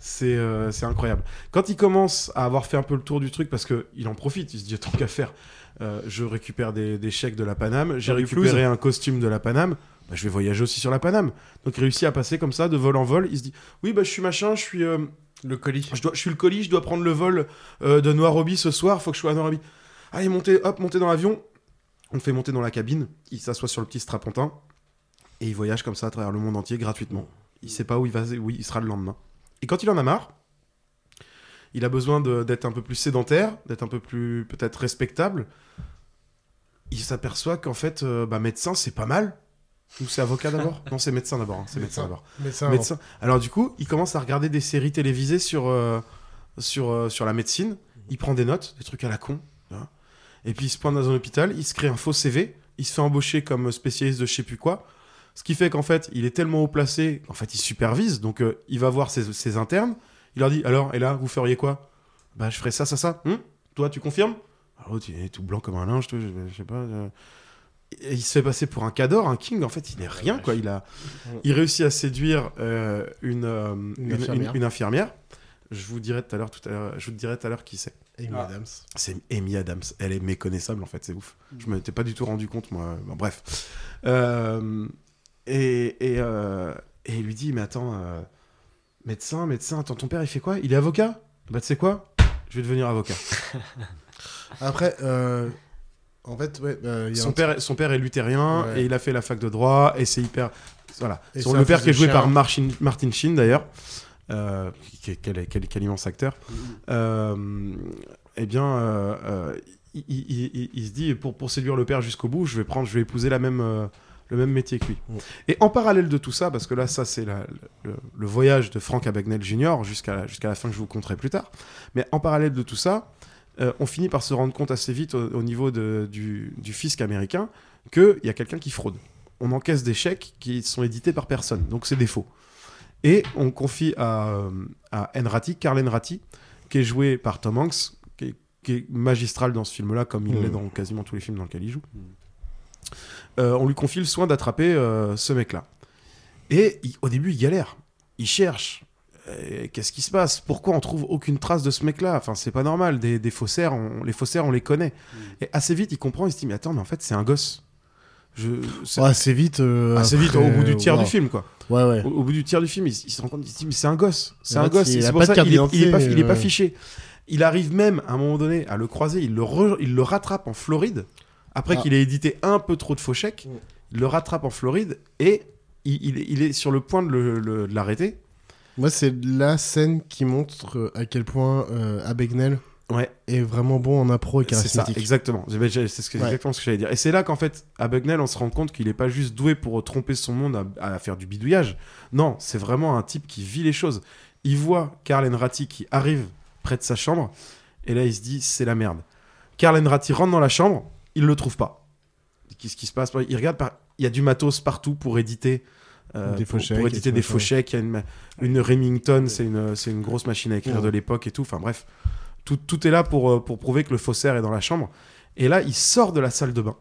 C'est euh, c'est incroyable. Quand il commence à avoir fait un peu le tour du truc, parce que il en profite, il se dit tant qu'à faire, euh, je récupère des, des chèques de la Paname, j'ai
Dans les
récupéré
flouses.
un costume de la Paname, bah, je vais voyager aussi sur la Paname. Donc il réussit à passer comme ça de vol en vol. Il se dit oui bah je suis machin, je suis euh,
le colis.
Je, dois, je suis le colis, je dois prendre le vol euh, de Noirobi ce soir. Faut que je sois à Noirobi. Allez montez, hop montez dans l'avion. On le fait monter dans la cabine. Il s'assoit sur le petit strapontin et il voyage comme ça à travers le monde entier gratuitement. Il sait pas où il va, où il sera le lendemain. Et quand il en a marre, il a besoin de- d'être un peu plus sédentaire, d'être un peu plus peut-être respectable. Il s'aperçoit qu'en fait, euh, bah, médecin, c'est pas mal. Ou c'est avocat d'abord Non, c'est médecin d'abord. hein, C'est
Médecin.
médecin, d'abord.
Médecin avant.
Alors du coup, il commence à regarder des séries télévisées sur, euh, sur, euh, sur la médecine. Il prend des notes, des trucs à la con. tu vois. Et puis il se pointe dans un hôpital, il se crée un faux CV, il se fait embaucher comme spécialiste de je sais plus quoi. Ce qui fait qu'en fait, il est tellement haut placé, en fait, il supervise, donc euh, il va voir ses, ses internes, il leur dit Alors, et là, vous feriez quoi Bah, je ferais ça, ça, ça. Hum Toi, tu confirmes Alors, l'autre, il est tout blanc comme un linge, tout, je, je sais pas. euh. Et il se fait passer pour un cador, un king, en fait, il est rien, quoi. Il, a, il réussit à séduire euh, une, euh, Hmm. une-
infirmière.
une- une infirmière. Je vous dirai tout à l'heure, tout à l'heure- je vous dirai tout à l'heure qui c'est.
Amy
Ah.
Adams.
C'est Amy Adams. Elle est méconnaissable en fait, c'est ouf. Je ne m'étais pas du tout rendu compte moi. Bon, bref. Euh, et, et, euh, et il lui dit Mais attends, euh, médecin, médecin, attends, ton père il fait quoi Il est avocat Bah tu sais quoi Je vais devenir avocat.
Après, euh, en fait, ouais. bah, il y a
son,
un-
père, son père est luthérien
Ouais.
et il a fait la fac de droit et c'est hyper. Voilà.
Et
Son,
c'est
le
un
père
fils
qui est
de
joué
chien.
par Martin, Martin Sheen d'ailleurs, euh, qui- quel, quel- quel immense acteur, euh, eh bien, euh, euh, il, il- il- il se dit pour, pour séduire le père jusqu'au bout, je vais, prendre, je vais épouser la même. euh, le même métier que lui. Et en parallèle de tout ça, parce que là, ça, c'est la- le, le voyage de Frank Abagnale Jr. jusqu'à la- jusqu'à la fin que je vous conterai plus tard. Mais en parallèle de tout ça, euh, on finit par se rendre compte assez vite au, au niveau de- du, du fisc américain qu'il y a quelqu'un qui fraude. On encaisse des chèques qui sont édités par personne, donc c'est des faux. Et on confie à, euh, à Enrati, Carl Enrati, qui est joué par Tom Hanks, qui est, qui est magistral dans ce film-là, comme il
Mm.
l'est dans quasiment tous les films dans lesquels il joue. Euh, on lui confie le soin d'attraper euh, ce mec-là. Et il- au début, il galère. Il cherche. Euh, Qu'est-ce qui se passe Pourquoi on trouve aucune trace de ce mec-là Enfin, c'est pas normal. Des, des faussaires, on, les faussaires, on les connaît. Et assez vite, il comprend. Il se dit mais attends, mais en fait, c'est un gosse. Je, c'est-
Ouais, assez vite. euh,
assez vite, euh,
après,
au bout du tiers
wow.
du film, quoi.
Ouais, ouais.
Au, au bout du tiers du film, il, s- il se rend compte, il se dit, mais c'est un gosse, c'est
Et
un
là,
gosse.
il
Et
a
C'est
pas
pour
de
ça
carte
qu'il est, il est pas, il est pas
d'identité, euh.
fiché. Il arrive même, à un moment donné, à le croiser, il le, re- il le rattrape en Floride, après
Ah.
qu'il ait édité un peu trop de faux chèques, il le rattrape en Floride, et il, il- il est sur le point de le- le- de l'arrêter.
Moi, c'est la scène qui montre euh, à quel point euh, Abegnel est vraiment bon en impro et
C'est ça,
charismatique.
exactement. C'est ben, j'ai- c'est ce que,
Ouais.
exactement ce que j'allais dire. Et c'est là qu'en fait, à Bugnell, on se rend compte qu'il n'est pas juste doué pour tromper son monde à, à faire du bidouillage. Non, c'est vraiment un type qui vit les choses. Il voit Karl Enrati qui arrive près de sa chambre, et là, il se dit, c'est la merde. Karl Enrati rentre dans la chambre, il le trouve pas. Qu'est-ce qui se passe Il regarde, par... il y a du matos partout pour éditer. euh,
Des faux
pour,
chèques
pour
et
éditer
tout,
des faux
ouais.
chèques, il y a une, ma- une Remington, c'est une, c'est une grosse machine à écrire
Ouais.
de l'époque et tout. Enfin bref, tout, tout est là pour, euh, pour prouver que le faussaire est dans la chambre. Et là, il sort de la salle de bain.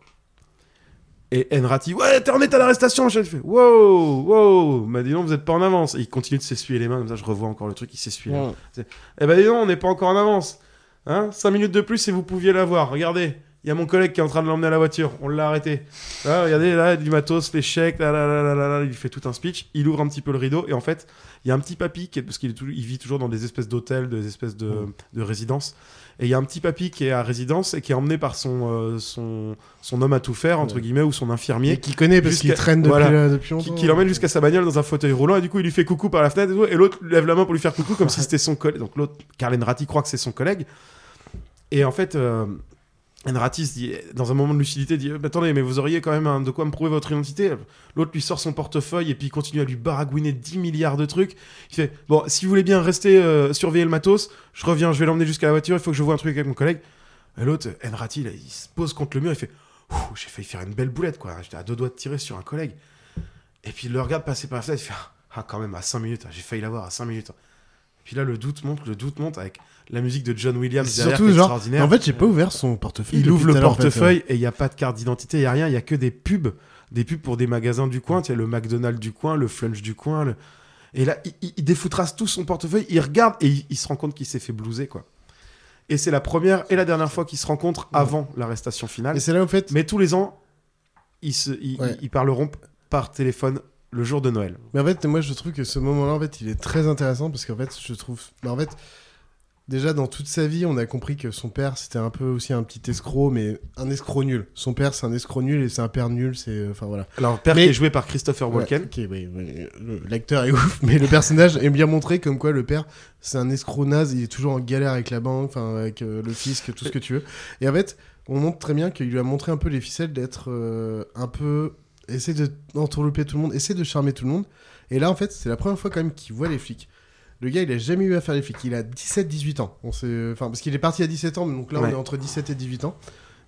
Et Enrati, ouais, t'es en état d'arrestation. Je fais, wow, wow, bah dis donc, vous êtes pas en avance. Et il continue de s'essuyer les mains, comme ça, je revois encore le truc, il s'essuie les
Ouais.
mains. C'est, Eh ben dis donc, on n'est pas encore en avance. Hein 5 minutes de plus si vous pouviez l'avoir. Regardez, il y a mon collègue qui est en train de l'emmener à la voiture, on l'a arrêté. Là, regardez, là, du matos, les chèques, là, là, là, là, là, là, il fait tout un speech, il ouvre un petit peu le rideau, et en fait, il y a un petit papy, qui est- parce qu'il est tou- il vit toujours dans des espèces d'hôtels, des espèces de,
Mm.
de résidences, et il y a un petit papy qui est à résidence et qui est emmené par son, euh, son, son homme à tout faire, entre
Ouais.
guillemets, ou son infirmier.
Et qui connaît parce qu'il
Jusqu'à-
traîne depuis- depuis
Qui- Qui,
longtemps.
l'emmène jusqu'à sa bagnole dans un fauteuil roulant, et du coup, il lui fait coucou par la fenêtre, et, tout, et l'autre lève la main pour lui faire coucou comme si c'était son collègue. Donc l'autre, Carlen Ratti croit que c'est son collègue. Et en fait, euh, Enrati se dit, dans un moment de lucidité, dit Mais Attendez, mais vous auriez quand même un- de quoi me prouver votre identité. L'autre lui sort son portefeuille et puis il continue à lui baragouiner 10 milliards de trucs. Il fait Bon, si vous voulez bien rester, euh, surveiller le matos, je reviens, je vais l'emmener jusqu'à la voiture, il faut que je vois un truc avec mon collègue. Et l'autre, Enrati, là, il se pose contre le mur, il fait Ouh, J'ai failli faire une belle boulette, quoi. J'étais à deux doigts de tirer sur un collègue. Et puis il le regarde passer par la fenêtre, il fait Ah, quand même, à 5 minutes, hein, j'ai failli l'avoir à 5 minutes. hein. Puis là, le doute monte, le doute monte avec la musique de John Williams
C'est
derrière,
surtout
qui est
genre,
extraordinaire.
en fait, j'ai pas ouvert son portefeuille
Il
depuis
ouvre le
tout à l'heure, en fait,
portefeuille
ouais.
et il n'y a pas de carte d'identité, il n'y a rien, il n'y a que des pubs. Des pubs pour des magasins du coin. Tu as le McDonald's du coin, le Flunch du coin. le- Et là, il, il- il défoutrasse tout son portefeuille, il regarde et il, il se rend compte qu'il s'est fait blouser, quoi. Et c'est la première et la dernière fois qu'ils se rencontrent avant l'arrestation finale.
Et c'est là, en fait.
Mais tous les ans, ils, se, ils,
Ouais.
ils parleront p- par téléphone le jour de Noël.
Mais en fait, moi, je trouve que ce moment-là, en fait, il est très intéressant parce qu'en fait, je trouve. bah, en fait, déjà, dans toute sa vie, on a compris que son père, c'était un peu aussi un petit escroc, mais un escroc nul. Son père, c'est un escroc nul et c'est un père nul. C'est. Enfin, voilà.
Alors, père
Mais-
qui est joué par Christopher
Ouais,
Walken.
ok, oui, oui, le- L'acteur est ouf, mais le personnage est bien montré comme quoi le père, c'est un escroc naze, il est toujours en galère avec la banque, enfin, avec euh, le fisc, tout ce que tu veux. Et en fait, on montre très bien qu'il lui a montré un peu les ficelles d'être euh, un peu. Essayer de entourlouper tout le monde, essayer de charmer tout le monde. Et là, en fait, c'est la première fois quand même qu'il voit les flics. Le gars, il a jamais eu à faire les flics. Il a 17-18 ans. On sait... euh, enfin, parce qu'il est parti à 17 ans, mais donc là, on
Ouais.
est entre 17 et 18 18 ans.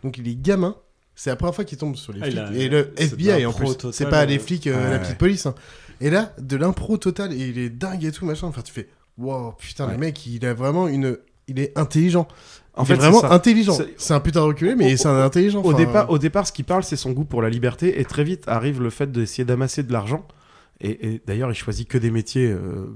Donc il est gamin. C'est la première fois qu'il tombe sur les
Ah, il
flics.
a-
et le
c'est de
FBI en
l'impro
plus.
total,
C'est pas les
euh,
flics, euh,
ouais,
la
ouais.
petite police. hein. Et là, de l'impro total, et il est dingue et tout, machin. Enfin, tu fais, wow, putain,
Ouais.
le mec, il a vraiment une. Il est intelligent.
En
En
fait,
fait, vraiment
c'est ça.
intelligent.
C'est-
C'est un putain reculé, mais
Au-
c'est un intelligent.
Au,
enfin, euh,
départ, au départ, ce qui parle, c'est son goût pour la liberté, et très vite arrive le fait d'essayer d'amasser de l'argent. Et, et d'ailleurs, il choisit que des métiers euh,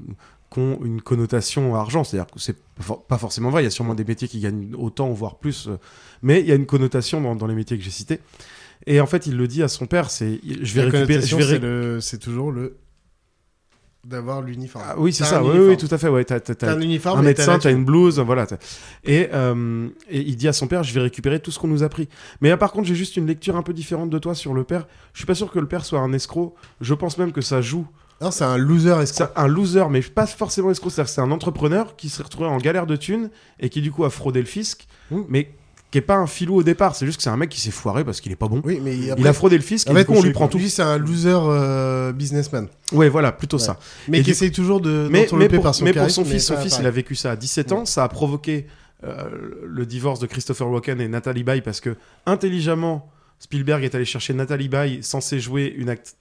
qui ont une connotation argent. C'est-à-dire que c'est pas for- pas forcément vrai. Il y a sûrement des métiers qui gagnent autant, voire plus. euh, mais il y a une connotation dans, dans les métiers que j'ai cités. Et en fait, il le dit à son père, c'est je vais
la
récupérer, je
connotation,
vais
c'est
ré-
le- C'est toujours le. D'avoir l'uniforme.
ah oui, c'est
T'as un
ça. Oui,
uniforme.
oui, tout à fait. Ouais, t'as, t'as-
T'as un uniforme.
un
et t'as
médecin,
la
t'as une blouse, voilà. t'as- Et, euh, et il dit à son père, je vais récupérer tout ce qu'on nous a pris. Mais là, par contre, j'ai juste une lecture un peu différente de toi sur le père. Je suis pas sûr que le père soit un escroc. Je pense même que ça joue.
Non, c'est un loser
escroc. un loser, mais pas forcément escroc. C'est-à-dire que c'est un entrepreneur qui s'est retrouvé en galère de thunes et qui du coup a fraudé le fisc,
Mmh.
mais qui est pas un filou au départ. C'est juste que c'est un mec qui s'est foiré parce qu'il est pas bon.
Oui, mais
il
après-
a fraudé le fisc
En
et
fait,
du coup on
je-
lui prend tout.
Lui, c'est un loser euh, businessman.
Ouais, voilà, plutôt
Ouais.
ça.
Mais
Et
qui
du-
essaye toujours de
mais, mais
d'entourlouper
pour,
par son
mais pour
charisme,
son fils,
mais
son
pas
fils,
pareil. Mm.
il a vécu ça à 17 ans. Ça a provoqué euh, le divorce de Christopher Walken et Nathalie Baye parce que intelligemment, Spielberg est allé chercher Nathalie Baye censée jouer une act-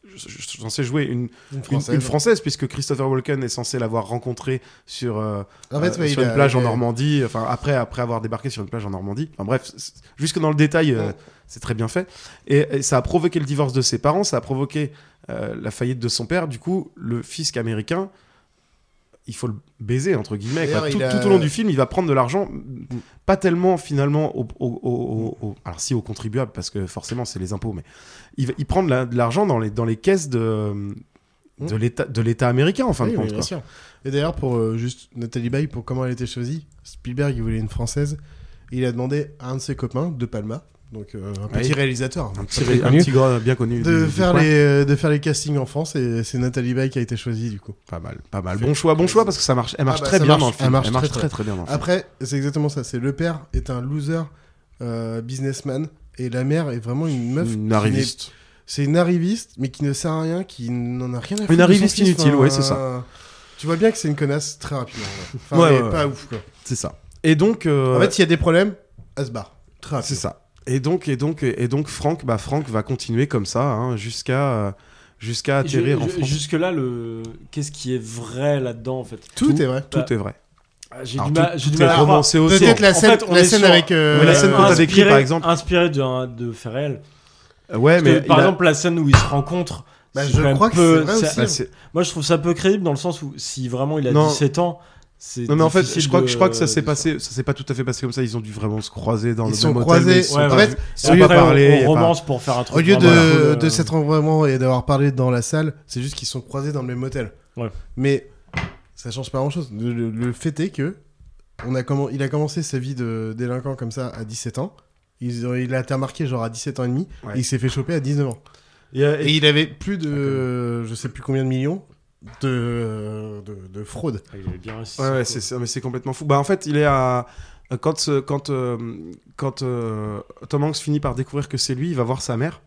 censée jouer une,
Une Française.
une française puisque Christopher Walken est censé l'avoir rencontrée sur euh,
En fait,
euh,
ouais,
sur
il
une
a-
plage
il
en
a-
Normandie. Enfin après après avoir débarqué sur une plage en Normandie. Enfin bref, c- jusque dans le détail, euh, c'est très bien fait. Et, et ça a provoqué le divorce de ses parents, ça a provoqué euh, la faillite de son père. Du coup, le fisc américain il faut le baiser entre guillemets. quoi.
D'ailleurs,
Tout,
il a-
tout au long du film, il va prendre de l'argent, mm, pas tellement finalement au, au- au- au- au- alors si aux contribuables parce que forcément c'est les impôts, mais il, va- il prend de la- de l'argent dans les dans les caisses de
Mmh.
de l'État de l'État américain en fin
Oui,
de
oui,
compte.
bien
quoi.
sûr. Et d'ailleurs, pour euh, juste Nathalie Baye, pour comment elle a été choisie, Spielberg, il voulait une française. Il a demandé à un de ses copains, De Palma, donc euh, un
Oui.
petit réalisateur,
Un
pas
petit hein,
très
ré- un petit gars bien connu
de
du- du
faire
coin.
les euh, de faire les castings en France. Et c'est Nathalie Baye qui a été choisie du coup.
Pas mal, pas mal. Bon choix, bon choix parce que ça marche, elle marche
Ah bah,
très
ça
bien dans le film.
Elle marche,
très très, bien dans le film.
Après, c'est exactement ça. C'est le père est un loser euh, businessman et la mère est vraiment une meuf.
Une
qui n'est-
arriviste.
C'est une arriviste, mais qui ne sert à rien, qui n'en a rien à faire. de son
arriviste
fils,
inutile, ouais, c'est ça.
Tu vois bien que c'est une connasse très rapidement. ouais. Enfin,
Ouais,
mais
ouais,
pas
ouais.
ouf quoi.
C'est ça. Et donc. euh,
En fait, s'il y a des problèmes, elle se barre. Très rapidement.
C'est ça. Et donc, et donc, et donc, Franck, bah, Franck va continuer comme ça hein, jusqu'à euh, jusqu'à
Et ju-
atterrir en
ju-
France.
Jusque-là, le... qu'est-ce qui est vrai là-dedans en fait
Tout est vrai.
Tout est vrai.
Ah, J'ai
Alors,
du
tout-
mal, j'ai du
tout est
mal à croire.
romancé aussi. Peut-être la
En
scène-
on
la
est
scène
sur-
avec, euh,
on est
la scène
sur-
qu'on t'a
inspiré-
décrit, par exemple.
Inspiré d'un- de faits réels.
ouais,
Parce
mais
que, par
il a-
exemple, la scène où ils se rencontrent.
Bah,
c'est
je
quand même
crois que
peu-
c'est vrai aussi, hein.
Moi, je trouve ça peu crédible dans le sens où si vraiment il a
Bah, Non.
17 ans, c'est.
Non mais en fait, je
difficile
crois
de-
que je crois que ça s'est passé, ça s'est pas tout à fait passé comme ça. Ils ont dû vraiment se croiser dans
Ils
le
sont
même hôtel.
croisés.
mais ils se sont
ouais, en
pas vus.
fait,
Ils se sont pas parlé, il y a pas-
Au lieu de,
euh,
de s'être en vraiment et d'avoir parlé dans la salle, c'est juste qu'ils sont croisés dans le même hôtel. Mais ça change pas grand chose. Le, le- le fait est que on a comment, il a commencé sa vie de délinquant comme ça à 17 ans. Ils ont- Il, a été remarqué genre à 17 ans et demi.
Ouais.
Et il s'est fait choper à 19 ans.
Et, euh, et-
il avait plus de, je sais plus combien de millions de, de, de fraude.
Ah, il avait bien
Ouais, ouais, c'est ça, mais c'est complètement fou. Bah en fait, il est à quand ce- quand euh, quand euh, Tom Hanks finit par découvrir que c'est lui, il va voir sa mère.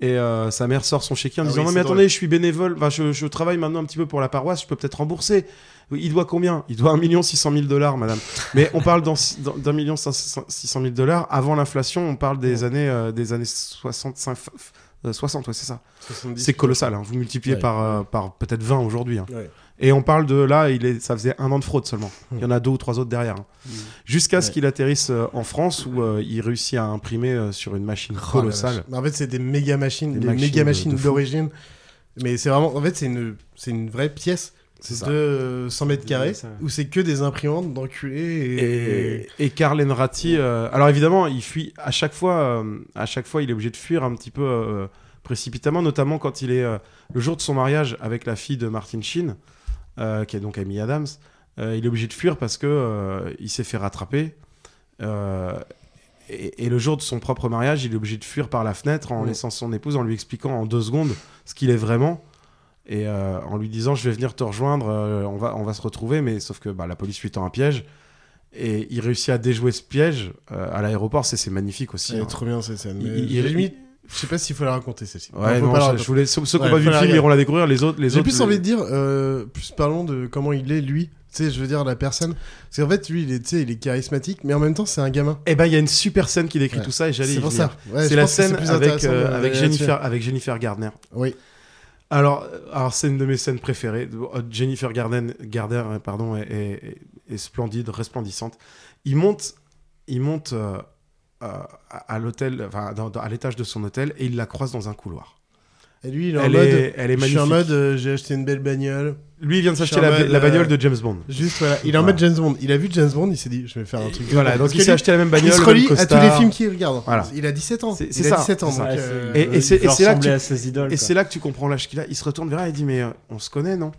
Et euh, sa mère sort son chéquier en
Ah
disant
oui,
Non,
c'est
mais
drôle.
attendez, je suis bénévole, enfin, je, je travaille maintenant un petit peu pour la paroisse, je peux peut-être rembourser. Oui, Il doit combien Il doit 1 600 000 dollars, madame. Mais on parle dans- dans- d'un million 600 000 dollars. Avant l'inflation, on parle des années, euh, des années 65, euh, 60, ouais, c'est ça.
70,
C'est colossal. hein. Vous multipliez
Ouais.
par, euh, par peut-être 20 aujourd'hui. hein.
Ouais. Hmm.
Et on parle de là, il est, ça faisait un an de fraude seulement. Il y en a deux ou trois autres derrière. hein. Jusqu'à ce
Ouais.
qu'il atterrisse euh, en France où euh, il réussit à imprimer euh, sur une machine
Oh la
colossale.
vache. Mais en fait, c'est des méga machines,
Des
des
machines
méga
de-
machines
de fou.
d'origine. Mais c'est vraiment, en fait, c'est une, c'est une vraie pièce
ça.
de euh, 100 mètres carrés
ça.
où c'est que des imprimantes d'enculés. Et...
Et, et Karl Enrati, euh, alors évidemment, il fuit à chaque fois. euh, à chaque fois, il est obligé de fuir un petit peu euh, précipitamment, notamment quand il est euh, le jour de son mariage avec la fille de Martin Sheen, euh, qui est donc Amy Adams. euh, il est obligé de fuir parce que euh, il s'est fait rattraper. Euh, et, et le jour de son propre mariage, il est obligé de fuir par la fenêtre en
Mm.
laissant son épouse, en lui expliquant en deux secondes ce qu'il est vraiment. Et euh, en lui disant, je vais venir te rejoindre, euh, on, va, on va se retrouver, mais sauf que bah, la police lui tend un piège. Et il réussit à déjouer ce piège euh, à l'aéroport, c'est c'est magnifique aussi.
Elle est
hein.
trop bien cette scène.
Il-
Mais
il-
j'ai
il-
limite- je sais pas s'il faut la raconter celle-ci.
Ouais,
faut
non,
pas la
je-
raconter.
je voulais- ceux- ceux qui ont
Ouais,
pas
faut
vu le
la
film
regarder.
iront la découvrir, les autres- les
J'ai
autres,
plus
le-
envie de dire, euh, plus parlons de comment il est lui. Tu sais, je veux dire la personne. Parce qu'en fait, lui, il est, tu sais, il est charismatique, mais en même temps, c'est un gamin.
Eh ben, il y a une super scène qui décrit
Ouais.
tout ça et j'allais y
C'est pour
venir.
ça. Ouais, je
c'est la
pense que
scène
plus
avec,
intéressant
euh,
de-
avec
de-
Jennifer, avec Jennifer Gardner.
Oui.
Alors, euh, alors c'est une de mes scènes préférées. Euh, Jennifer Gardner, Gardner euh, pardon, est, est- est splendide, resplendissante. Il monte, il monte euh, euh, à à l'hôtel, enfin, dans- dans- à l'étage de son hôtel et il la croise dans un couloir.
Et lui, il est en
Elle
mode.
est- elle est
Je suis en
magnifique.
mode, euh, j'ai acheté une belle bagnole.
Lui, il vient de
Je suis
s'acheter
en
la-
mode,
la
euh,
bagnole de James Bond.
Juste, voilà. Il est en
Voilà.
mode James Bond. Il a vu James Bond, il s'est dit, je vais faire un truc.
Voilà,
Parce
donc
que
il s'est
lui,
acheté la même bagnole,
Il se
le
relie
même
à tous les
costard.
films qu'il regarde.
Voilà.
Il a 17 ans.
C'est
Il
c'est
a
ça.
17 ans.
C'est
donc,
ça.
euh,
Et, et c'est et c'est là que tu,
à ses idoles,
et
quoi.
c'est là que tu comprends l'âge qu'il a. Il se retourne vers elle et dit mais euh, on se connaît non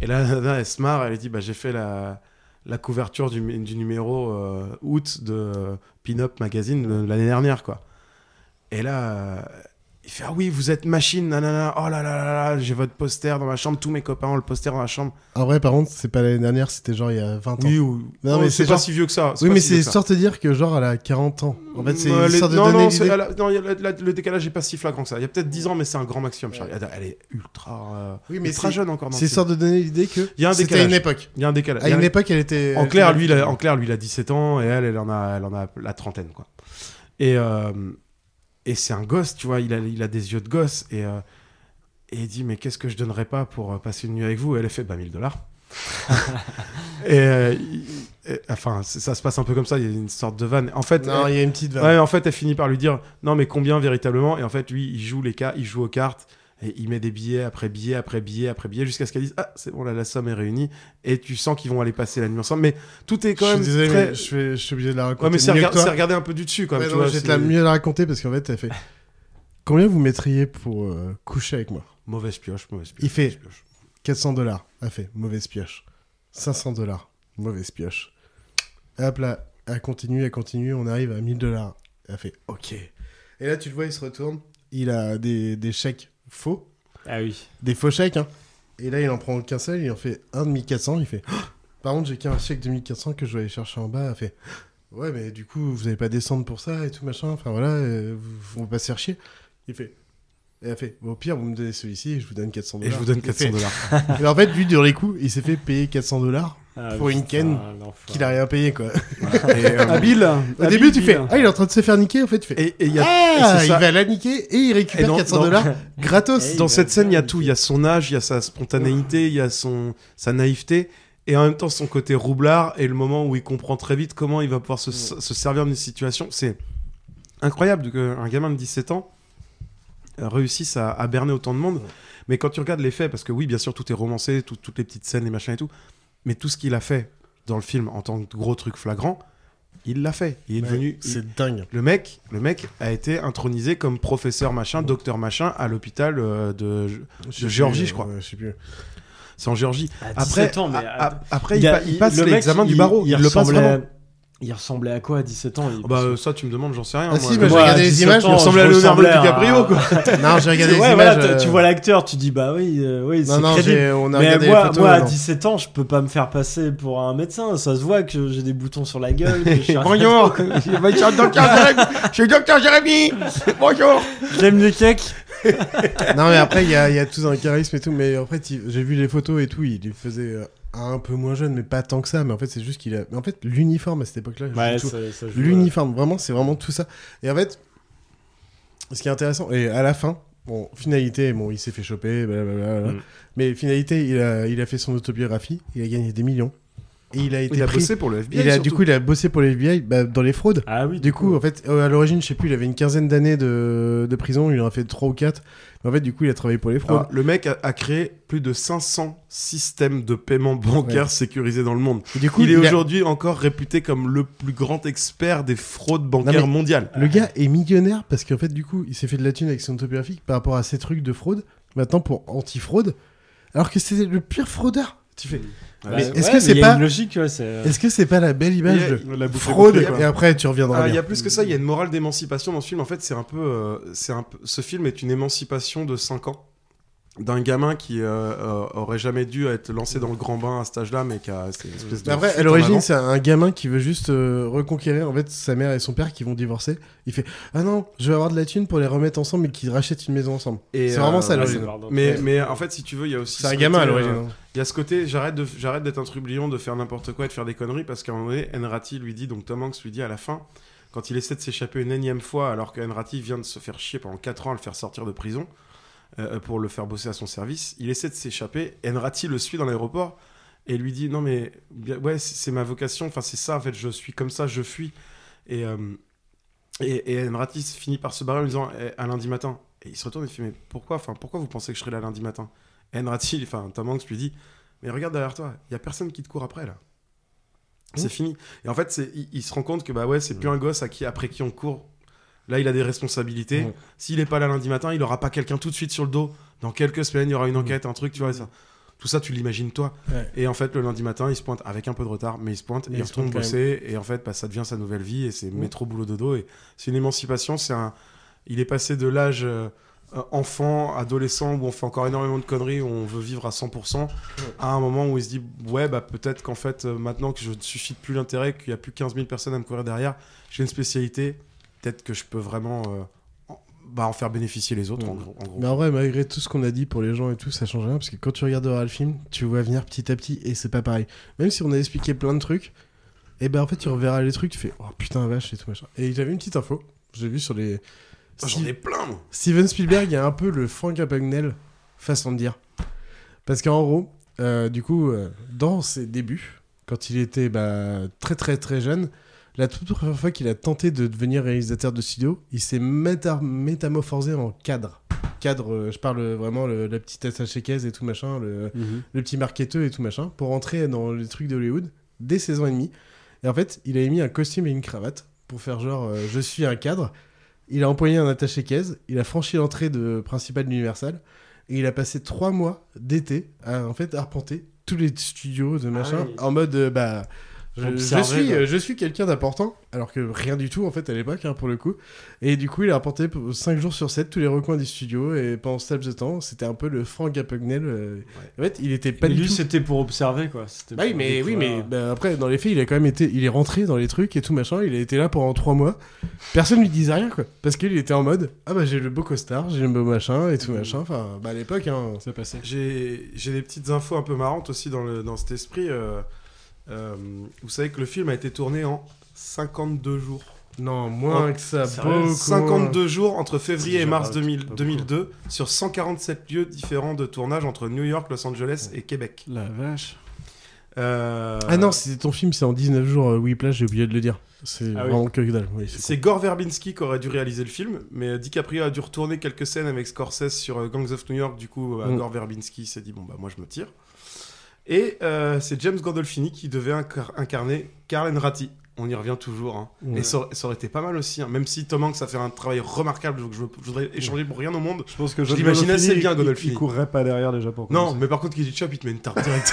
Et là, la nana, elle se marre. Elle dit bah j'ai fait la la couverture du, du numéro euh, août de Pin Up Magazine de l'année dernière quoi. Et là. euh, il fait ah oui vous êtes machine nanana oh là là là là j'ai votre poster dans ma chambre tous mes copains ont le poster dans la chambre
En vrai, par contre, c'est pas l'année dernière, c'était genre il y a 20 ans.
Oui, ou-
Non,
Oh,
mais c'est
c'est pas
genre-
si vieux que ça, c'est
Oui,
pas
mais
si vieux
c'est
que ça.
sorte de dire que genre elle a 40 ans. En fait, c'est
Ouais, les-
histoire de
non,
donner
non, c'est-
l'idée.
elle a- non, il y a la- la- le décalage est pas si flagrant que ça. Il y a peut-être 10 ans, mais c'est un grand maximum. Charlie. Elle- Elle est ultra, euh,
Oui, mais
ultra
c'est-
jeune encore. dans
C'est
le film.
histoire de donner l'idée que
Il y a un
c'était
décalage.
une époque.
Il y a un décalage.
À
Ah, Il y a euh,
une
un-
époque, elle était. euh,
En clair, lui, il a, en clair, lui, il a 17 ans et elle, elle en a, elle en a la trentaine, quoi. Et euh, et c'est un gosse, tu vois. Il a, il a des yeux de gosse et euh, et il dit mais qu'est-ce que je donnerais pas pour euh, passer une nuit avec vous Et elle a fait bah 1000 dollars. et, euh, il- et- enfin, c'est- ça se passe un peu comme ça. Il y a une sorte de vanne. En fait,
Non,
elle-
il y a une petite vanne.
Ouais, en fait, elle finit par lui dire non, mais combien véritablement Et en fait, lui, il joue les cas, il joue aux cartes. Et il met des billets après billets après billets après billets jusqu'à ce qu'elle dise ah c'est bon là la somme est réunie et tu sens qu'ils vont aller passer la nuit ensemble mais tout est quand
Je suis
même
désolé,
très-
mais je, fais- je suis obligé de la raconter.
Ouais, mais c'est
mieux
regard-
que toi.
c'est regarder un peu du dessus, quand même,
Ouais,
tu
non,
vois,
je vais te
c'est-
la mieux la raconter parce qu'en fait, elle fait Combien vous mettriez pour euh, coucher avec moi
mauvaise pioche mauvaise pioche
Il fait 400 dollars. Elle fait mauvaise pioche. 500 dollars. Mauvaise pioche. Hop là, elle continue, elle continue. On arrive à 1000 dollars. Elle fait ok. Et là, tu le vois, il se retourne. Il a des, des chèques faux.
Ah oui.
Des faux chèques, hein. Et là, il en prend qu'un seul, il en fait un de 1400. Il fait Ah Par contre, j'ai qu'un chèque de 1400 que je dois aller chercher en bas. Elle fait Ah Ouais, mais du coup, vous n'allez pas descendre pour ça et tout machin. Enfin voilà, euh, vous, vous pas se faire chier. Il fait et elle fait, Bon, au pire, vous me donnez celui-ci et je vous donne 400 dollars.
Et je vous donne
Il fait-
400 dollars.
Mais en fait, lui, durant les coups, il s'est fait payer 400 dollars
Ah,
pour une
putain,
ken
l'enfoiré.
qu'il a rien payé, quoi.
Voilà. Et, euh,
Habile. Au
habile,
début, tu
Bill.
fais, ah, il est en train de se faire niquer, en fait, tu fais,
hein. et il y a-
ah,
et c'est
il
ça.
va la niquer et il récupère
Et dans-
400
dans-
dollars gratos.
Dans cette scène, il y a tout. Il y a son âge, il y a sa spontanéité, il y a son, sa naïveté, et en même temps son côté roublard, et le moment où il comprend très vite comment il va pouvoir se, se servir d'une situation. C'est incroyable qu'un gamin de 17 ans euh, réussissent à, à berner autant de monde. Mais quand tu regardes les faits, parce que oui, bien sûr, tout est romancé, tout- toutes les petites scènes, les machins et tout, mais tout ce qu'il a fait dans le film en tant que gros truc flagrant, il l'a fait. Il est
Ouais,
devenu.
c'est
il-
dingue.
Le mec, le mec a été intronisé comme professeur machin, docteur machin à l'hôpital euh, de, de
sais plus,
Géorgie, je
euh,
crois.
ouais, je sais plus.
C'est en Géorgie.
À
Après,
17 ans, mais,
a- a-
euh,
après il,
a-
pa- il passe
le mec,
l'examen du
il-
barreau. Il, le passe
ressemblait à-
vraiment.
Il ressemblait à quoi à 17 ans il-
Ah Bah, euh, ça, tu me demandes, j'en sais rien.
Ah
moi.
si, mais j'ai regardé les images,
il
je
ressemblait à Leonardo
ressemblais à-
DiCaprio, quoi.
Non, j'ai regardé les
Ouais, voilà,
images,
t'as-
euh,
Tu vois l'acteur, tu dis bah oui, euh,
Non,
oui, c'est
non,
crédible.
j'ai- on a
mais
regardé les
moi,
photos,
moi, à
non.
17 ans, je peux pas me faire passer pour un médecin. Ça se voit que j'ai des boutons sur la gueule. que je suis un
Bonjour,
ado.
je suis le docteur Jérémy. Je suis le docteur Jérémy. Bonjour.
J'aime les cakes.
non mais après il y, a il y a tout un charisme et tout mais en fait il- j'ai vu les photos et tout il le faisait euh, un peu moins jeune mais pas tant que ça mais en fait c'est juste qu'il a mais en fait l'uniforme à cette époque là
Ouais, ça- ça joue,
l'uniforme vraiment c'est vraiment tout ça et en fait ce qui est intéressant et à la fin bon finalité bon il s'est fait choper blablabla,
Mm.
mais finalité il a, il a fait son autobiographie il a gagné des millions et il a été
Il a
pris-
bossé pour le
il
FBI,
a, du
surtout.
coup il a bossé pour le FBI bah, dans les fraudes
ah oui
du coup, en fait, euh, à l'origine, je sais plus, il avait une quinzaine d'années de, de prison, il en a fait 3 ou 4. Mais en fait, du coup, il a travaillé pour les fraudes.
Alors, Ah. le mec a, a créé plus de 500 systèmes de paiement bancaire
Ouais.
sécurisés dans le monde.
Et du coup,
Ah. il
il
est
a-
aujourd'hui encore réputé comme le plus grand expert des fraudes
Non,
bancaires
mais
mondiales.
Le gars est millionnaire parce qu'en fait, du coup, il s'est fait de la thune avec son autobiographique par rapport à ces trucs de fraude, maintenant pour anti-fraude, alors que c'était le pire fraudeur. Tu fais.
Bah,
mais
ouais,
est-ce
mais
que c'est
il y a
pas
une logique, ouais, c'est, euh,
Est-ce que c'est pas la belle image
Il y a-
de
la boucle est
fraude
bouclée, quoi.
et après tu reviendras
Ah, Il
bien.
y a plus que ça, il y a une morale d'émancipation dans ce film. En fait, c'est un peu, euh, c'est un peu- ce film est une émancipation de 5 ans d'un gamin qui euh, euh, aurait jamais dû être lancé dans le grand bain à cet âge-là, mais qui a cette espèce de.
Mais après,
fuite
à
en
l'origine,
avant.
c'est un gamin qui veut juste euh, reconquérir en fait sa mère et son père qui vont divorcer. Il fait Ah non, je vais avoir de la thune pour les remettre ensemble et qu'ils rachètent une maison ensemble.
Et,
C'est vraiment
euh,
ça à l'origine.
Mais, mais en fait, si tu veux, il y a aussi.
C'est
ce
un gamin, à
côté,
l'origine,
euh,
hein.
Il y a ce côté, j'arrête de- j'arrête d'être un trublion, de faire n'importe quoi et de faire des conneries, parce qu'à un moment donné, Enrati lui dit, donc Tom Hanks lui dit à la fin, quand il essaie de s'échapper une énième fois, alors que Enrati vient de se faire chier pendant 4 ans à le faire sortir de prison, euh, pour le faire bosser à son service, il essaie de s'échapper. Enrati le suit dans l'aéroport et lui dit Non, mais bien- ouais, c'est c'est ma vocation, enfin, c'est ça, en fait, je suis comme ça, je fuis. Et. euh, et, et Enrati se finit par se barrer en lui disant Eh, à lundi matin. Et il se retourne et fait mais pourquoi enfin pourquoi vous pensez que je serai là lundi matin Enrati, enfin Tom Hanks lui dit mais regarde derrière toi, il y a personne qui te court après là. C'est
Mmh.
fini. Et en fait, c'est- il, il se rend compte que bah ouais, c'est plus un gosse à qui après qui on court. Là, il a des responsabilités.
Mmh.
S'il est pas là lundi matin, il aura pas quelqu'un tout de suite sur le dos. Dans quelques semaines, il y aura une enquête, un truc, tu vois. ça- Tout ça, tu l'imagines toi.
Mm. Ouais.
Et en fait, le lundi matin, il se pointe avec un peu de retard, mais il se pointe,
Mais
et il
il se pointe
retourne
quand même.
bosser et en fait bah, ça devient sa nouvelle vie et c'est
Mm.
métro boulot dodo et c'est une émancipation c'est un il est passé de l'âge euh, euh, enfant adolescent où on fait encore énormément de conneries où on veut vivre à 100% à un moment où il se dit ouais bah peut-être qu'en fait euh, maintenant que je ne suscite plus l'intérêt qu'il y a plus 15 000 personnes à me courir derrière j'ai une spécialité peut-être que je peux vraiment euh, en, bah, en faire bénéficier les
Mm.
autres en gros, en gros.
Mais en vrai, Bah malgré tout ce qu'on a dit pour les gens et tout, ça change rien parce que quand tu regarderas le film, tu vois venir petit à petit et c'est pas pareil. Même si on a expliqué plein de trucs, et ben en fait, tu reverras les trucs, tu fais oh putain, vache et tout machin. Et j'avais une petite info, j'ai vu sur les.
Ah, j'en ai plein, moi.
Steven Spielberg a un peu le Frank Abagnale façon de dire. Parce qu'en gros, euh, du coup, euh, dans ses débuts, quand il était bah, très très très jeune, la toute première fois qu'il a tenté de devenir réalisateur de studio, il s'est méta- métamorphosé en cadre. Cadre, euh, je parle vraiment le, la petite attaché caisse et tout machin, le,
Mhm.
le petit marketeur et tout machin, pour entrer dans les trucs d'Hollywood dès 16 ans et demi. Et en fait, il avait mis un costume et une cravate pour faire genre euh, je suis un cadre. Il a employé un attaché caisse, il a franchi l'entrée de principale d'Universal et il a passé trois mois d'été à en fait arpenter tous les studios de machin
oui.
en mode euh, bah Je, je
Observer,
suis,
quoi.
je suis quelqu'un d'important, alors que rien du tout en fait à l'époque hein, pour le coup. Et du coup, il a rapporté 5 jours sur 7 tous les recoins du studio et pendant ce laps de temps, c'était un peu le Frank Abagnale. euh, En fait, il était pas
Mais
du
lui,
tout-
c'était pour observer, quoi. C'était
Bah oui,
pour
mais oui,
découvrir.
mais bah, après, dans les faits, il a quand même été, il est rentré dans les trucs et tout machin. Il a été là pendant trois mois. Personne lui disait rien, quoi, parce qu'il était en mode, ah bah j'ai le beau costard, j'ai le beau machin et tout machin. Enfin, bah à l'époque, hein, ça passait.
J'ai j'ai des petites infos un peu marrantes aussi dans, le- dans cet esprit. euh, euh, vous savez que le film a été tourné en 52 jours.
Non, moins que ça,
sérieux
beaucoup.
52 jours entre février
C'est
et mars
déjà
2000
pas beaucoup.
2002 sur 147 lieux différents de tournage entre New York, Los Angeles et Québec. Euh,
La vache.
Ah non, c'était ton film, c'est en 19 jours. euh, Whiplash, j'ai oublié de le dire. C'est
Ah oui.
vraiment que dalle. Oui, c'est
C'est Gore Verbinski qui aurait dû réaliser le film, mais euh, DiCaprio a dû retourner quelques scènes avec Scorsese sur euh, Gangs of New York. Du coup, euh,
Mm.
Gore Verbinski s'est dit bon bah moi je me tire. Et euh, c'est James Gandolfini qui devait incar- incarner Carl Enrati. On y revient toujours. hein.
Ouais.
Et ça, aurait- ça aurait été pas mal aussi, hein. même si Tom Hanks a fait un travail remarquable. Je, je- je voudrais échanger pour rien au monde. Je
pense que
je l'imagine assez bien
Godolphin.
Gandolfini.
Il courrait pas derrière déjà pour
Non, mais par contre, qui dit chop, il te met une tarte directe.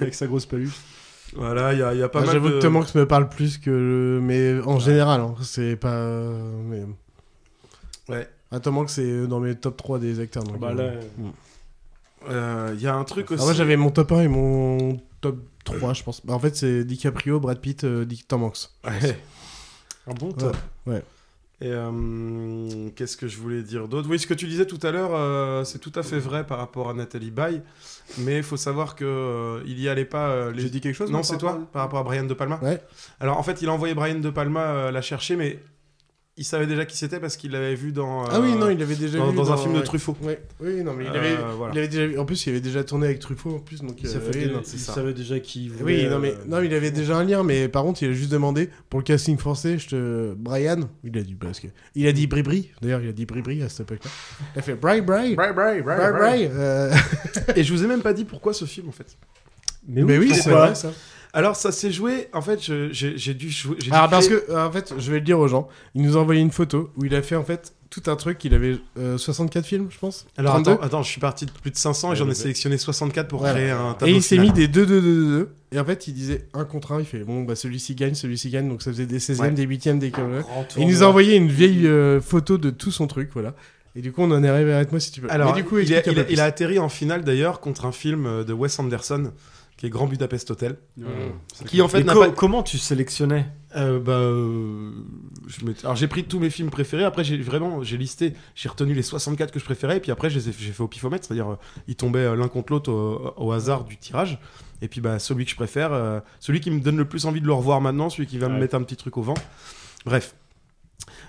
Avec sa grosse paluche.
voilà, il y, a- il y a pas
Bah,
mal
J'avoue
de.
que Tom Hanks me parle plus que le... Mais en général, hein, c'est pas... euh, Mais...
Ouais.
Ah, Tom Hanks c'est dans mes top 3 des acteurs. donc,
Bah,
euh,
là,
ouais.
euh, Euh, Il y a un truc
Ah,
aussi.
moi j'avais mon top 1 et mon top 3, je pense. Bah, en fait, c'est DiCaprio, Brad Pitt, euh, Dick Tom Hanks. je pense.
Ouais. Un Ah bon top.
Ouais. ouais.
Et euh, qu'est-ce que je voulais dire d'autre Oui, ce que tu disais tout à l'heure, euh, c'est tout à fait vrai par rapport à Nathalie Baye, mais il faut savoir que euh, il y allait pas. euh, les...
J'ai dit quelque chose,
Non,
moi,
c'est
par
toi,
rapport
par rapport à Brian De Palma.
Ouais.
Alors en fait, il a envoyé Brian De Palma euh, la chercher, mais il savait déjà qui c'était parce qu'il l'avait vu dans.
Ah
euh,
oui, non, il l'avait déjà
dans,
vu
dans un film de
ouais.
Truffaut.
Ouais. Oui, non, mais il,
Euh,
avait...
voilà.
il avait déjà vu- En plus, il avait déjà tourné avec Truffaut, en plus, donc...
Il
euh,
savait-
oui, non,
il
c'est ça.
savait déjà qui voulait,
Oui, non, mais
euh,
non, mais il avait déjà un lien, mais par contre, il a juste demandé pour le casting français, je te... Brian, il a dit parce que il a dit Bribri. D'ailleurs, il a dit Bribri à cette époque-là. Il a fait Bri Bri.
Bri Bri.
Bri Bri. euh.
Et je vous ai même pas dit pourquoi ce film en fait.
Mais oui, Mais oui, pourquoi c'est vrai, ça.
Alors ça s'est joué, en fait, je- j'ai j'ai dû jouer. j'ai dû
Alors parce
créer-
que en fait, je vais le dire aux gens, il nous a envoyé une photo où il a fait en fait tout un truc, il avait euh, 64 films, je pense.
Alors
32.
attends, attends, je suis parti de plus de 500 et j'en ai sélectionné 64 pour
Voilà.
créer un tableau.
Et il s'est mis
final.
des 2 2 2 2 et en fait, il disait un contre un, il fait bon bah celui-ci gagne, celui-ci gagne, donc ça faisait des 16e,
Ouais.
des 8e, des 15e.
Grand
Et Il nous a
tournoi.
envoyé une vieille euh, photo de tout son truc, voilà. Et du coup, on en est arrivé à moi si tu veux.
Alors,
Mais du coup,
il, a,
explique un
il a-
peu plus.
il a atterri en finale d'ailleurs contre un film euh, de Wes Anderson qui est Grand Budapest Hotel.
Ouais.
Qui en fait
Mais
n'a
co-
pas.
Comment tu sélectionnais
Euh, bah, euh, je m'étais- Alors j'ai pris tous mes films préférés. Après j'ai vraiment j'ai listé, j'ai retenu les 64 que je préférais. Et puis après je les ai- j'ai fait au pifomètre, c'est-à-dire euh, ils tombaient euh, l'un contre l'autre au, au hasard du tirage. Et puis bah celui que je préfère, euh, celui qui me donne le plus envie de le revoir maintenant, celui qui va me
Ouais.
mettre un petit truc au vent. Bref.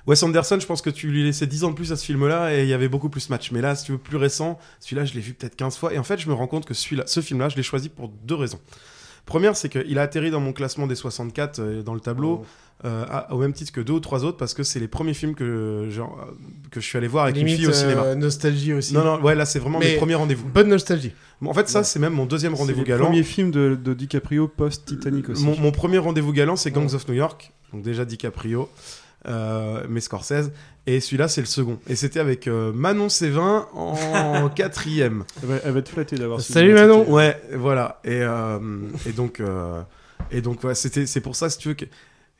Wes Anderson, je pense que tu lui laissais 10 ans de plus à ce film-là et il y avait beaucoup plus match. Mais là, si tu veux plus récent, celui-là, je l'ai vu peut-être 15 fois. Et en fait, je me rends compte que celui-là, ce film-là, je l'ai choisi pour deux raisons. Première, c'est qu'il a atterri dans mon classement des 64 euh, dans le tableau,
Oh.
euh, à- au même titre que deux ou trois autres, parce que c'est les premiers films que, genre, euh, que je suis allé voir avec une
Limite,
fille au cinéma.
euh, nostalgie aussi.
Non, non, ouais, là, c'est vraiment
Mais
mes premiers rendez-vous.
Bonne nostalgie.
Bon, En fait, ça, c'est même mon deuxième rendez-vous galant. Euh,
Premier film de, de DiCaprio post-Titanic aussi.
Mon, mon premier rendez-vous galant, c'est Gangs of New York, donc déjà DiCaprio, euh, mais Scorsese. Et celui-là, c'est le second. Et c'était avec euh, Manon Sévin en quatrième.
Elle va, elle va être flattée
Oh,
d'avoir ce
Salut
nom.
Manon. Ouais, voilà. Et, euh, et donc, euh, et donc, ouais, c'était, c'est pour ça, si tu veux, que,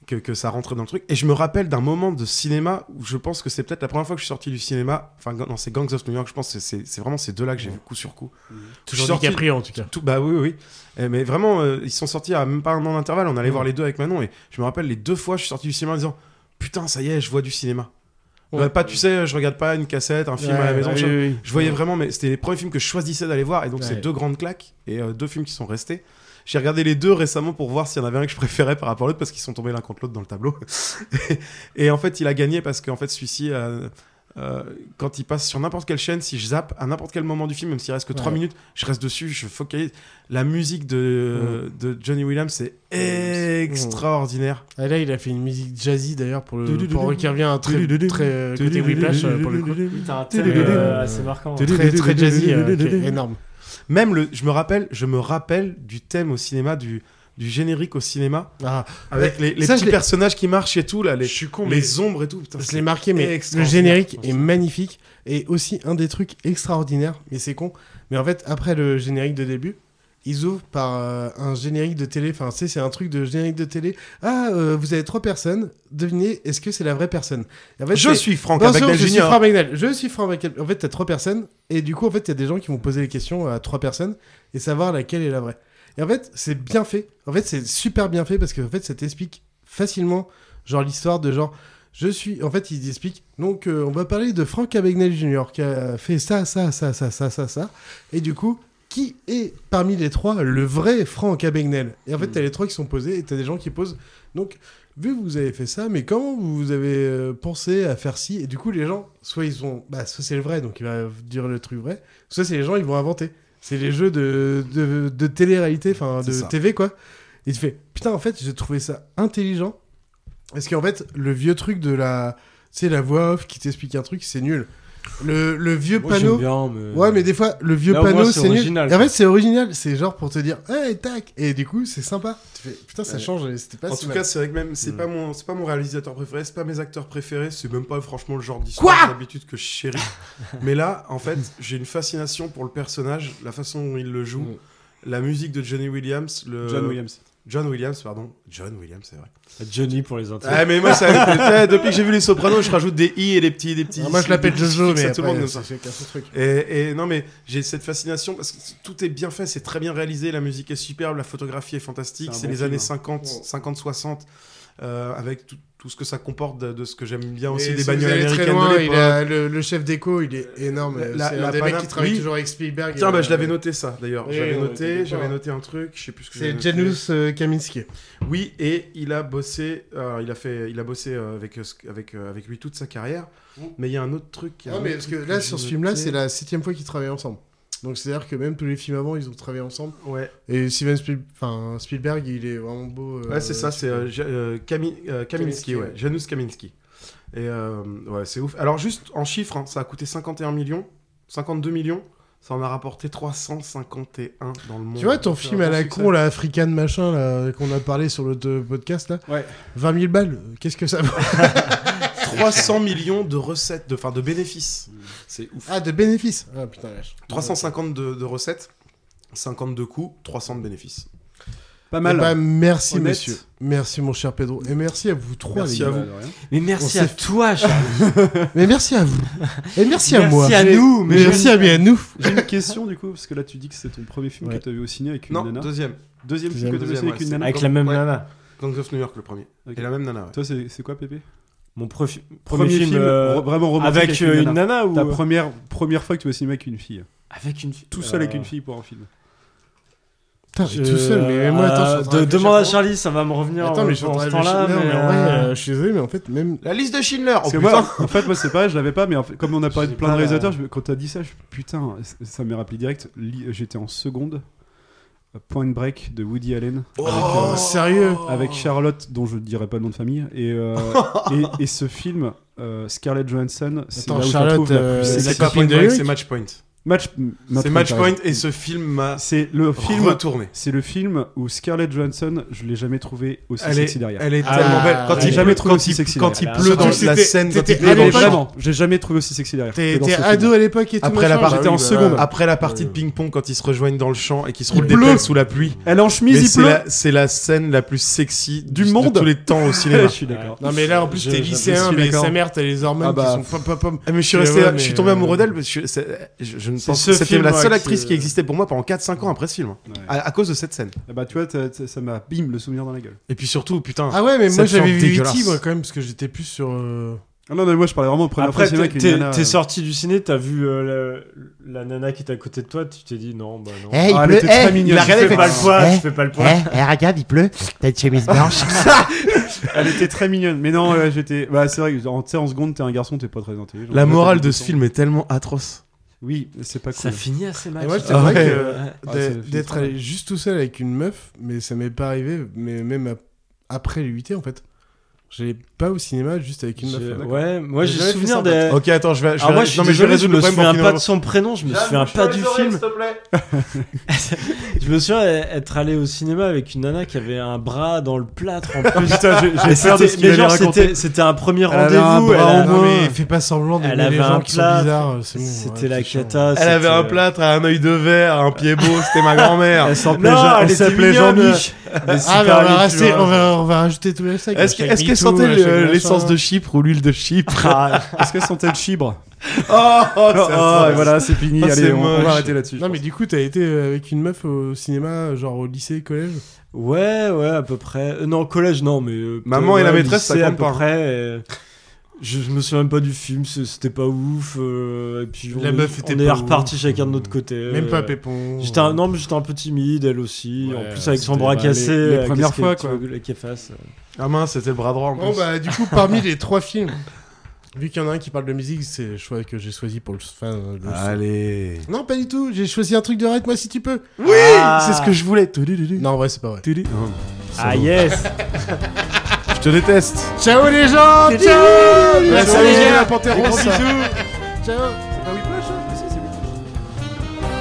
que, que ça rentrait dans le truc. Et je me rappelle d'un moment de cinéma où je pense que c'est peut-être la première fois que je suis sorti du cinéma. Enfin, dans ces Gangs of New York, je pense que c'est, c'est vraiment ces deux-là que j'ai vu coup sur coup. Je suis
Toujours DiCaprio, en tout cas.
Tout, bah oui, oui, oui. Eh, mais vraiment, euh, ils sont sortis à même pas un an d'intervalle. On allait
Mm.
voir les deux avec Manon. Et je me rappelle les deux fois, je suis sorti du cinéma en disant Putain, ça y est, je vois du cinéma.
Ouais.
Bah, pas, tu sais, je regarde pas une cassette, un film à la
Ouais,
maison.
ouais,
je,
oui, oui.
je voyais
Ouais.
vraiment, mais c'était les premiers films que je choisissais d'aller voir. Et donc, c'est
Ouais.
deux grandes claques et euh, deux films qui sont restés. J'ai regardé les deux récemment pour voir s'il y en avait un que je préférais par rapport à l'autre parce qu'ils sont tombés l'un contre l'autre dans le tableau. et en fait, il a gagné parce qu'en fait, celui-ci, euh, euh, quand il passe sur n'importe quelle chaîne, si je zappe à n'importe quel moment du film, même s'il reste que 3
Ouais.
minutes, je reste dessus, je focalise. La musique de, de Johnny Williams, c'est extraordinaire.
Ah, là, il a fait une musique jazzy d'ailleurs pour le
Doudou,
pour
doudou.
qui revient un très
Doudou, doudou.
très euh, côté
Doudou,
Whiplash
doudou,
euh, pour le coup.
doudou,
Oui, t'as un thème, euh, assez marquant. hein.
Très très jazzy, euh, qui est énorme.
Même le, je me rappelle, je me rappelle du thème au cinéma, du, du générique au cinéma,
Ah,
avec
mais
les, les
ça, je
petits
l'ai-
personnages qui marchent et tout là, les,
mais-
les ombres et tout. Putain,
Je
c'est
l'ai marqué, mais le
extraordinaire.
générique est magnifique. Et aussi, un des trucs extraordinaires, mais c'est con. Mais en fait, après le générique de début, ils ouvrent par euh, un générique de télé. Enfin, tu sais, c'est un truc de générique de télé. Ah, euh, vous avez trois personnes. Devinez, est-ce que c'est la vraie personne Et en
Je
c'est-
suis Franck hein.
Bonjour,
Abagdel
Je suis
Junior.
Franck Abagdel. Je suis Franck Abagdel. En fait, t'as trois personnes. Et du coup, en fait, il y a des gens qui vont poser les questions à trois personnes et savoir laquelle est la vraie. Et en fait, c'est bien fait. En fait, c'est super bien fait parce que en fait, ça t'explique facilement, genre, l'histoire de genre. Je suis. En fait, ils expliquent. Donc, euh, on va parler de Franck Abagnale Jr. qui a fait ça, ça, ça, ça, ça, ça, ça. Et du coup, qui est parmi les trois le vrai Franck Abagnale Et en fait, t'as les trois qui sont posés et t'as des gens qui posent. Donc, vu que vous avez fait ça, mais comment vous avez euh, pensé à faire ci Et du coup, les gens, soit ils ont. Bah, soit c'est le vrai, donc il va dire le truc vrai. Soit c'est les gens, ils vont inventer. C'est les jeux de, de, de télé-réalité, enfin,
C'est
de
ça.
TV, quoi. Et tu fais, putain, en fait, j'ai trouvé ça intelligent. Parce qu'en fait, le vieux truc de la. Tu sais, la voix off qui t'explique un truc, c'est nul. Le, le vieux
Moi,
panneau.
j'aime bien, mais-
Ouais, mais des fois, le vieux
Là, au moins,
panneau,
Euh, c'est
c'est nul.
original,
Et en
quoi.
fait, c'est original. C'est genre pour te dire, hey, tac. Et du coup, c'est sympa. Tu fais, putain, ça
Ouais.
change. et C'était pas
en
si
tout
mal.
cas, c'est vrai que même, c'est
Mm.
pas mon, c'est pas mon réalisateur préféré, c'est pas mes acteurs préférés, c'est même pas franchement le genre d'histoire d'habitude que je chéris. Mais là, en fait, j'ai une fascination pour le personnage, la façon dont il le joue,
Hmm.
la musique de Johnny Williams,
euh,
le
John Williams.
John Williams, pardon, John Williams, c'est vrai.
Johnny pour les intimes.
Ah mais moi, ça, depuis que j'ai vu les Sopranos, je rajoute des i et des petits, des petits.
Ah, moi, je l'appelle
des petits
Jojo,
fixes à
mais
tout le
après,
monde comme
c'est-
ça.
c'est qu'un seul truc.
Et, et non, mais j'ai cette fascination parce que tout est bien fait, c'est très bien réalisé, la musique est superbe, la photographie est fantastique,
C'est un
c'est
bon
les
film,
années
hein.
50, 50, 60, euh, avec tout, tout ce que ça comporte de, de ce que j'aime bien
Et
aussi
si
des
vous
bagnoles
allez
américaines
très loin,
de
il
l'époque.
a- le, le chef d'écho, il est énorme. c'est un des mecs
Paname-
qui travaille
oui.
toujours avec Spielberg.
Tiens,
Et,
bah, je
euh,
l'avais noté ça d'ailleurs.
oui,
j'avais
on était
noté,
d'accord.
j'avais noté un truc, je sais plus ce que j'avais
C'est
noté.
Janusz euh, Kaminski.
Oui, et il a bossé, alors, il a fait, il a bossé euh, avec euh, ce- avec euh, avec lui toute sa carrière. Mais il y a un autre truc. il y a
Non,
un
Ah, mais
autre
parce que
truc
là,
j'ai
sur ce film-là,
noté.
c'est la septième fois qu'ils travaillent ensemble. Donc, c'est-à-dire que même tous les films avant, ils ont travaillé ensemble.
Ouais.
Et Steven Spiel- enfin, Spielberg, il est vraiment beau. euh,
Ouais, c'est ça, c'est euh, Ja- euh, Kami- euh, Kaminski,
Kaminski,
ouais.
ouais.
Janusz Kaminski. Et euh, ouais, c'est ouf. Alors, juste en chiffres, hein, ça a coûté 51 millions, 52 millions, ça en a rapporté 351 dans le monde.
Tu vois ton
Donc, c'est
film
un
à la
succès.
con, là, African machin, là, qu'on a parlé sur le euh, podcast, là
Ouais.
20 000 balles, euh, qu'est-ce que ça vaut
300 millions de recettes, de, enfin de bénéfices. C'est ouf.
Ah, de bénéfices Ah, putain, lâche.
350 de, de recettes, 50 de coûts, 300 de bénéfices.
Pas mal.
Eh ben, merci,
Honnête.
monsieur. Merci, mon cher Pedro. Et merci à vous trois,
Merci
les gars.
à vous.
Mais merci
On
à
s'est-
toi, Charles.
Mais merci à vous. Et merci à
Merci
moi.
à nous, mais
merci à bien à nous.
J'ai une question du coup, parce que là tu dis que c'est ton premier film
Ouais.
que tu avais au ciné avec une
Non,
nana.
deuxième.
Deuxième, film que tu avais au
Deuxième,
ciné
ouais,
avec une
c'est-
nana.
Avec la même
Ouais.
nana.
Gangs of New York, le premier.
Ok.
Et la même nana, ouais.
Toi, c'est c'est quoi, Pépé
Mon profi-
Premier, film,
euh,
re- vraiment romantique.
Avec, euh, une nana ou.
Ta première, première fois que tu vas au cinéma avec une fille.
Avec une fille.
Tout seul avec
Euh,
une fille pour un film.
Oh,
Putain, Ah, mais tout seul, mais
Euh,
moi, attends, je suis en train de
de-
réfléchir
demande à
pour-
Charlie, ça va me revenir.
Attends, mais je
je
suis en train
ce
de
temps-là.
réfléchir. Non, mais en
mais,
vrai,
euh,
euh, je suis désolé, mais en fait, même.
La liste de Schindler oh,
Parce que
putain.
moi, en fait, moi, c'est pareil, je l'avais pas, mais en fait, comme on a parlé de
J'ai
plein de
pas la-
réalisateurs, je- quand t'as dit ça, je, putain, c- ça m'est rappelé direct. li- J'étais en seconde. Point Break de Woody Allen.
Oh, sérieux
avec
Oh.
Charlotte, dont je ne dirai pas le nom de famille. Et, euh, et, et ce film, euh, Scarlett Johansson, c'est là
Attends,
où je la
Charlotte,
trouve la
euh,
plus
c'est
sexy.
C'est
la
pas Point
copine de
Break,
Eric
c'est Match Point.
Match, match
C'est Match Point et ce film m'a
C'est le film
retourné.
C'est le film où Scarlett Johansson, je l'ai jamais trouvé aussi
Elle
sexy
est,
derrière.
elle est
Ah,
tellement belle.
elle
Quand
j'ai
il
jamais
pleut-
trouvé
quand
aussi
il-
sexy
Quand il
derrière.
pleut dans
Surtout
la
si
scène, quand
t'étais-
il
t'étais à
pleut dans le
l'époque-
film.
Vraiment, j'ai jamais trouvé aussi sexy derrière.
T'es-
que dans
T'es
ce film.
ado à l'époque et tout.
Après la
machin
partie-
Bah
j'étais
oui,
en
bah,
seconde.
Après la partie de ping-pong, quand ils se rejoignent dans le champ et qu'ils se
Il
roulent des
pleut.
pelles sous la pluie.
Elle est en chemise,
Mais
il
c'est
pleut.
la, c'est la scène la plus sexy
Du
de
monde.
tous les temps au
Je
cinéma.
suis d'accord.
Non, mais là, en plus,
Je-
t'es
je-
je
lycéen,
suis
mais
d'accord.
sa mère, t'as les hormones
Ah bah,
qui sont pom, pom, pom.
Ah, mais je suis
Et
resté,
ouais,
je suis
mais,
tombé amoureux
euh,
d'elle parce que c'est- je, je ne
C'est
pense
ce
que c'était
film,
la
ouais,
seule
qui-
actrice qui existait pour moi pendant 4-5 ans après ce film. À, à cause de cette scène.
Ah Bah, tu vois, t'as- t'as- ça m'a bim le souvenir dans la gueule.
Et puis surtout, putain.
Ah ouais, mais moi,
cette
j'avais
chambre
vu
dégueulasse.
E.T., moi, quand même, parce que j'étais plus sur. euh,
Ah non, mais moi je parlais vraiment de première
Après,
fois
t'es
avec une nana.
t'es-
euh,
t'es sorti du ciné, t'as vu euh, la, la nana qui était à côté de toi, tu t'es dit non, bah non.
Eh,
Ah, elle était très mignonne.
je fais pas le poids, je fais pas le poids.
regarde, il pleut. T'as une chemise blanche.
Elle était très mignonne. Mais non, euh, j'étais. Bah, c'est vrai que en, tu sais, en seconde, t'es un garçon, t'es pas très intelligent.
La
Là,
morale
t'as
de ce
12 ans.
film est tellement atroce.
Oui, c'est pas cool.
Ça finit assez mal.
Et moi,
ça.
c'est vrai
ouais.
que
Ah,
d'être-
c'est- c'est
d'être
très
allé juste tout seul avec une meuf, mais ça m'est pas arrivé, mais même ap- après les 8 en fait. J'ai pas au cinéma juste avec une meuf.
Je-
d'accord.
ouais, moi j'ai
jamais fait
souvenir
ça, en
des.
fait. Ok, attends, je vais. Je
Alors
vais-
moi je suis
non, mais
désolé,
vais
je
résoudre
me
le problème
souviens
pour
pas
Kino
de son prénom, je me
Jeanne,
souviens
bouche
pas
les
du
oreilles, s'il
film.
te plaît.
je me souviens être allé au cinéma avec une nana qui avait un bras dans le plâtre en plus.
Putain, j'ai- j'ai
Et
peur de ce
c'était-
qu'il
mais
allait
genre,
raconter.
c'était- C'était un premier
Elle avait
rendez-vous.
un bras en
avait-
moins.
Mais fais pas semblant
Elle
d'aimer
avait
les
un
gens qui sont
plâtre.
bizarres. c'est bon,
C'était
ouais,
la
c'est chiant.
cata.
Elle avait un
c'était- euh,
plâtre, un œil de verre, un pied beau, c'était ma grand-mère.
Elle s'appelait Non, Jean- Ah, elle elle était s'appelait mignonne. Jean-Mich. Mais c'est
Ah, mais on
pareil,
va,
tu
rester-
vois.
on va, on va rajouter tous les sacs.
Est-ce que-
Hashtag
est-ce qu'elle
MeToo,
sentait le-
hashtag
l'essence
machin.
de
Chypre ou l'huile de Chypre Ah. Est-ce qu'elle sentait le chibre
Oh,
Oh, et voilà, c'est fini, allez, on- on va arrêter là-dessus,
Non, mais du coup, t'as été euh, avec une meuf au cinéma, genre au lycée, collège
Ouais, ouais, à peu près. Euh, non, collège, non, mais. euh,
Maman
peut-
et la
ouais,
maîtresse, ça
lycée, à
compte
peu
pas.
près. euh, je, je me souviens même pas du film, c'est- c'était pas ouf. euh, et puis on
La
est,
meuf était
on est
pas
reparti
ouf.
chacun de notre côté.
Même pas Pépon.
Euh,
euh.
J'étais un, non, mais j'étais un peu timide, elle aussi.
Ouais,
en plus, avec son
c'était-
bras
bah,
cassé.
les- les
euh,
premières
qu'est-ce que
fois,
tu
quoi.
veux que- qu'elle fasse, euh.
Ah mince, c'était le bras droit en Bon,
plus.
bah, du coup, parmi les trois films, vu qu'il y en a un qui parle de musique, c'est le choix que j'ai choisi pour le. Enfin, le-
Allez.
Non, pas du tout, j'ai choisi un truc de Arrête-moi si tu peux. Oui
Ah.
C'est ce que je voulais. Non, ouais, c'est pas vrai.
Ah,
yes
Je te déteste. Ciao les gens
Tudu.
Ciao
Tudu.
Ouais,
Salut,
Salut
les
la
gars.
Panthère
Des gros
Rose.
bisous.
Ciao C'est pas Whiplash hein Si, c'est Whiplash.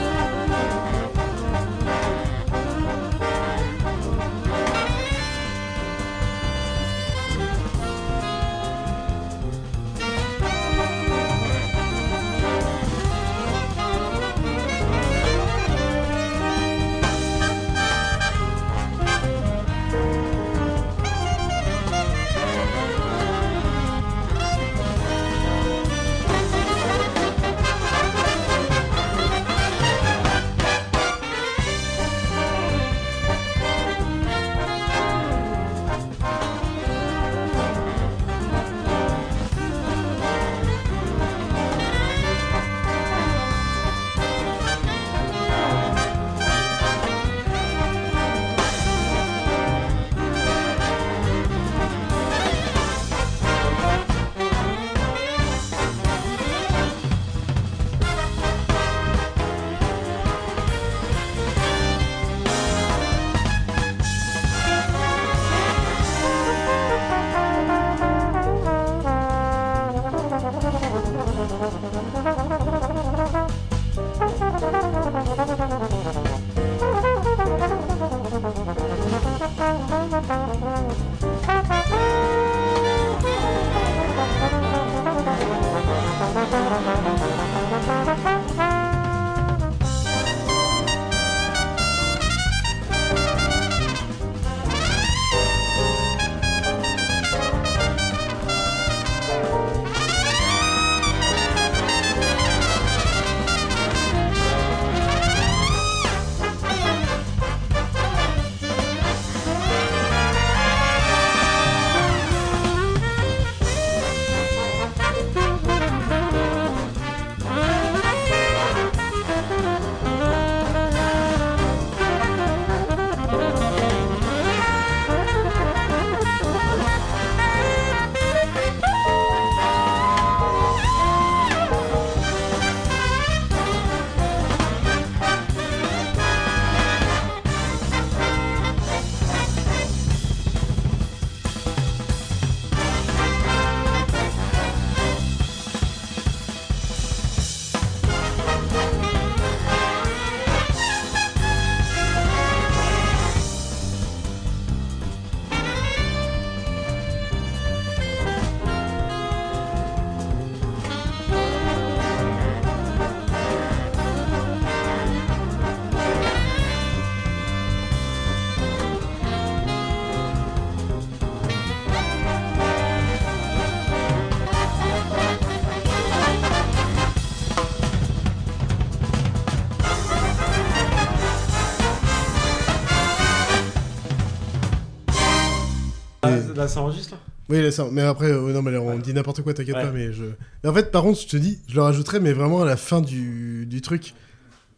Ah, Là, ça enregistre
Oui, là, ça, mais après, euh, non, mais là, on dit n'importe quoi, t'inquiète
Ouais.
pas, mais je. Mais en fait, par contre, je te dis, je le rajouterai, mais vraiment à la fin du, du truc.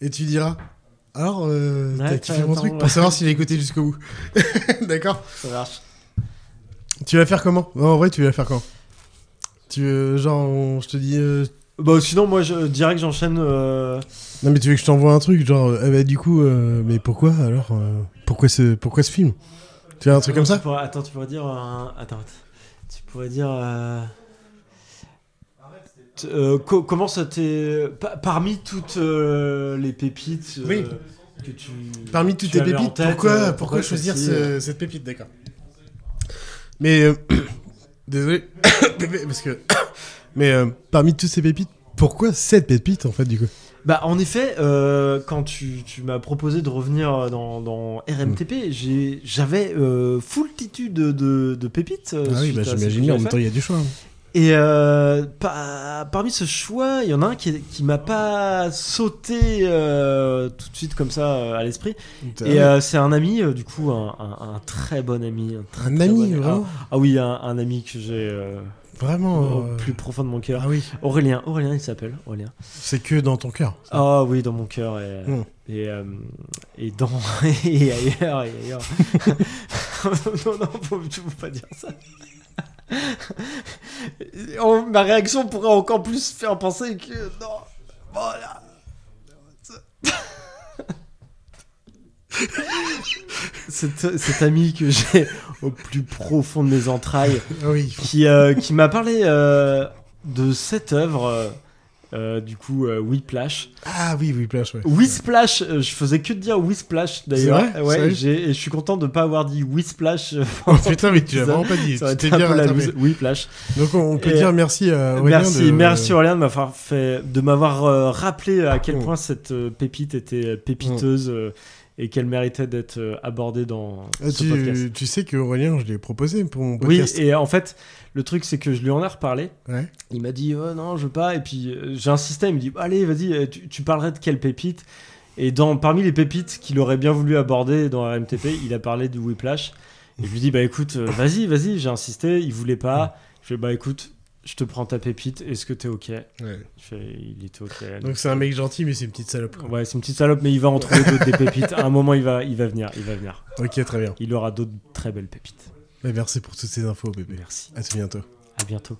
Et tu diras, alors, euh,
Ouais,
t'as
t'as-
kiffé mon
attends,
truc pour
ouais.
savoir s'il a écouté jusqu'au bout. D'accord
Ça marche.
Tu vas faire comment Non, En vrai, tu vas faire comment Tu veux, genre, on- je te dis. euh,
Bah, sinon, moi, je, direct, j'enchaîne. euh,
Non, mais tu veux que je t'envoie un truc, genre, euh, ah bah, du coup, euh, mais pourquoi alors euh, pourquoi, ce, pourquoi ce film Tu veux un truc
Comment
comme ça
tu pourrais- euh, Attends, tu pourrais dire. un- Attends, attends. Tu pourrais dire. euh, t- euh, co- comment ça t'est. pa- parmi toutes euh, les pépites. euh,
Oui.
Que tu,
Parmi toutes
tu
tes
avais en
pépites,
tête,
pourquoi,
euh,
pourquoi, choisir
celle-ci,
ce-
euh,
cette pépite D'accord. Mais. euh, désolé. parce que. mais euh, parmi toutes ces pépites, pourquoi cette pépite en fait du coup
Bah, en effet, euh, quand tu, tu m'as proposé de revenir dans, dans RMTP, j'ai- j'avais euh, foultitude de, de, de pépites. euh,
Ah oui,
suite
bah,
à ce que
j'imagine bien, en
j'avais
même temps,
fait.
il y a du choix. hein.
Et euh, par- parmi ce choix, il y en a un qui, est- qui m'a pas sauté euh, tout de suite comme ça euh, à l'esprit.
Putain.
Et euh, c'est un ami, euh, du coup, un, un- un très bon ami. Un, très,
Un
très
ami,
bon
vraiment
ah, ah oui, un, un ami que j'ai. euh,
Vraiment,
Au
euh,
plus profond de mon cœur.
Ah
Aurélien, Aurélien, il s'appelle. Aurélien.
C'est que dans ton cœur.
Ah oui, dans mon cœur et,
Mm.
et, euh, et dans et ailleurs et ailleurs. non non, faut, faut pas dire ça. Oh, ma réaction pourrait encore plus faire penser que non, voilà. Cet, cet ami que j'ai au plus profond de mes entrailles,
Ah oui.
qui, euh, qui m'a parlé euh, de cette œuvre, euh, euh, du coup, euh, Whiplash.
Ah oui, Whiplash, ouais.
Whisplash, euh, je faisais que de dire Whisplash d'ailleurs.
C'est vrai
ouais,
C'est vrai
j'ai- et je suis content de ne pas avoir dit Whisplash.
Oh putain, mais tu l'as vraiment pas dit.
Ça aurait
Tu t'es
été un
bien
peu la
rattrapé.
loose. Whiplash.
Donc on- on peut
Et- euh,
dire merci à Aurélien
Merci,
de-
merci Aurélien de m'avoir fait, de m'avoir euh, rappelé à
Oh.
quel point cette euh, pépite était pépiteuse euh, et qu'elle méritait d'être euh, abordée dans
Ah,
ce podcast.
tu, tu sais que Aurélien, je l'ai proposé pour mon
Oui,
podcast.
et en fait, le truc, c'est que je lui en ai reparlé.
Ouais.
Il m'a dit, oh, non, je veux pas. Et puis, euh, j'ai insisté, il me dit, allez, vas-y, euh, tu, tu parlerais de quelle pépite Et dans, parmi les pépites qu'il aurait bien voulu aborder dans RMTP, il a parlé du Whiplash. Et je lui dis, bah écoute, euh, vas-y, vas-y, j'ai insisté, il voulait pas. Je lui ai dit, bah écoute, je te prends ta pépite, est-ce que t'es ok Je fais, Il était ok.
Donc c'est un mec gentil, mais c'est une petite salope. quoi.
Ouais, c'est une petite salope, mais il va en trouver d'autres des pépites. À un moment, il va, il va venir, il va venir.
Ok, très bien. Eh,
Il aura d'autres très belles pépites.
Mais merci pour toutes ces infos, bébé.
Merci.
À tout bientôt.
À bientôt.